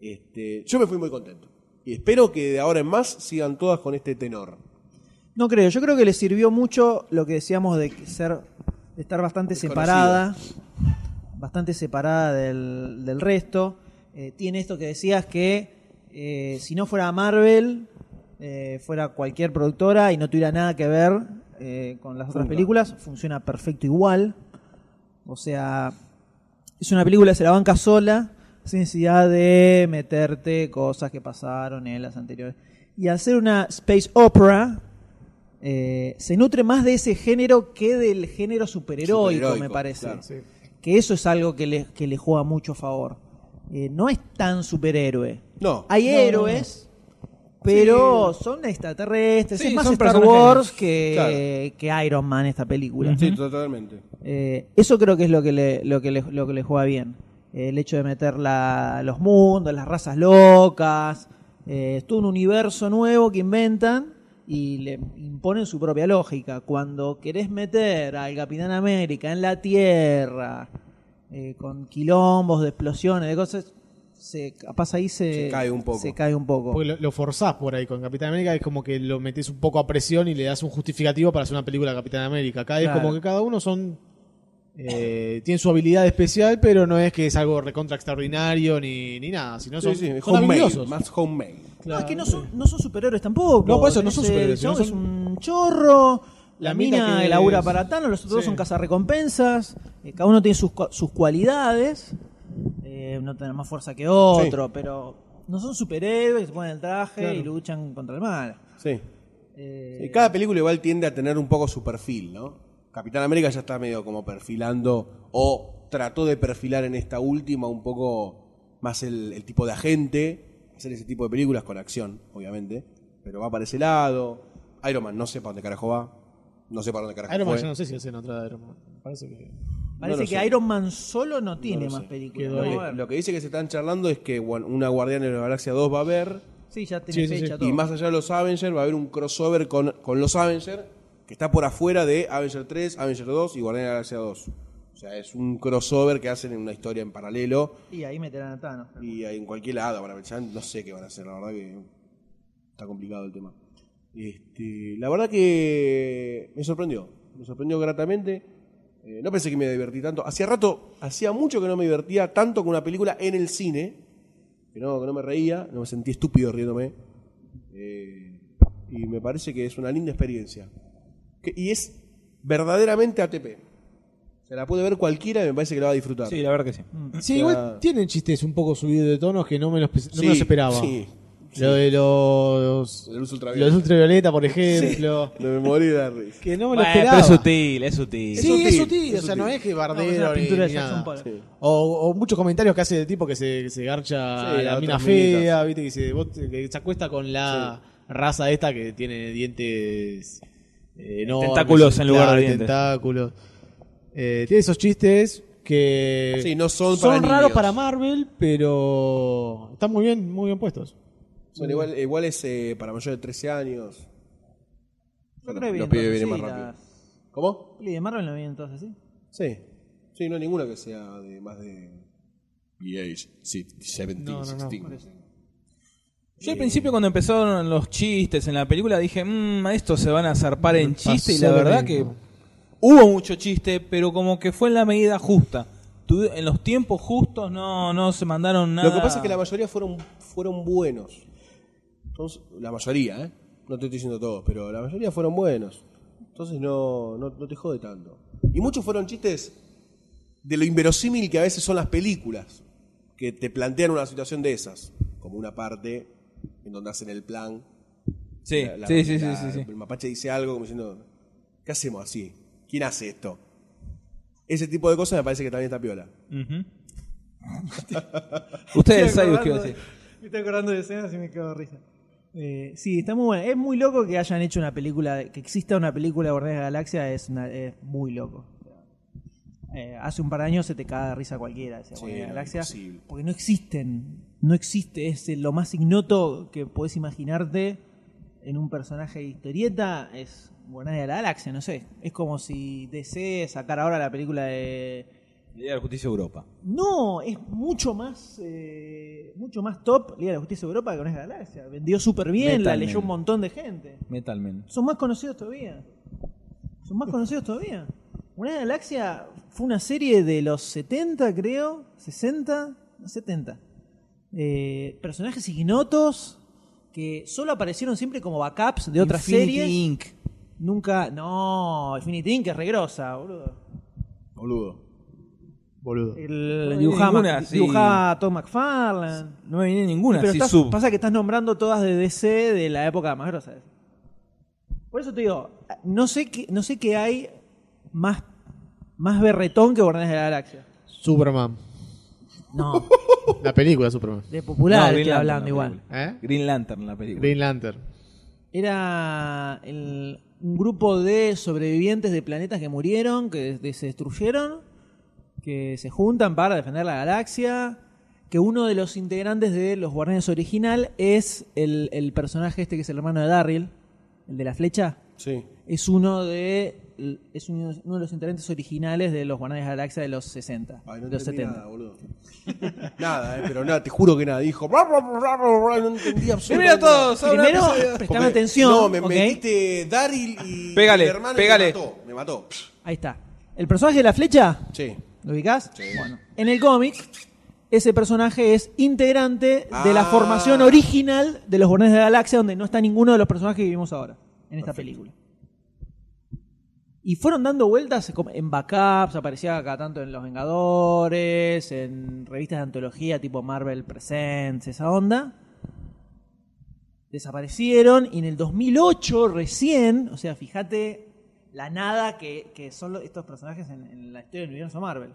Este, yo me fui muy contento. Y espero que de ahora en más sigan todas con este tenor.
No creo, yo creo que le sirvió mucho lo que decíamos de que ser de estar bastante
Muy
separada, bastante separada del, del resto. Eh, tiene esto que decías que eh, si no fuera Marvel, eh, fuera cualquier productora y no tuviera nada que ver eh, con las otras
Funca.
películas, funciona perfecto igual. O sea, es una película, se la banca sola, sin necesidad de meterte cosas que pasaron en las anteriores. Y al ser una space opera, eh, se nutre más de ese género que del género superheroico,
Superheroico,
me parece.
claro.
Que eso es algo que le, que le juega mucho a favor. Eh, no es tan superhéroe.
No.
Hay
No, no, no.
héroes, pero son extraterrestres.
Sí,
es más
son
Star
personajes.
Wars que, que Iron Man esta película.
Sí, totalmente.
Eh, eso creo que es lo que le, lo que le, lo que le juega bien. Eh, el hecho de meter la- los mundos, las razas locas, eh, es todo un universo nuevo que inventan y le imponen su propia lógica. Cuando querés meter al Capitán América en la Tierra, eh, con quilombos de explosiones, de cosas, se, capaz ahí se,
Se cae un poco.
se cae un poco.
Porque lo, lo forzás por ahí con Capitán América, es como que lo metes un poco a presión y le das un justificativo para hacer una película de Capitán América. Acá es
Claro.
como que cada uno son. eh, tiene su habilidad especial, pero no es que es algo recontra extraordinario ni, ni nada, sino son,
Sí, sí,
son
homemade,
habilidosos.
más homemade.
No, es que no son, no son superhéroes tampoco.
No, por eso no son
Tenés, eh,
superhéroes,
el chabón
sino
es
son-
un chorro. La,
La mina
mina
que
labura
es-
para Thanos, los otros
Sí.
son cazarrecompensas. eh, cada uno tiene sus, cua- sus cualidades. eh, uno tiene más fuerza que otro, pero no son superhéroes, se ponen el traje
Claro.
y luchan contra el mal. Eh,
Sí. Y cada película igual tiende a tener un poco su perfil, ¿no? Capitán América ya está medio como perfilando o trató de perfilar en esta última un poco más el, el tipo de agente, hacer ese tipo de películas con acción, obviamente, pero va para ese lado. Iron Man no sé para dónde carajo va, no sé para dónde carajo
Iron Man,
fue.
yo no sé si hacen otra de Iron Man. Me Parece que.
Parece
lo
que
sé.
Iron Man solo no tiene
lo
más
sé.
películas.
Lo
¿no?
que- Lo que dice que se están charlando es que bueno, una Guardiana de la Galaxia 2 va a haber.
Sí, ya tiene fecha todo.
Y más allá de los Avengers, va a haber un crossover con, con los Avengers que está por afuera de Avenger 3, Avenger 2 y Guardiana de la Galaxia 2. O sea, es un crossover que hacen en una historia en paralelo
Y ahí meterán a Thanos.
y ahí en cualquier lado. Para pensar, no sé qué van a hacer, la verdad que está complicado el tema. Este, la verdad que me sorprendió, me sorprendió gratamente. Eh, no pensé que me divertí tanto. Hacía rato, hacía mucho que no me divertía tanto con una película en el cine. Que no, que no me reía, no me sentí estúpido riéndome. Eh, y me parece que es una linda experiencia. Que- y es verdaderamente ATP. Se la puede ver cualquiera y me parece que la va a disfrutar.
Sí, la verdad que sí.
Sí,
O sea,
igual tienen chistes un poco subidos de tonos que no me los, no
Sí,
me los esperaba.
sí, sí.
Lo de los.
Lo de luz
Lo
ultravioleta.
de ultravioleta, por ejemplo.
No me morí de la risa.
Que no me
Bueno,
lo esperaba.
Eh, pero es sutil, es sutil.
Sí, es
sutil,
sutil,
es
o sea, no
sutil.
es que
No, es
bardero
una
ni,
pintura de
ni
Jackson
nada.
Pollock.
Sí.
O, o muchos comentarios que hace de tipo que se, que se garcha
Sí,
a la
a
mina
otras
fea,
minitas.
viste, que se, vos te- que se acuesta con la raza esta que tiene dientes eh, enormes,
Tentáculos en lugar de
claro,
dientes.
Tentáculos. Eh, tiene esos chistes que
Sí, no son
son
para
raros
niños.
para Marvel, pero están muy bien, muy bien puestos.
Bueno, igual, igual es eh, para mayores de 13 años.
Yo creo que
Los
vienen
pibes
todas
vienen más
así,
rápido.
las-
¿Cómo?
las de Marvel no vienen todas así.
Sí. Sí, no hay ninguna que sea de más de. VH, 17,
No, no, no, 16. por
Yo al principio cuando empezaron los chistes en la película dije, mmm, estos se van a zarpar en chiste y la
pasó lo
verdad que
mismo.
hubo mucho chiste, pero como que fue en la medida justa. Tu- En los tiempos justos no, no se mandaron nada.
Lo que pasa es que la mayoría fueron, fueron buenos. Entonces, la mayoría, ¿eh? No te estoy diciendo todos, pero la mayoría fueron buenos. Entonces no, no, no te jode tanto. Y muchos fueron chistes de lo inverosímil que a veces son las películas, que te plantean una situación de esas, como una parte en donde hacen el plan.
Sí,
La- la-
sí, sí, sí,
la-
sí, sí.
El mapache dice algo como diciendo, ¿qué hacemos así? ¿Quién hace esto? Ese tipo de cosas me parece que también está piola.
Ujú. Ustedes saben qué iba a
acordando-
decir.
Me estoy acordando de escenas y me cago de risa. Eh, sí, está muy buena. Es muy loco que hayan hecho una película, que exista una película de Guardianes de la Galaxia, es, una- es muy loco. Eh, hace un par de años se te caga de risa cualquiera decía
Sí,
Guardianes de
no,
la Galaxia,
imposible.
porque no existen, no existe, es lo más ignoto que podés imaginarte en un personaje de historieta, es Guardianes de la Galaxia, no sé, es como si DC sacar ahora la película de
Liga de la Justicia Europa.
no, es mucho más eh, mucho más top Liga de la Justicia de Europa que con esa galaxia. Vendió súper bien, la
Metalman.
leyó un montón de gente.
Metalman.
Son más conocidos todavía. Son más conocidos todavía. Una galaxia fue una serie de los 70, creo, 60, no, 70. Eh, personajes ignotos que solo aparecieron siempre como backups de otras
Infinity
series.
Inc.
Nunca, no, Infinity Inc. es regrosa, boludo.
Boludo. Boludo.
El,
No viene
dibujaba,
ninguna
Mac-
así.
dibujaba Tom McFarlane.
No me viene ninguna
Pero
así
estás-
sub.
pasa que estás nombrando todas de DC de la época más grosa. Por eso te digo, no sé qué, no sé qué hay más, más berretón que Guardianes de la Galaxia.
Superman.
No,
La película Superman.
de popular
No, Green
estoy
Lantern,
hablando
la
igual.
película.
¿Eh?
Green Lantern la película.
Green Lantern.
Era el- un grupo de sobrevivientes de planetas que murieron, que des- se destruyeron, que se juntan para defender la galaxia. Que uno de los integrantes de los Guardianes original es el, el personaje este que es el hermano de Darryl, el de la flecha.
Sí.
es uno de es uno, uno de los integrantes originales de los Guardianes de la Galaxia de los 60,
Ay,
de
no
los
entendí
70.
nada, boludo. nada, eh, pero nada, te juro que nada. Dijo. "Bla, bla, bla, bla, bla", no entendí absolutamente.
Primero todos, ahora
Primero,
episodio.
prestame
Porque-
atención,
No, me
¿ok?
metiste Daryl y.
Pégale,
y el hermano y Me
pégale.
mató. Me mató.
Ahí está. El personaje de la flecha,
Sí.
¿lo ubicás? Bueno, en el cómic ese personaje es integrante de la
Ah.
formación original de los Guardianes de la Galaxia donde no está ninguno de los personajes que vivimos ahora en esta película. Y fueron dando vueltas eh, como en backups, aparecía acá tanto en Los Vengadores, en revistas de antología tipo Marvel Presents, esa onda. Desaparecieron y en el 2008 recién, o sea, fíjate la nada que, que son lo- estos personajes en, en la historia del universo Marvel.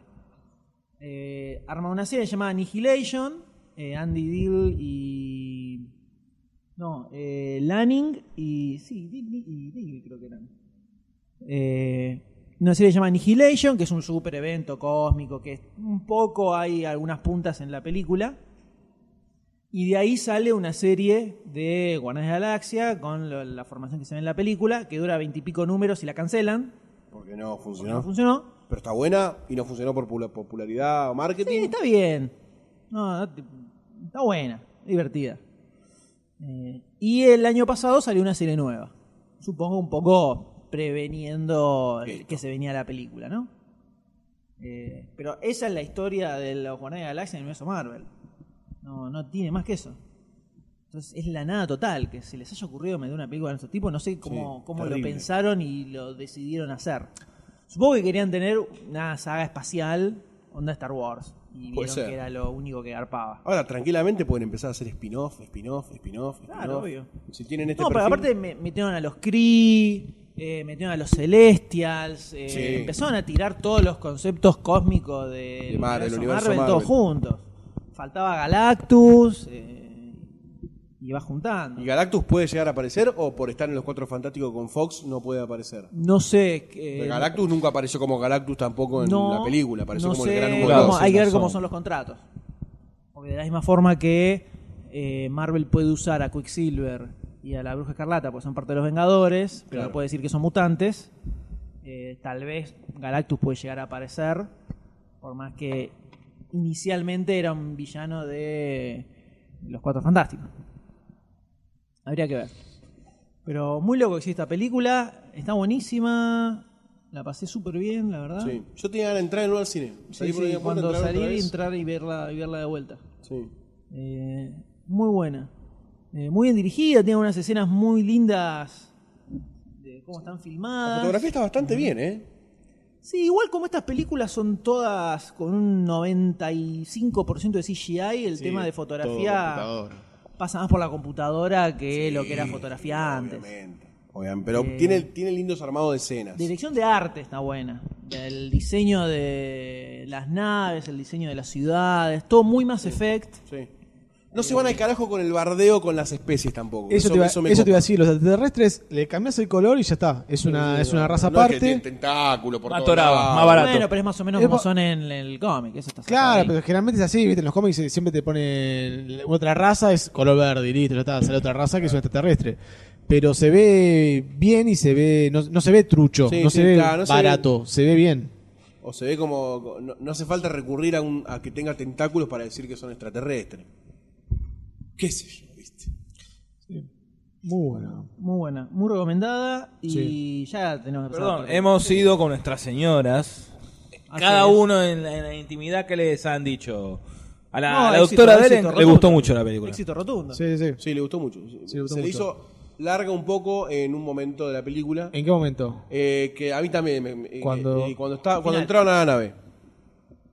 Eh, arma una serie llamada Annihilation, eh, Andy Dill y... No, eh, Lanning y... Sí, Dill y Dill creo que eran. Eh, una serie llamada Annihilation, que es un super evento cósmico, que un poco hay algunas puntas en la película. Y de ahí sale una serie de Guardianes de la Galaxia con lo- la formación que se ve en la película, que dura veintipico números y la cancelan.
Porque no
porque
funcionó.
No funcionó.
Pero está buena y no funcionó por pula- popularidad o
Sí,
marketing.
está bien. No, no te- está buena, divertida. Eh, y el año pasado salió una serie nueva. Supongo un poco preveniendo el- que se venía la película, ¿no? Eh, pero esa es la historia de los Guardianes de la Galaxia en el universo Marvel. No, no tiene más que eso. Entonces es la nada total, que se les haya ocurrido meter una película de este tipo, no sé cómo,
Sí,
cómo lo
terrible.
pensaron y lo decidieron hacer. Supongo que querían tener una saga espacial, onda Star Wars, y
Puede
vieron
ser.
que era lo único que garpaba.
Ahora, tranquilamente pueden empezar a hacer spin-off, spin-off, spin-off.
Claro,
spin-off.
obvio.
Si tienen este
No, pero
perfil-
aparte me- metieron a los Kree, eh, metieron a los Celestials, eh,
Sí.
empezaron a tirar todos los conceptos cósmicos de,
De Marvel, el universo
todos
Marvel.
juntos. Faltaba Galactus, eh, y va juntando.
¿Y Galactus puede llegar a aparecer o por estar en los Cuatro Fantásticos con Fox no puede aparecer?
no sé. eh,
Pero Galactus nunca apareció como Galactus tampoco en
no,
la película, apareció
no
como
sé
el gran
cómo-
humorado.
Claro,
hay que ver
razón.
cómo son los contratos. Porque de la misma forma que eh, Marvel puede usar a Quicksilver y a la Bruja Escarlata, porque son parte de los Vengadores, pero no puede decir que son mutantes. eh, tal vez Galactus puede llegar a aparecer, por más que inicialmente era un villano de los Cuatro Fantásticos. Habría que ver. Pero muy loco que sí esta película, está buenísima, la pasé súper bien, la verdad.
Sí. Yo tenía ganas de entrar de nuevo al cine.
Sí,
Salí por
sí,
la puerta,
cuando
entrar otra
salir
vez.
entrar y verla, y verla de vuelta.
Sí.
Eh, muy buena. Eh, muy bien dirigida, tiene unas escenas muy lindas de cómo están
La
filmadas.
fotografía está bastante bien, ¿eh?
Sí, igual como estas películas son todas con un 95% de CGI, el tema de fotografía pasa más por la computadora que lo que era fotografía antes.
Obviamente. Obviamente. Pero tiene, tiene lindos armados de escenas.
Dirección de arte está buena. El diseño de las naves, el diseño de las ciudades, todo muy más Effect.
Sí. No se van al carajo con el bardeo con las especies tampoco.
Eso, te,
me
iba, eso te iba a
copa.
decir, los extraterrestres le cambias el color y ya está. Es una, es una raza
No es que
aparte.
tienen tentáculo por
Más
todos
toraba,
lados.
más barato.
Bueno, pero es más o menos
Es
como
po-
son en, el cómic. Eso está sacado
Claro,
ahí.
pero generalmente es así, ¿viste? En los cómics eh, siempre te ponen otra raza, es color verde y listo, ya está, sale otra raza que es un extraterrestre. Pero se ve bien y se ve, no, no se ve trucho,
Sí,
no
sí,
se ve
claro, no se ve-
barato, se ve, bien.
O se ve como. No, no hace falta recurrir a, un, a que tenga tentáculos para decir que son extraterrestres. ¿Qué sé yo, viste?
Muy buena. Muy buena, muy recomendada y ya tenemos que pasar
Perdón,
por-
hemos ido con nuestras señoras.
Así
Cada
es.
uno en la, en la intimidad que les han dicho. A la,
No,
a la
éxito,
doctora
éxito
Deren le
rotundo.
gustó mucho la película.
Éxito rotundo.
Sí, sí.
Sí, le gustó mucho.
le gustó
se le
mucho.
hizo larga un poco en un momento de la película.
¿En qué momento?
eh, que a mí también. me- me-
Cuando-
eh, eh, cuando, está,
Al
cuando
final.
entraron a la nave.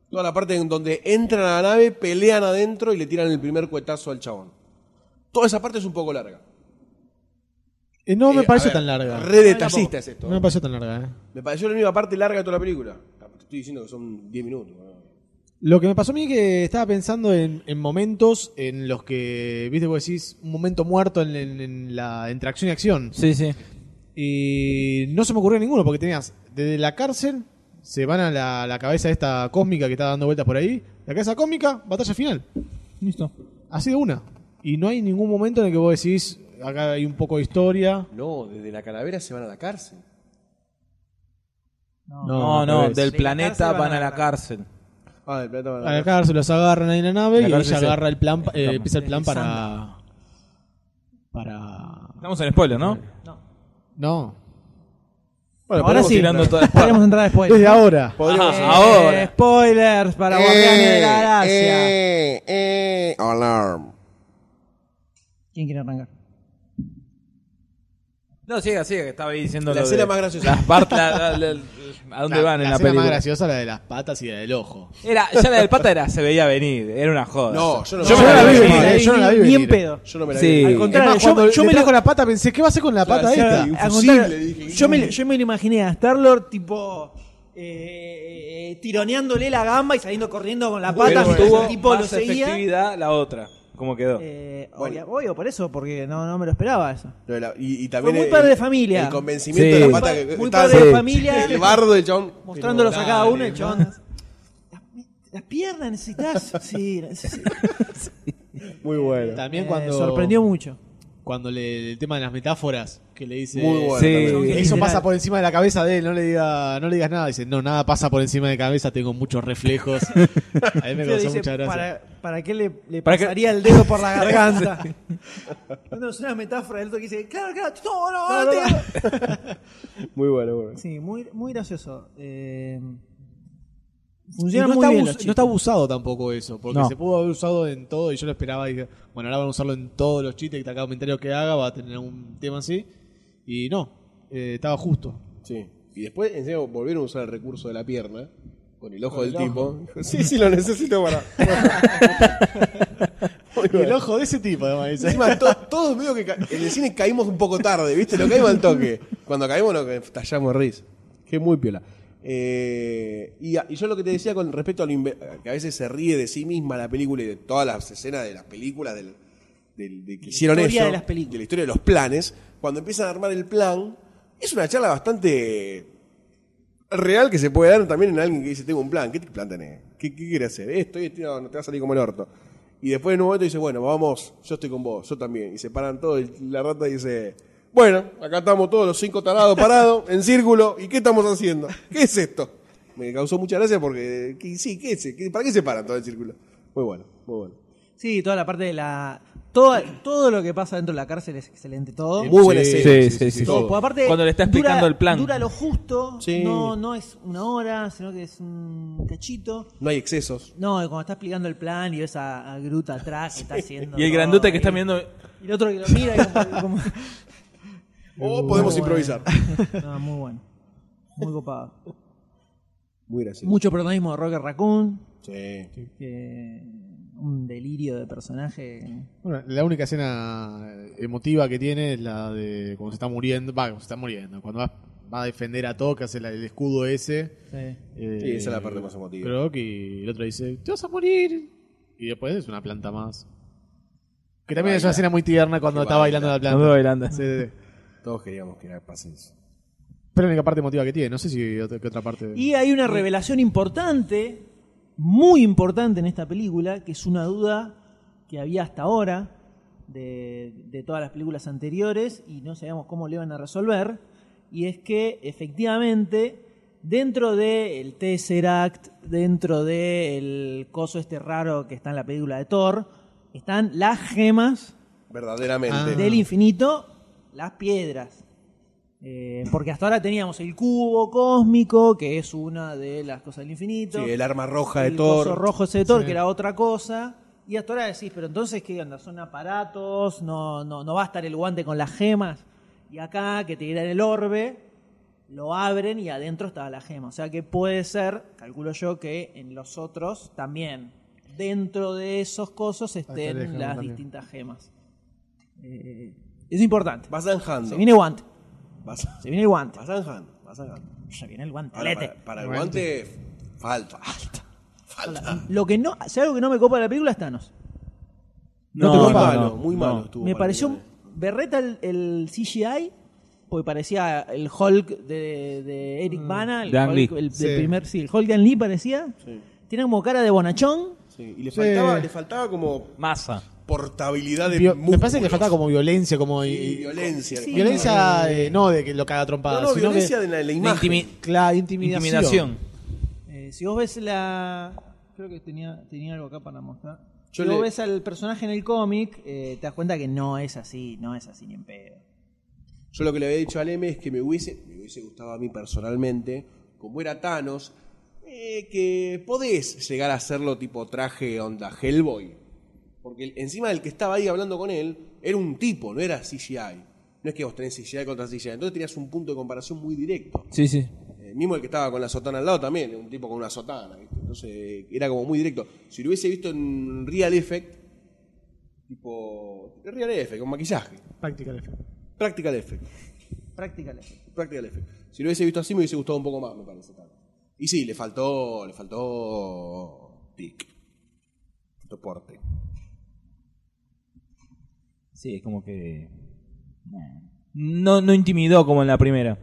Toda la parte en donde entran a la nave, pelean adentro y le tiran el primer cuetazo al chabón. Toda esa parte es un poco larga.
Eh, no me
Eh,
pareció
a ver,
tan larga.
Re detallista es esto.
No me pareció tan larga, eh.
Me pareció la misma parte larga de toda la película. Te estoy diciendo que son 10 minutos. ¿no?
Lo que me pasó a mí es que estaba pensando en, en momentos en los que, viste, vos decís, un momento muerto en, en- en la entre acción y acción.
Sí, sí.
Y no se me ocurrió ninguno, porque tenías desde la cárcel, se van a la, la cabeza de esta cósmica que está dando vueltas por ahí, la cabeza cósmica, batalla final.
Listo.
Así de una. Y no hay ningún momento en el que vos decís, acá hay un poco de historia.
No, desde la calavera se van a la cárcel.
No,
al
no,
revés.
del
De la
planeta
cárcel
van a la cárcel.
Ah, del planeta van a
A
la
la
cárcel.
cárcel los agarran ahí en la nave
La
y
cárcel
ella
se-
agarra el plan, pa- eh,
escapa.
empieza el plan para... Para...
Estamos en spoiler, ¿no?
No.
Ahora
Bueno, podemos
sí,
tirar-
Tirando todas las
podemos entrar a spoilers.
Desde ahora.
podríamos-
Ah, ahora.
Eh, Spoilers para
Eh,
Guardianes de la Galaxia.
Eh, eh, alarm.
¿Quién quiere arrancar?
No, siga, siga, que estaba ahí diciendo
La
lo
escena
de-
más graciosa.
las part- la- la- la- ¿A dónde van en la
escena
película?
más graciosa la de las patas y la del ojo.
Era, ya la del pata era, se veía venir, era una joda.
No, yo no
Yo
me
me la vi
vi
venir,
venir.
eh, yo no la vi
Ni- Ni en
venir.
pedo.
Yo no me la
Sí.
vi
Al
venir.
contrario,
Es más,
yo-
cuando
yo
le
me
trajo
la-
la pata pensé, ¿qué va a hacer con la pata esta?
Al
sí. Infusible,
contrario,
dije,
yo, me, yo me lo imaginé a Star-Lord tipo eh, eh, tironeándole la gamba y saliendo corriendo con la pata
Pero
mientras
tuvo
el tipo lo
más
seguía.
efectividad la otra, como quedó.
Eh,
Bueno.
obvia- obvio, por eso, porque no, no me lo esperaba eso.
Lo de la- y, y también
Fue muy
el-
padre de familia.
El convencimiento
Sí.
de
Muy
la pata
pa-
que
muy
estaba-
padre de familia.
El bardo del chabón.
Mostrándolos a cada uno y el chabón. "Las- Las piernas necesitas. Sí, necesitas.
Muy bueno.
También
Eh,
cuando,
sorprendió mucho.
cuando le, el tema de las metáforas, que le dice...
Muy bueno.
Sí.
también.
Yo-
Eso
Literal.
pasa por encima de la cabeza de él, no le, diga, no le digas nada. Dice, no, nada pasa por encima de cabeza, tengo muchos reflejos. A mí me
Yo
causó
dice,
mucha gracia.
¿para, ¿Para qué le, le
¿Para qué?
pasaría el dedo por la garganta? no, es una metáfora del otro que dice, claro, claro, no, no, no, te-
Muy bueno, muy bueno.
Sí, muy, muy gracioso. Eh,
Y
funciona
no,
muy
está
bien.
abus-
los
no está
chistes.
abusado tampoco eso, porque
No.
se pudo haber usado en todo y yo lo esperaba y dije, bueno, ahora van a usarlo en todos los chistes, que cada comentario que haga va a tener un tema así. Y no, eh, estaba justo.
Sí. Y después, en serio, volvieron a usar el recurso de la pierna. Con el ojo del tipo. Sí, sí, lo necesito para. Muy
Y el
bueno.
ojo de ese tipo, además. dice.
Encima, to- todos medio que ca- en el cine caímos un poco tarde, ¿viste? Lo caímos al toque. Cuando caímos nos tallamos risa. Que muy piola. Eh, y, a- y yo lo que te decía con respecto a lo inve- que a veces se ríe de sí misma la película y de todas las escenas de las películas del, del- de que hicieron
historia
eso,
de las películas.
de la historia de los planes, cuando empiezan a armar el plan, es una charla bastante real que se puede dar también en alguien que dice, tengo un plan, ¿qué plan tenés? ¿Qué, qué quiere hacer? Esto y esto, no, no te va a salir como el orto. Y después en un momento dice, bueno, vamos, yo estoy con vos, yo también. Y se paran todos y la rata dice, bueno, acá estamos todos los cinco tarados parados en círculo, ¿y qué estamos haciendo? ¿Qué es esto? Me causó mucha gracia porque, ¿qué- sí, ¿qué es? ¿Qué- ¿Para qué se paran todos en círculo? Muy bueno, muy bueno.
Sí, toda la parte de la. Toda, todo lo que pasa dentro de la cárcel es excelente, todo.
Muy buena
Sí,
escena.
sí, sí. sí.
Todo, porque pues aparte
Cuando le está
dura-
explicando el plan.
Dura lo justo,
Sí.
no, no es una hora, sino que es un cachito.
No hay excesos.
No, cuando está explicando el plan y ves a, a Groot atrás que está haciendo.
Y el
todo,
grandote que está
y-
mirando.
Y el otro que lo mira y como. como-
O podemos
Muy bueno.
improvisar.
No, muy bueno. Muy copado.
Muy gracioso.
Mucho protagonismo de Rocker Raccoon.
Sí.
que- un delirio de personaje.
Bueno, la única escena eh, emotiva que tiene es la de cuando se está muriendo, va, cuando se está muriendo, cuando va, va a defender a todo, que hace la- el escudo ese.
Sí.
eh,
Sí, esa es la parte más emotiva.
Croc, y el otro dice, te vas a morir. Y después es una planta más. Que también es una escena muy tierna cuando
Que
está
baila.
bailando la
Cuando
planta.
bailando.
Sí, sí, sí.
Todos queríamos que pase eso.
Pero la única parte emotiva que tiene, no sé si otra, qué otra parte.
Y hay una revelación importante, muy importante en esta película, que es una duda que había hasta ahora de, de todas las películas anteriores y no sabíamos cómo le iban a resolver. Y es que efectivamente, dentro del Tesseract, dentro del coso este raro que está en la película de Thor, están las gemas
Verdaderamente.
Ah.
del infinito las piedras. Eh, porque hasta ahora teníamos el cubo cósmico, que es una de las cosas del infinito.
Sí, el arma roja de
el
Thor.
coso rojo ese de Thor,
Sí.
que era otra cosa. Y hasta ahora decís, pero entonces, ¿qué onda? Son aparatos, no, no, no va a estar el guante con las gemas. Y acá, que te tiran el orbe, lo abren y adentro estaba la gema. O sea que puede ser, calculo yo, que en los otros también, dentro de esos cosos
la
estén
gema
las
también.
distintas gemas. Eh, es importante.
Vas zanjando.
Se viene guante.
Vas-
Se viene el guante.
Vas zanjando, vas zanjando.
Se viene el guante.
Ahora,
Lete.
para, para el guante, falta. Falta.
Lo que no, si algo que no me copa de la película es Thanos.
No,
te
muy
copa?
malo,
No.
muy malo estuvo.
me
para
pareció
mí.
berreta el, el CGI, porque parecía el Hulk de, de
Mm.
Eric Bana, el
De Ang
Hulk,
Lee.
el, del
Sí.
primer, sí, el Hulk de Ang Lee parecía. Tiene como cara de bonachón.
Sí, Y le faltaba, le faltaba como
masa.
portabilidad de
Vio- me
músculos.
parece que le faltaba como violencia, como y-
Sí, violencia.
y- violencia eh, no de que lo caga
No,
trompada,
no,
sino
violencia
que
de la, de la imagen.
claro, intimidación.
Intimidación.
Eh, si vos ves la. Creo que tenía, tenía algo acá para mostrar.
Yo
si vos
le-
ves al personaje en el cómic, eh, te das cuenta que no es así, no es así ni en pedo.
Yo lo que le había dicho al M es que me hubiese, me hubiese gustado a mí personalmente, como era Thanos, eh, que podés llegar a hacerlo tipo traje onda Hellboy. Porque el- encima del que estaba ahí hablando con él, era un tipo, no era CGI. No es que vos tenés CGI contra CGI, entonces tenías un punto de comparación muy directo.
Sí, sí.
Eh, mismo el que estaba con la sotana al lado también, un tipo con una sotana. ¿viste? Entonces eh, era como muy directo. Si lo hubiese visto en Real Effect, tipo Real Effect, con maquillaje.
Practical effect.
Practical Effect.
Prácticamente.
Practical Effect. Si lo hubiese visto así me hubiese gustado un poco más, me parece. tal. Y sí, le faltó, le faltó pic. Faltó porte.
Sí, es como que. eh, No, no intimidó como en la primera.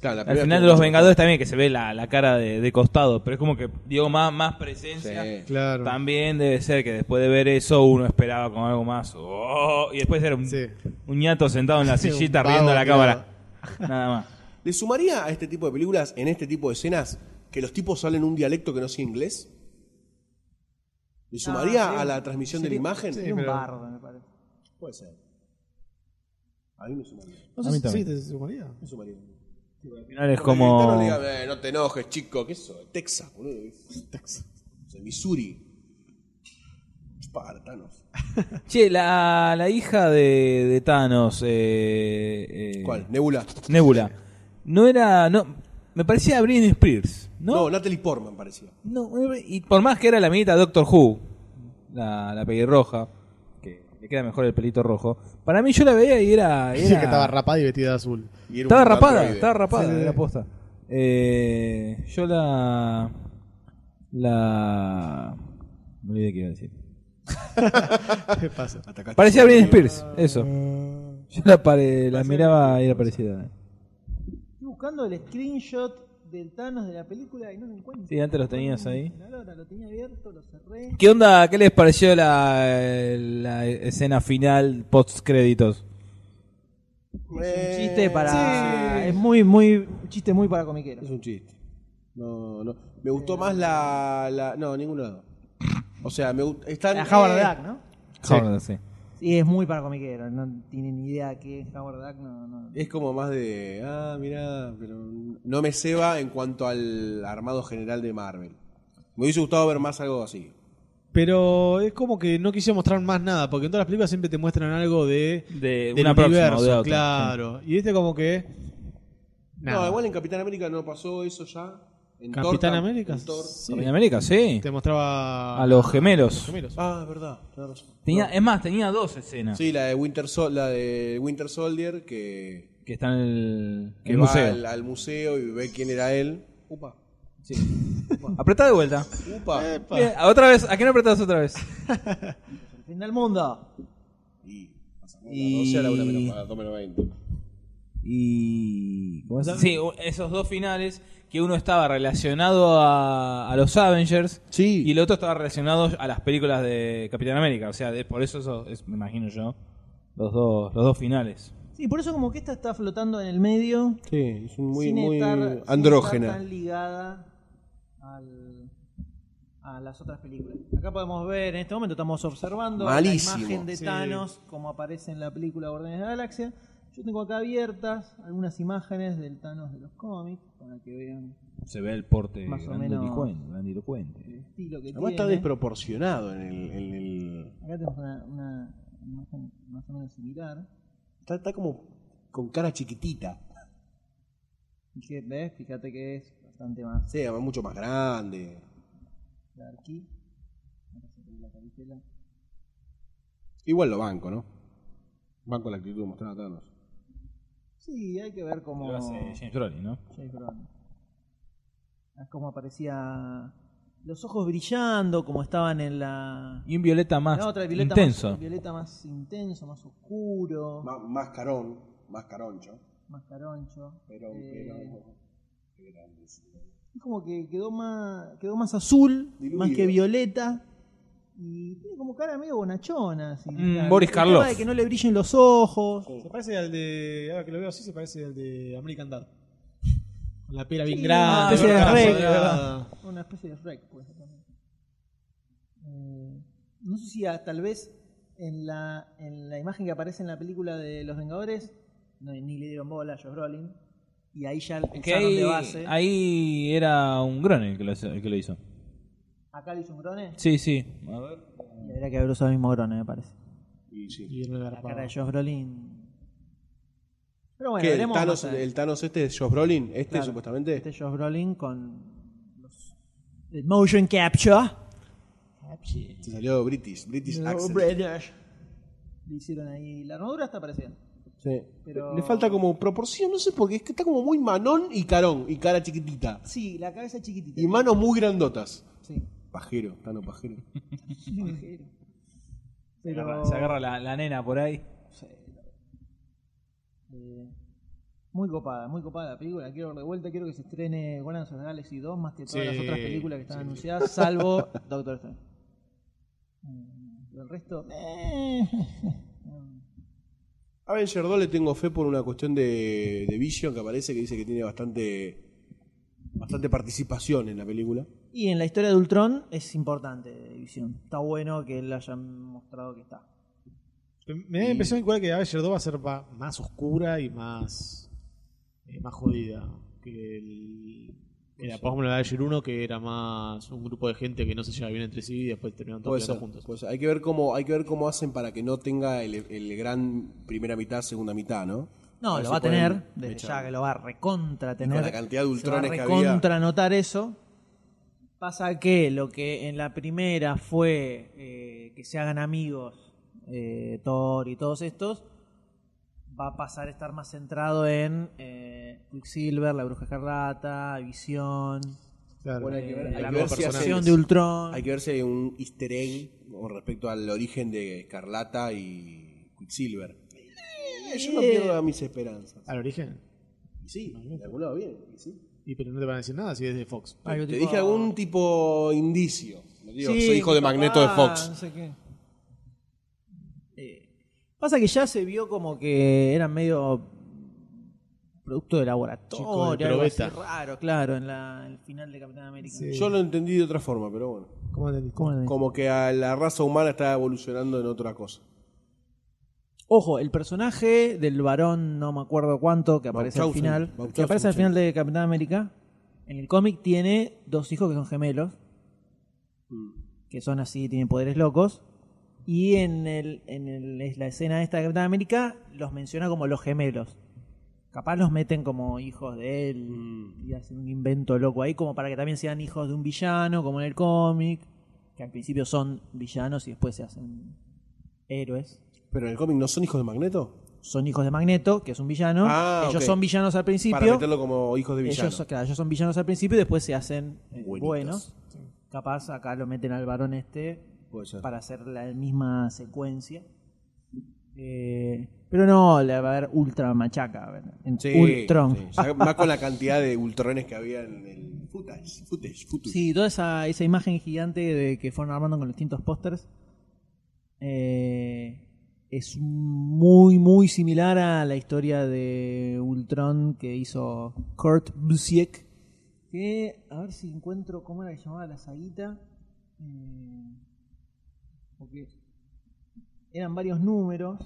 Claro, la
Al
primera
final de
tuvo
Los
mucho
Vengadores también, que se ve la, la cara de, de costado, pero es como que dio más, más presencia.
Sí.
Claro.
También debe ser que después de ver eso uno esperaba con algo más. "Oh", y después era un,
Sí.
un ñato sentado en la
Sí, un
sillita
vago,
riendo a la
claro.
cámara. Nada más.
¿Le sumaría a este tipo de películas, en este tipo de escenas, que los tipos hablen un dialecto que no sea inglés? ¿Le sumaría
sería
a
un-
la transmisión de la
sería-
imagen?
sería un bardo, me parece.
Puede ser. A mí me sumaría.
No
A mí
sé, si- sí,
también.
te sumaría.
Me sumaría.
Al final es
Porque el gitano
como.
le diga, "Eh, no te enojes, chico. ¿Qué es eso? Texas, boludo. Texas. O sea, Missouri. Espartanos.
Che, la, la hija de, de Thanos. eh, eh,
¿Cuál? Nebula.
Nebula. No era. No, me parecía Britney Spears. ¿no?
No, Natalie Portman parecía.
No, y por más que era la amiguita de Doctor Who, la, la pelirroja, que le queda mejor el pelito rojo, para mí yo la veía y era...
Sí,
era-
que estaba rapada y vestida de azul.
Y era
estaba
un
rapada,
androide.
estaba rapada,
Sí, sí, sí.
era posta. Eh, yo la... La... No olvidé qué iba a decir.
¿Qué pasa? Mm.
Atacaste.
Parecía Britney Spears, eso. Yo la, pare- la miraba y era parecida.
Estoy buscando el screenshot del Thanos de la película y no lo encuentro.
Sí, antes lo tenías ahí.
Ahora lo tenía abierto, lo cerré.
¿Qué onda? ¿Qué les pareció la, la escena final post créditos?
Es un chiste para. Es muy, muy. Un chiste muy para comiqueros.
Es un chiste. No, no. Me gustó más la, la- No, ninguno de los dos. O sea, me gusta. Están.
La Howard
eh,
Duck, ¿no? Sí, es muy para comiqueros. No tienen ni idea qué es Howard Duck. No, no.
Es como más de. Ah, mirá, pero. No me ceba en cuanto al armado general de Marvel. Me hubiese gustado ver más algo así.
Pero es como que no quise mostrar más nada, porque en todas las películas siempre te muestran algo de,
De
del
una próxima
universo,
o de otra,
claro. Y este como que
No,
Nada.
igual en Capitán América no pasó eso ya. En Thor
Capitán
tam-
América
en Thor-
sí,
En América, sí.
te mostraba
A los gemelos.
gemelos.
Ah, es verdad. tenés razón.
Tenía, es más, tenía dos escenas.
Sí, la de Winter, Sol- la de Winter Soldier que.
Que están en el,
que
el
va
museo.
Al, al museo y ve quién era él. Upa.
Sí. Apretá de vuelta.
Upa.
Bien, otra vez. ¿A qué no apretás otra vez?
El fin del mundo.
Y pasamos
Y-
la 12 a la 1 menos, a la 2 menos 20.
Y...
Pues
¿cómo es? Sí, u- esos dos finales que uno estaba relacionado a, a los Avengers
Sí.
y el otro estaba relacionado a las películas de Capitán América. O sea, de- por eso, eso es, me imagino yo, los dos, los dos finales.
Sí, por eso como que esta está flotando en el medio.
Sí, es un muy,
sin
muy
estar- sin
andrógena.
estar tan ligada al- a las otras películas. Acá podemos ver, en este momento estamos observando
Malísimo.
la imagen de
Sí.
Thanos como aparece en la película Orden de la Galaxia. Yo Yo tengo acá abiertas algunas imágenes del Thanos de los cómics para que vean
Se ve el porte
Más o
grandilocuente. grandilocuente.
el estilo que
Además está
tiene.
desproporcionado en el... en el-
Acá tenemos una, una imagen más o menos similar.
Está, está como con cara chiquitita.
Y que ves, fíjate que es bastante más
Sí, además mucho más grande.
aquí. Acá se ve la caricela.
Igual lo banco, ¿no? Banco la actitud mostrada a Thanos.
Sí, hay que ver cómo.
Lo hace James Rowling, ¿no?
James Brolin. Es como Ah, aparecía. Los ojos brillando, como estaban en la.
Y un violeta más
la otra, violeta
intenso.
Más, violeta más intenso, más oscuro,
Más, más carón, más caroncho.
más caroncho.
Pero,
Eh,
pero... Qué grande, sí.
Es como que quedó más, quedó más azul,
Diluido.
más que violeta. Y tiene como cara medio bonachona. así,
Mm,
claro.
Boris
El tema
Karloff.
de que no le brillen los ojos.
Se parece al de. Ahora que lo veo así, se parece al de American Dad. Con la pera bien
Sí,
Ah,
grande.
una especie de
con la
rec,
soledad.
Una especie de rec, pues. también. Eh, no sé si ah, tal vez en la, en la imagen que aparece en la película de Los Vengadores, no, ni le dieron bola a Josh Brolin. Y ahí ya
Es
el
que ahí,
de base.
ahí era un Gron el que lo, el que lo hizo.
Acá le hizo un grone.
Sí, sí. A ver.
Y habría que haber usado el mismo grone, me parece.
Y sí.
Y no le
La
garpaba.
cara de Josh Brolin. Pero bueno,
¿Qué, el,
veremos
Thanos,
más a-
el Thanos este de Josh Brolin, este
Claro.
supuestamente.
Este Josh Brolin con los el motion capture.
Este salió British, British
No,
accent.
British. Le hicieron ahí. La armadura está parecida.
Sí.
Pero-
Le falta como proporción, no sé, porque es que está como muy manón y carón, y cara chiquitita.
Sí, la cabeza chiquitita.
Y manos muy grandotas.
Sí.
Pajero, Thanos pajero.
Pero-
Se agarra- Se agarra la, la nena por ahí.
Sí, la verdad. Eh, muy copada, muy copada la película. Quiero de vuelta, quiero que se estrene Guardians of the Galaxy 2 más que todas
Sí,
las otras películas que están
sí.
anunciadas, salvo Doctor Strange. Eh, pero el resto. eh,
Avenger 2 le tengo fe por una cuestión de, de Vision que aparece que dice que tiene bastante bastante participación en la película.
Y en la historia de Ultron es importante Visión. Está bueno que le hayan mostrado que está.
Me da la impresión igual que Avenger 2 va a ser pa- más oscura y más. eh, más jodida. Que el. que la, por ejemplo, la de Avenger 1, que era más un grupo de gente que no se lleva bien entre sí y después terminaron todos
Puede
quedando
ser,
juntos.
puede ser. Hay que ver cómo hay que ver cómo hacen para que no tenga el, el gran primera mitad, segunda mitad, ¿no?
No,
ver
lo
si
va a
pueden
tener, desde
echarlo.
ya que lo va a recontra tener.
la cantidad de
se va a
ultrones que
recontra notar eso. Pasa que lo que en la primera fue eh, que se hagan amigos eh, Thor y todos estos, va a pasar a estar más centrado en eh, Quicksilver, la Bruja Escarlata, Visión, eh,
Claro.
Bueno, hay que ver- hay
la
que ver si
conversación
hacen-
de Ultron.
Hay que ver si hay un easter egg con respecto al origen de Escarlata y Quicksilver. Eh, yo no pierdo mis esperanzas.
Al origen.
Y sí, de algún lado bien. y sí.
Y pero no te van a decir nada si es de Fox.
Algo
Te
Ah, tipo-
dije algún tipo indicio. No digo,
Sí,
soy hijo de
papá,
Magneto de Fox.
no sé qué. Eh, pasa que ya se vio como que eran medio producto de
Chico de
laboratorio, algo así
probeta.
raro, claro, en, la, en el final de Capitán América.
Sí.
Yo lo entendí de otra forma, pero bueno.
¿Cómo entendiste?
¿Cómo lo ves?
Como que a la raza humana está evolucionando en otra cosa.
Ojo, el personaje del varón, no me acuerdo cuánto, que aparece al
Mauthausen,
final, que
Mauthausen,
aparece al
sí.
final de Capitán América, en el cómic tiene dos hijos que son gemelos, que son así, tienen poderes locos, y en, el, en el- es la escena esta de Capitán América los menciona como los gemelos. Capaz los meten como hijos de él y hacen un invento loco ahí, como para que también sean hijos de un villano, como en el cómic, que al principio son villanos y después se hacen héroes
Pero en el cómic no son hijos de Magneto.
son hijos de Magneto, que es un villano.
Ah,
ellos
ok.
son villanos al
Para
principio.
meterlo como hijos de
Ellos,
villanos.
son- claro, ellos son villanos al principio y después se hacen eh,
Buenitos.
buenos. Capaz acá lo meten al varón este
Puede ser.
para hacer la misma secuencia. Eh, pero no, le va a haber ultra machaca. a ver, En
Sí,
Ultron.
sí. Ya Más con la cantidad de ultrones que había en el footage. footage, footage.
Sí, toda esa, esa imagen gigante de que fueron armando con los distintos pósters eh, es muy, muy similar a la historia de Ultron que hizo Kurt Busiek. Que, a ver si encuentro cómo era que se llamaba la saguita. Eh, porque eran varios números.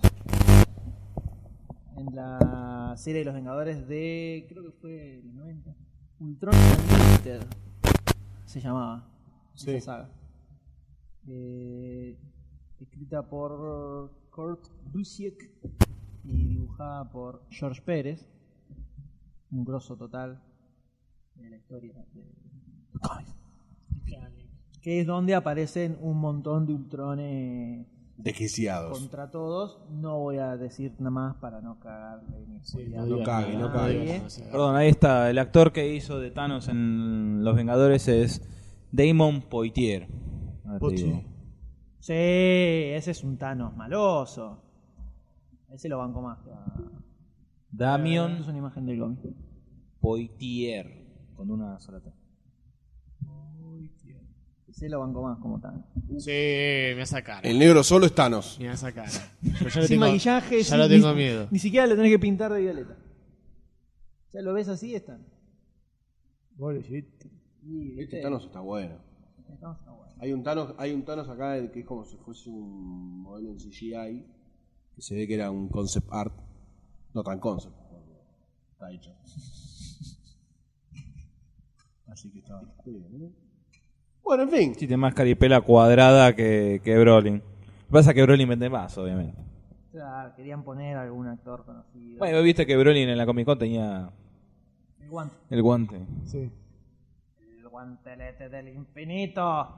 en la serie de los Vengadores de, creo que fue los 90. Ultron Unlimited se llamaba
Sí.
esa saga. Eh, escrita por Kurt Busiek y dibujada por George Pérez, un grosso total de la historia de los cómics. Que es donde aparecen un montón de ultrones
Desquiciados.
contra todos. No voy a decir nada más para no cagarle ni spoilearle
no
a
cague, no
nadie.
cague.
Perdón, ahí está. El actor que hizo de Thanos en Los Vengadores es Damon Poitier. Ahora te
Pochi.
digo.
Sí, ese es un Thanos maloso. Ese lo banco más.
Damian
Es una imagen del cómic.
Poitier. Con una sola T.
Ese lo banco más como Thanos.
Sí, me hace cara.
El negro solo es Thanos.
Me hace cara. Yo ya lo
sin
tengo-
maquillaje,
Ya
sin-
lo tengo
ni,
miedo.
Ni siquiera lo tenés que pintar de violeta. Ya lo ves así, están.
Este Thanos está bueno. Hay un Thanos, hay un Thanos acá que es como si fuese un modelo en CGI. Que se ve que era un concept art. No tan concept. porque Está hecho. Así que está bastante bien, ¿eh? Bueno, en fin.
Sí, tiene más caripela cuadrada que, que Brolin. Lo que pasa es que Brolin vende más, obviamente.
Claro, querían poner algún actor conocido.
Bueno, viste que Brolin en la Comic Con tenía
El guante.
el guante.
El guantelete del infinito.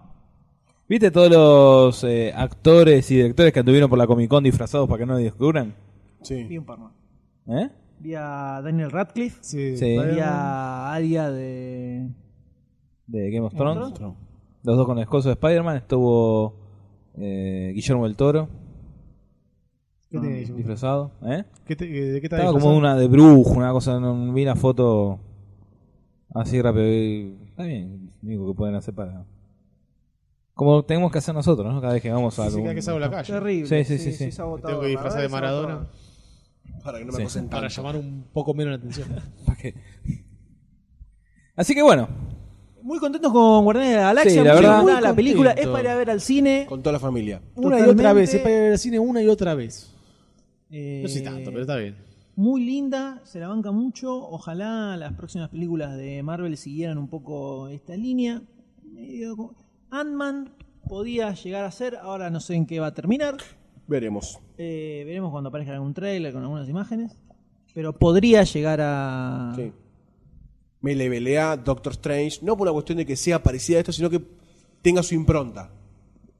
¿Viste todos los eh, actores y directores que anduvieron por la Comic Con disfrazados para que no lo descubran?
Vi un par más.
¿Eh?
Vi a Daniel Radcliffe.
Sí.
Vi a Aria de.
De Game of
Game of
Thrones.
Thrones.
Los dos con el escozo de Spider-Man. Estuvo eh, Guillermo del Toro.
¿Qué te-
Disfrazado. ¿Eh?
¿Qué te- ¿De qué te
Estaba como una de brujo, una cosa. No, vi la foto así rápido. y Está bien, lo único que pueden hacer para. Como tenemos que hacer nosotros, ¿no? Cada vez que vamos a.
Sí, sí, cada
algún-
que salgo a la calle.
Terrible.
Sí, sí, sí, sí.
es agotador.
Tengo que
La
disfrazar de
verdad es agotador.
Maradona
Para que no
Sí.
me acosen
para
tanto.
llamar un poco menos la atención.
¿Para qué? Así que bueno,
Muy contentos con Guardianes de la Galaxia.
Sí, la
muy
verdad-
recomendada
Muy
la película es
contento.
para ir a ver al cine.
Con toda la familia.
Una y otra
Totalmente.
vez, es para ir al cine una y otra vez.
Eh,
No sé si tanto, pero está bien.
Muy linda, se la banca mucho. Ojalá las próximas películas de Marvel siguieran un poco esta línea. Medio como- Ant-Man podía llegar a ser, ahora no sé en qué va a terminar.
Veremos.
Eh, veremos cuando aparezca algún trailer con algunas imágenes. Pero podría llegar a.
Sí. Me levelé a Doctor Strange, no por una cuestión de que sea parecida a esto, sino que tenga su impronta.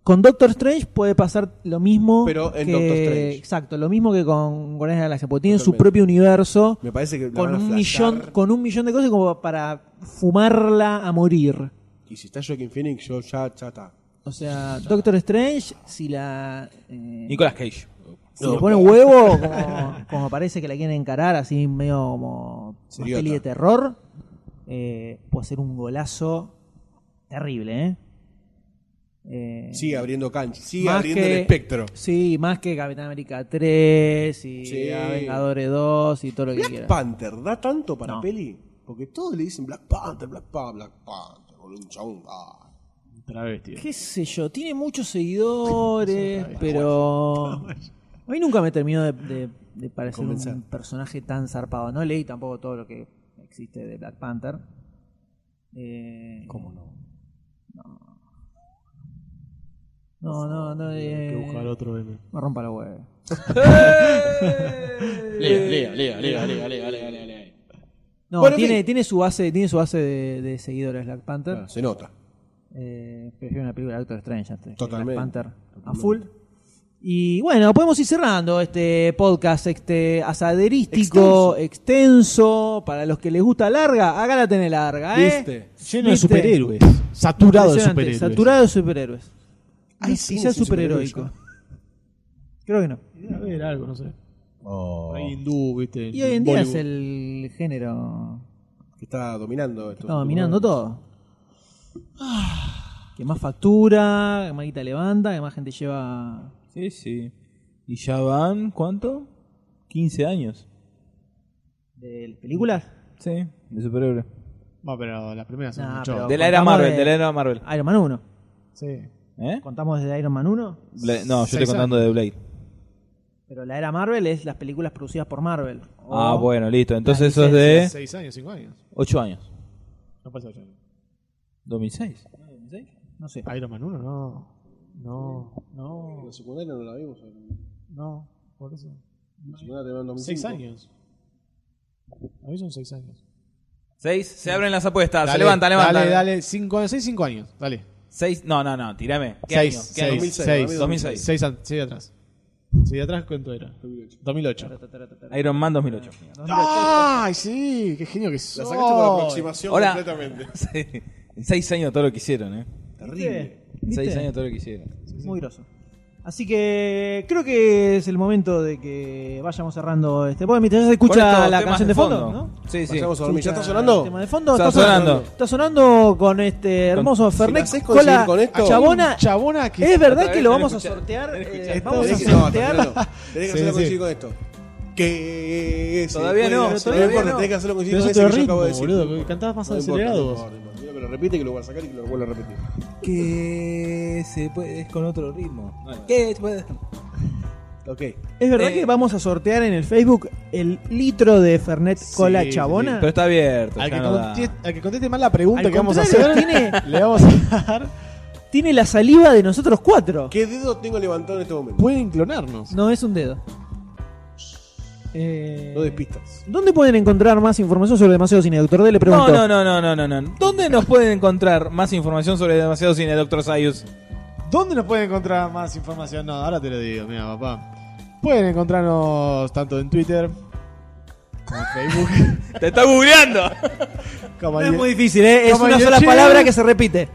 Con Doctor Strange puede pasar lo mismo.
Pero en
que-
Doctor Strange.
Exacto, lo mismo que con Guardianes de la Galaxia. Porque tienen su
Totalmente.
propio universo.
Me parece que la
Con
van a
un,
flashear.
millón, con un millón de cosas como para fumarla a morir.
Y si está Joaquin Phoenix, yo ya, ya está.
O sea, Doctor Strange, si la. eh,
Nicolas Cage.
si le pone un huevo, como, como parece que la quieren encarar, así medio como. más
Seriota.
peli de terror, eh, puede ser un golazo terrible, ¿eh? Eh,
Sigue abriendo cancha, sigue
más
abriendo el
que-
espectro.
Sí, más que Capitán América 3 y
Sí.
Vengadores 2 y todo lo que
Black
quieran.
Panther, ¿da tanto para
No.
peli? Porque todos le dicen Black Panther, Black Panther, Black Panther, boludo, un chabón, ah.
Travesti.
qué sé yo, tiene muchos seguidores, pero a mí nunca me terminó de, de- de parecer
Convencer.
un personaje tan zarpado. No leí tampoco todo lo que existe de Black Panther. Eh,
¿Cómo no?
No, no, no. eh,
otro meme.
me rompa la web.
Lea, lea, lea, lea, lea, lea, lea, lea, lea.
No,
Bueno, en
tiene,
fin.
tiene su base, tiene su base de, de seguidores Black Panther.
Ah, se nota.
Eh, prefiero una película de Doctor Strange antes que
Totalmente.
Black Panther a full. Y bueno, podemos ir cerrando este podcast este asaderístico, extenso. Para los que les gusta larga, acá la tenés larga, ¿eh?
¿Viste?
Lleno de
¿Viste?
superhéroes. Saturado de
Impresionante,
superhéroes.
Saturado de superhéroes.
Hay
Y
cine
sea
sin superhéroes
superheroico. Creo que no.
A ver, algo, no sé.
Oh.
Hay hindú, viste.
Y hoy en día es
Bollywood.
el género
Que está dominando esto.
Está dominando todo. Que más factura, que más guita levanta, que más gente lleva.
Sí, sí. ¿Y ya van cuánto? 15 años.
¿De las películas?
Sí, de superhéroe.
Bueno, pero las primeras son
Nah,
mucho.
pero-
De la era
contamos
Marvel,
de-
de la era Marvel.
Iron Man 1.
Sí.
¿Eh?
¿Contamos desde Iron Man 1?
Bla- no, yo estoy
Seis
contando de Blade.
Pero la era Marvel es las películas producidas por Marvel. O
Ah, bueno, listo.
las
Entonces eso es
licencias.
¿Eh?
de...
Seis años, cinco años.
8 años.
No pasa ocho años.
2006.
No sé.
Iron Man 1, no. No, no.
La secundaria no la vimos. La
No, por eso.
secundaria la vimos en
Seis
2005.
años. A mí son seis años.
6. Se abren las apuestas. se
Dale,
levanta, levanta.
Dale, dale, cinco años, seis, cinco años. Dale.
6. No, no, no. Tirame. ¿Qué
seis,
año? ¿Qué
seis,
año?
seis,
2006.
Seis, a- seis atrás. Seis atrás, ¿cuánto era? 2008.
Iron Man 2008.
¡Ay, sí! ¡Qué genio que soy!
sacaste por
Oh.
aproximación
Ahora-
completamente.
Sí. En 6 años todo lo que hicieron, ¿eh?
Terrible.
En
¿Viste?
6 años todo lo que hicieron.
Muy groso. Así que creo que es el momento de que vayamos cerrando este podcast. Mientras ya se
Con
escucha
estos
la
temas
canción
de
de fondo,
fondo.
¿no?
Sí, sí.
Pasamos a dormir. ¿Ya está
Escucha el tema
sonando?
de fondo.
Está sonando.
Está sonando con este hermoso
si la
Fernet
hacés
con
conseguir
la
con esto-
chabona.
Chabona que...
Es verdad
Otra
que
vez
lo
tenés
vamos a
que escuchar,
sortear.
tenés que
eh,
escuchar.
vamos a
Tenés que- no,
sortear.
tranquilo, no. Tenés que
Sí,
hacerlo
sí.
coincidir con esto. Que
Todavía no, todavía
no importa,
no.
tenés que hacerlo coincidir
Pero
con
es
ese
otro
que yo acabo de
ritmo,
decir.
boludo. que Cantabas más
No importa, no
acelerados.
importa, no importa. Digo que lo repite, que lo voy a sacar y que lo vuelvo a repetir.
Que se puede, es con otro ritmo. Que se puede.
Ok.
Es verdad
Eh,
que vamos a sortear en el Facebook el litro de Fernet con la
sí,
chabona.
Pero está abierto.
Al
ya
que,
no da.
conteste, al que conteste mal la pregunta
Al
que vamos a hacer,
contrario, tiene-
le vamos a dar.
Tiene la saliva de nosotros cuatro.
¿Qué dedo tengo levantado en este momento?
Pueden clonarnos.
No es un dedo. Eh,
No despistas.
¿Dónde pueden encontrar más información sobre Demasiado Cine? Doctor D le preguntó.
No, no, no, no, no, no, no. ¿Dónde nos pueden encontrar más información sobre demasiado cine, Doctor Sayus?
¿Dónde nos pueden encontrar más información? No, ahora te lo digo, mira, papá. Pueden encontrarnos tanto en Twitter, como en Facebook,
¡Te está googleando!
como
No
en
es muy difícil, ¿eh? es
Como
una
yo-
sola
che.
palabra que se repite.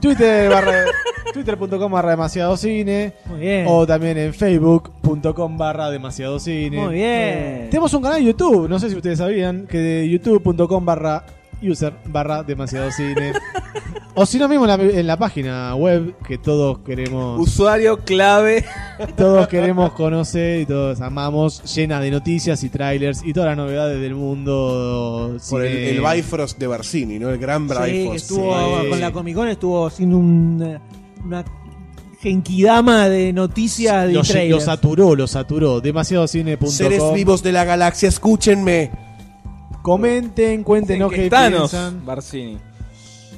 Twitter barra Twitter.com barra demasiado cine
Muy bien.
o también en facebook.com barra demasiado cine.
Muy bien.
Tenemos un canal de YouTube, no sé si ustedes sabían, que de youtube.com barra user barra demasiado cine. o si no mismo en la, en la página web que todos queremos
Usuario clave.
todos queremos conocer y todos amamos, llena de noticias y trailers y todas las novedades del mundo.
Por el,
cine.
el Bifrost de Barcini, ¿no? El gran
Sí, que
Bifrost.
estuvo
sí.
con la Comic Con, estuvo sin un, eh, una genkidama de noticias
Lo,
y
lle- lo
trailers.
saturó, lo saturó. Demasiado
Seres
cine.com.
vivos de la galaxia, escúchenme.
Comenten, cuéntenos
que
qué
Thanos,
piensan.
Barcini.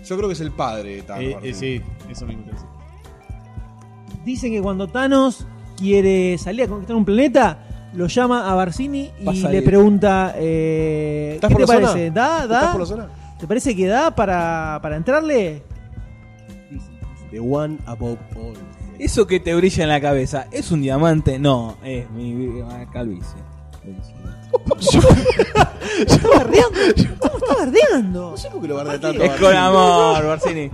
Yo creo que es el padre de Thanos,
Eh, eh,
Barcini.
sí, eso mismo. que decía.
Dicen que cuando Thanos quiere salir a conquistar un planeta, lo llama a Barcini y
Pasa
le
ahí.
pregunta eh, ¿Qué
¿Estás
te
por la zona?
parece? ¿Da, da?
¿Estás por la zona?
¿Te parece que da para, para entrarle?
The one above all.
Eso que te brilla en la cabeza, ¿es un diamante? No, es mi vir- ah, calvicie.
¿Estás bardeando? ¿Cómo está bardeando?
No sé por qué lo bardea
Aparte-
tanto.
Es con amor, Barcini.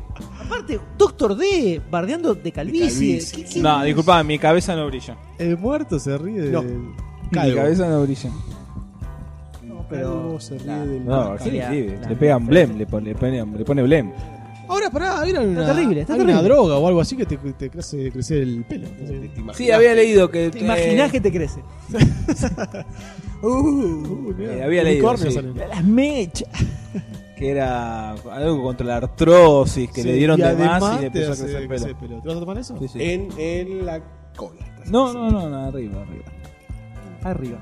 Aparte, Doctor D bardeando de calvicie.
calvicie.
¿Qué- qué-
No, disculpa, mi cabeza no brilla.
El muerto se ríe
No.
del.
Mi
calvo.
cabeza no brilla.
El calvo se ríe del-
No, Barcini
calidad.
sí, le pegan blem, le pone, le pone- le pone blem.
Ahora pará, era una,
terrible, está
hay una
terrible.
droga o algo así que te, te hace crecer el pelo.
Sí, había leído que.
¿Te imaginás que te crece?
Eh, había leído,
Unicornio
sí.
salen.
Las mechas.
que era algo contra la artrosis, que
Sí,
le dieron
y
de más
además
y le empezó a
te hace
crecer pelo.
pelo. ¿Te vas a tomar eso?
Sí, sí.
En, en la cola.
No, no, no, no, arriba, arriba.
Arriba.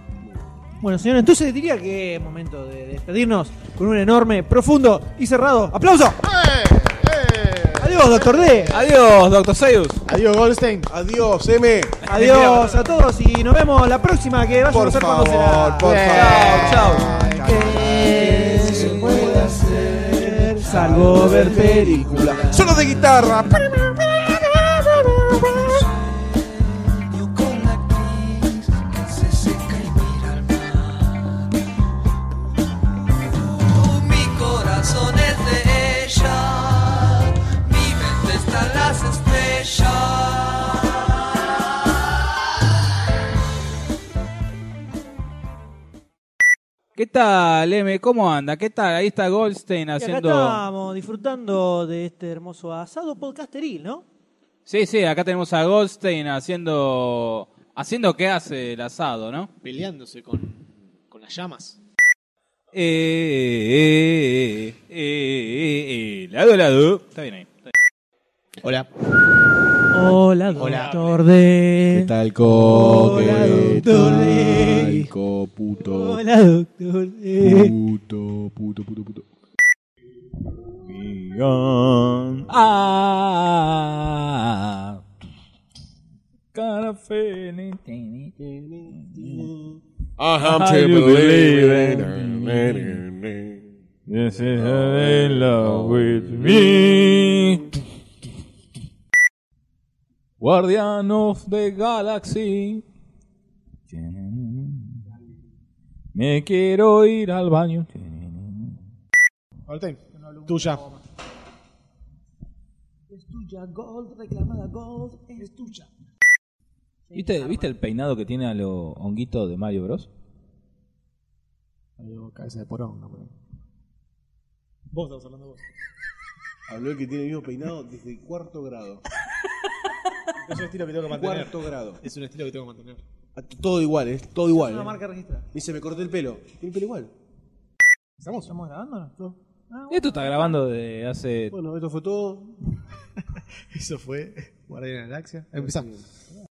Bueno, señores, entonces diría que es momento de despedirnos con un enorme, profundo y cerrado aplauso.
¡Eh!
Adiós, Doctor D.
Adiós, Doctor Seuss.
Adiós, Goldstein.
Adiós, M.
Adiós a todos y nos vemos la próxima que vaya a
Por
ser cuando
favor,
será.
por favor.
Chao,
¿Qué se puede hacer salvo ver películas?
Solo de guitarra.
Mi corazón es de ella, mi mente está en las estrellas.
¿Qué tal, M? ¿Cómo anda? ¿Qué tal? Ahí está Goldstein
Y acá
haciendo...
estamos disfrutando de este hermoso asado podcasteril, ¿no?
Sí, sí, acá tenemos a Goldstein haciendo... Haciendo qué hace el asado, ¿no?
Peleándose con, con las llamas.
Eh, eh, eh, eh, eh, eh, eh, lado a lado. Está bien ahí.
Hola.
Hola, doctor D.
¿Qué tal, coque?
Hola,
¿Qué
doctor
tal,
D.
co, puto?
Hola, doctor D.
Puto, puto, puto, puto.
Ah. Cara
I
have to believe it. This is in love with me. Guardian of the Galaxy. Me quiero ir al baño.
Martín, tuya.
Es tuya, Gold, reclamada Gold, es tuya.
¿Viste, ¿Viste el peinado que tiene a los honguitos de Mario Bros?
Cabeza de porón, no, Vos estabas hablando vos.
Habló el que tiene el mismo peinado desde cuarto grado.
Es un estilo que tengo que mantener.
Cuarto grado. Ah,
Es un estilo que tengo que mantener.
Todo igual, es todo igual.
Es una
eh.
marca registrada.
Dice, me corté el pelo. Tiene el pelo igual.
¿Estamos?
¿Estamos grabando?
Esto está grabando de hace.
Bueno, esto fue todo.
Eso fue Guardián de la Galaxia. Empezamos.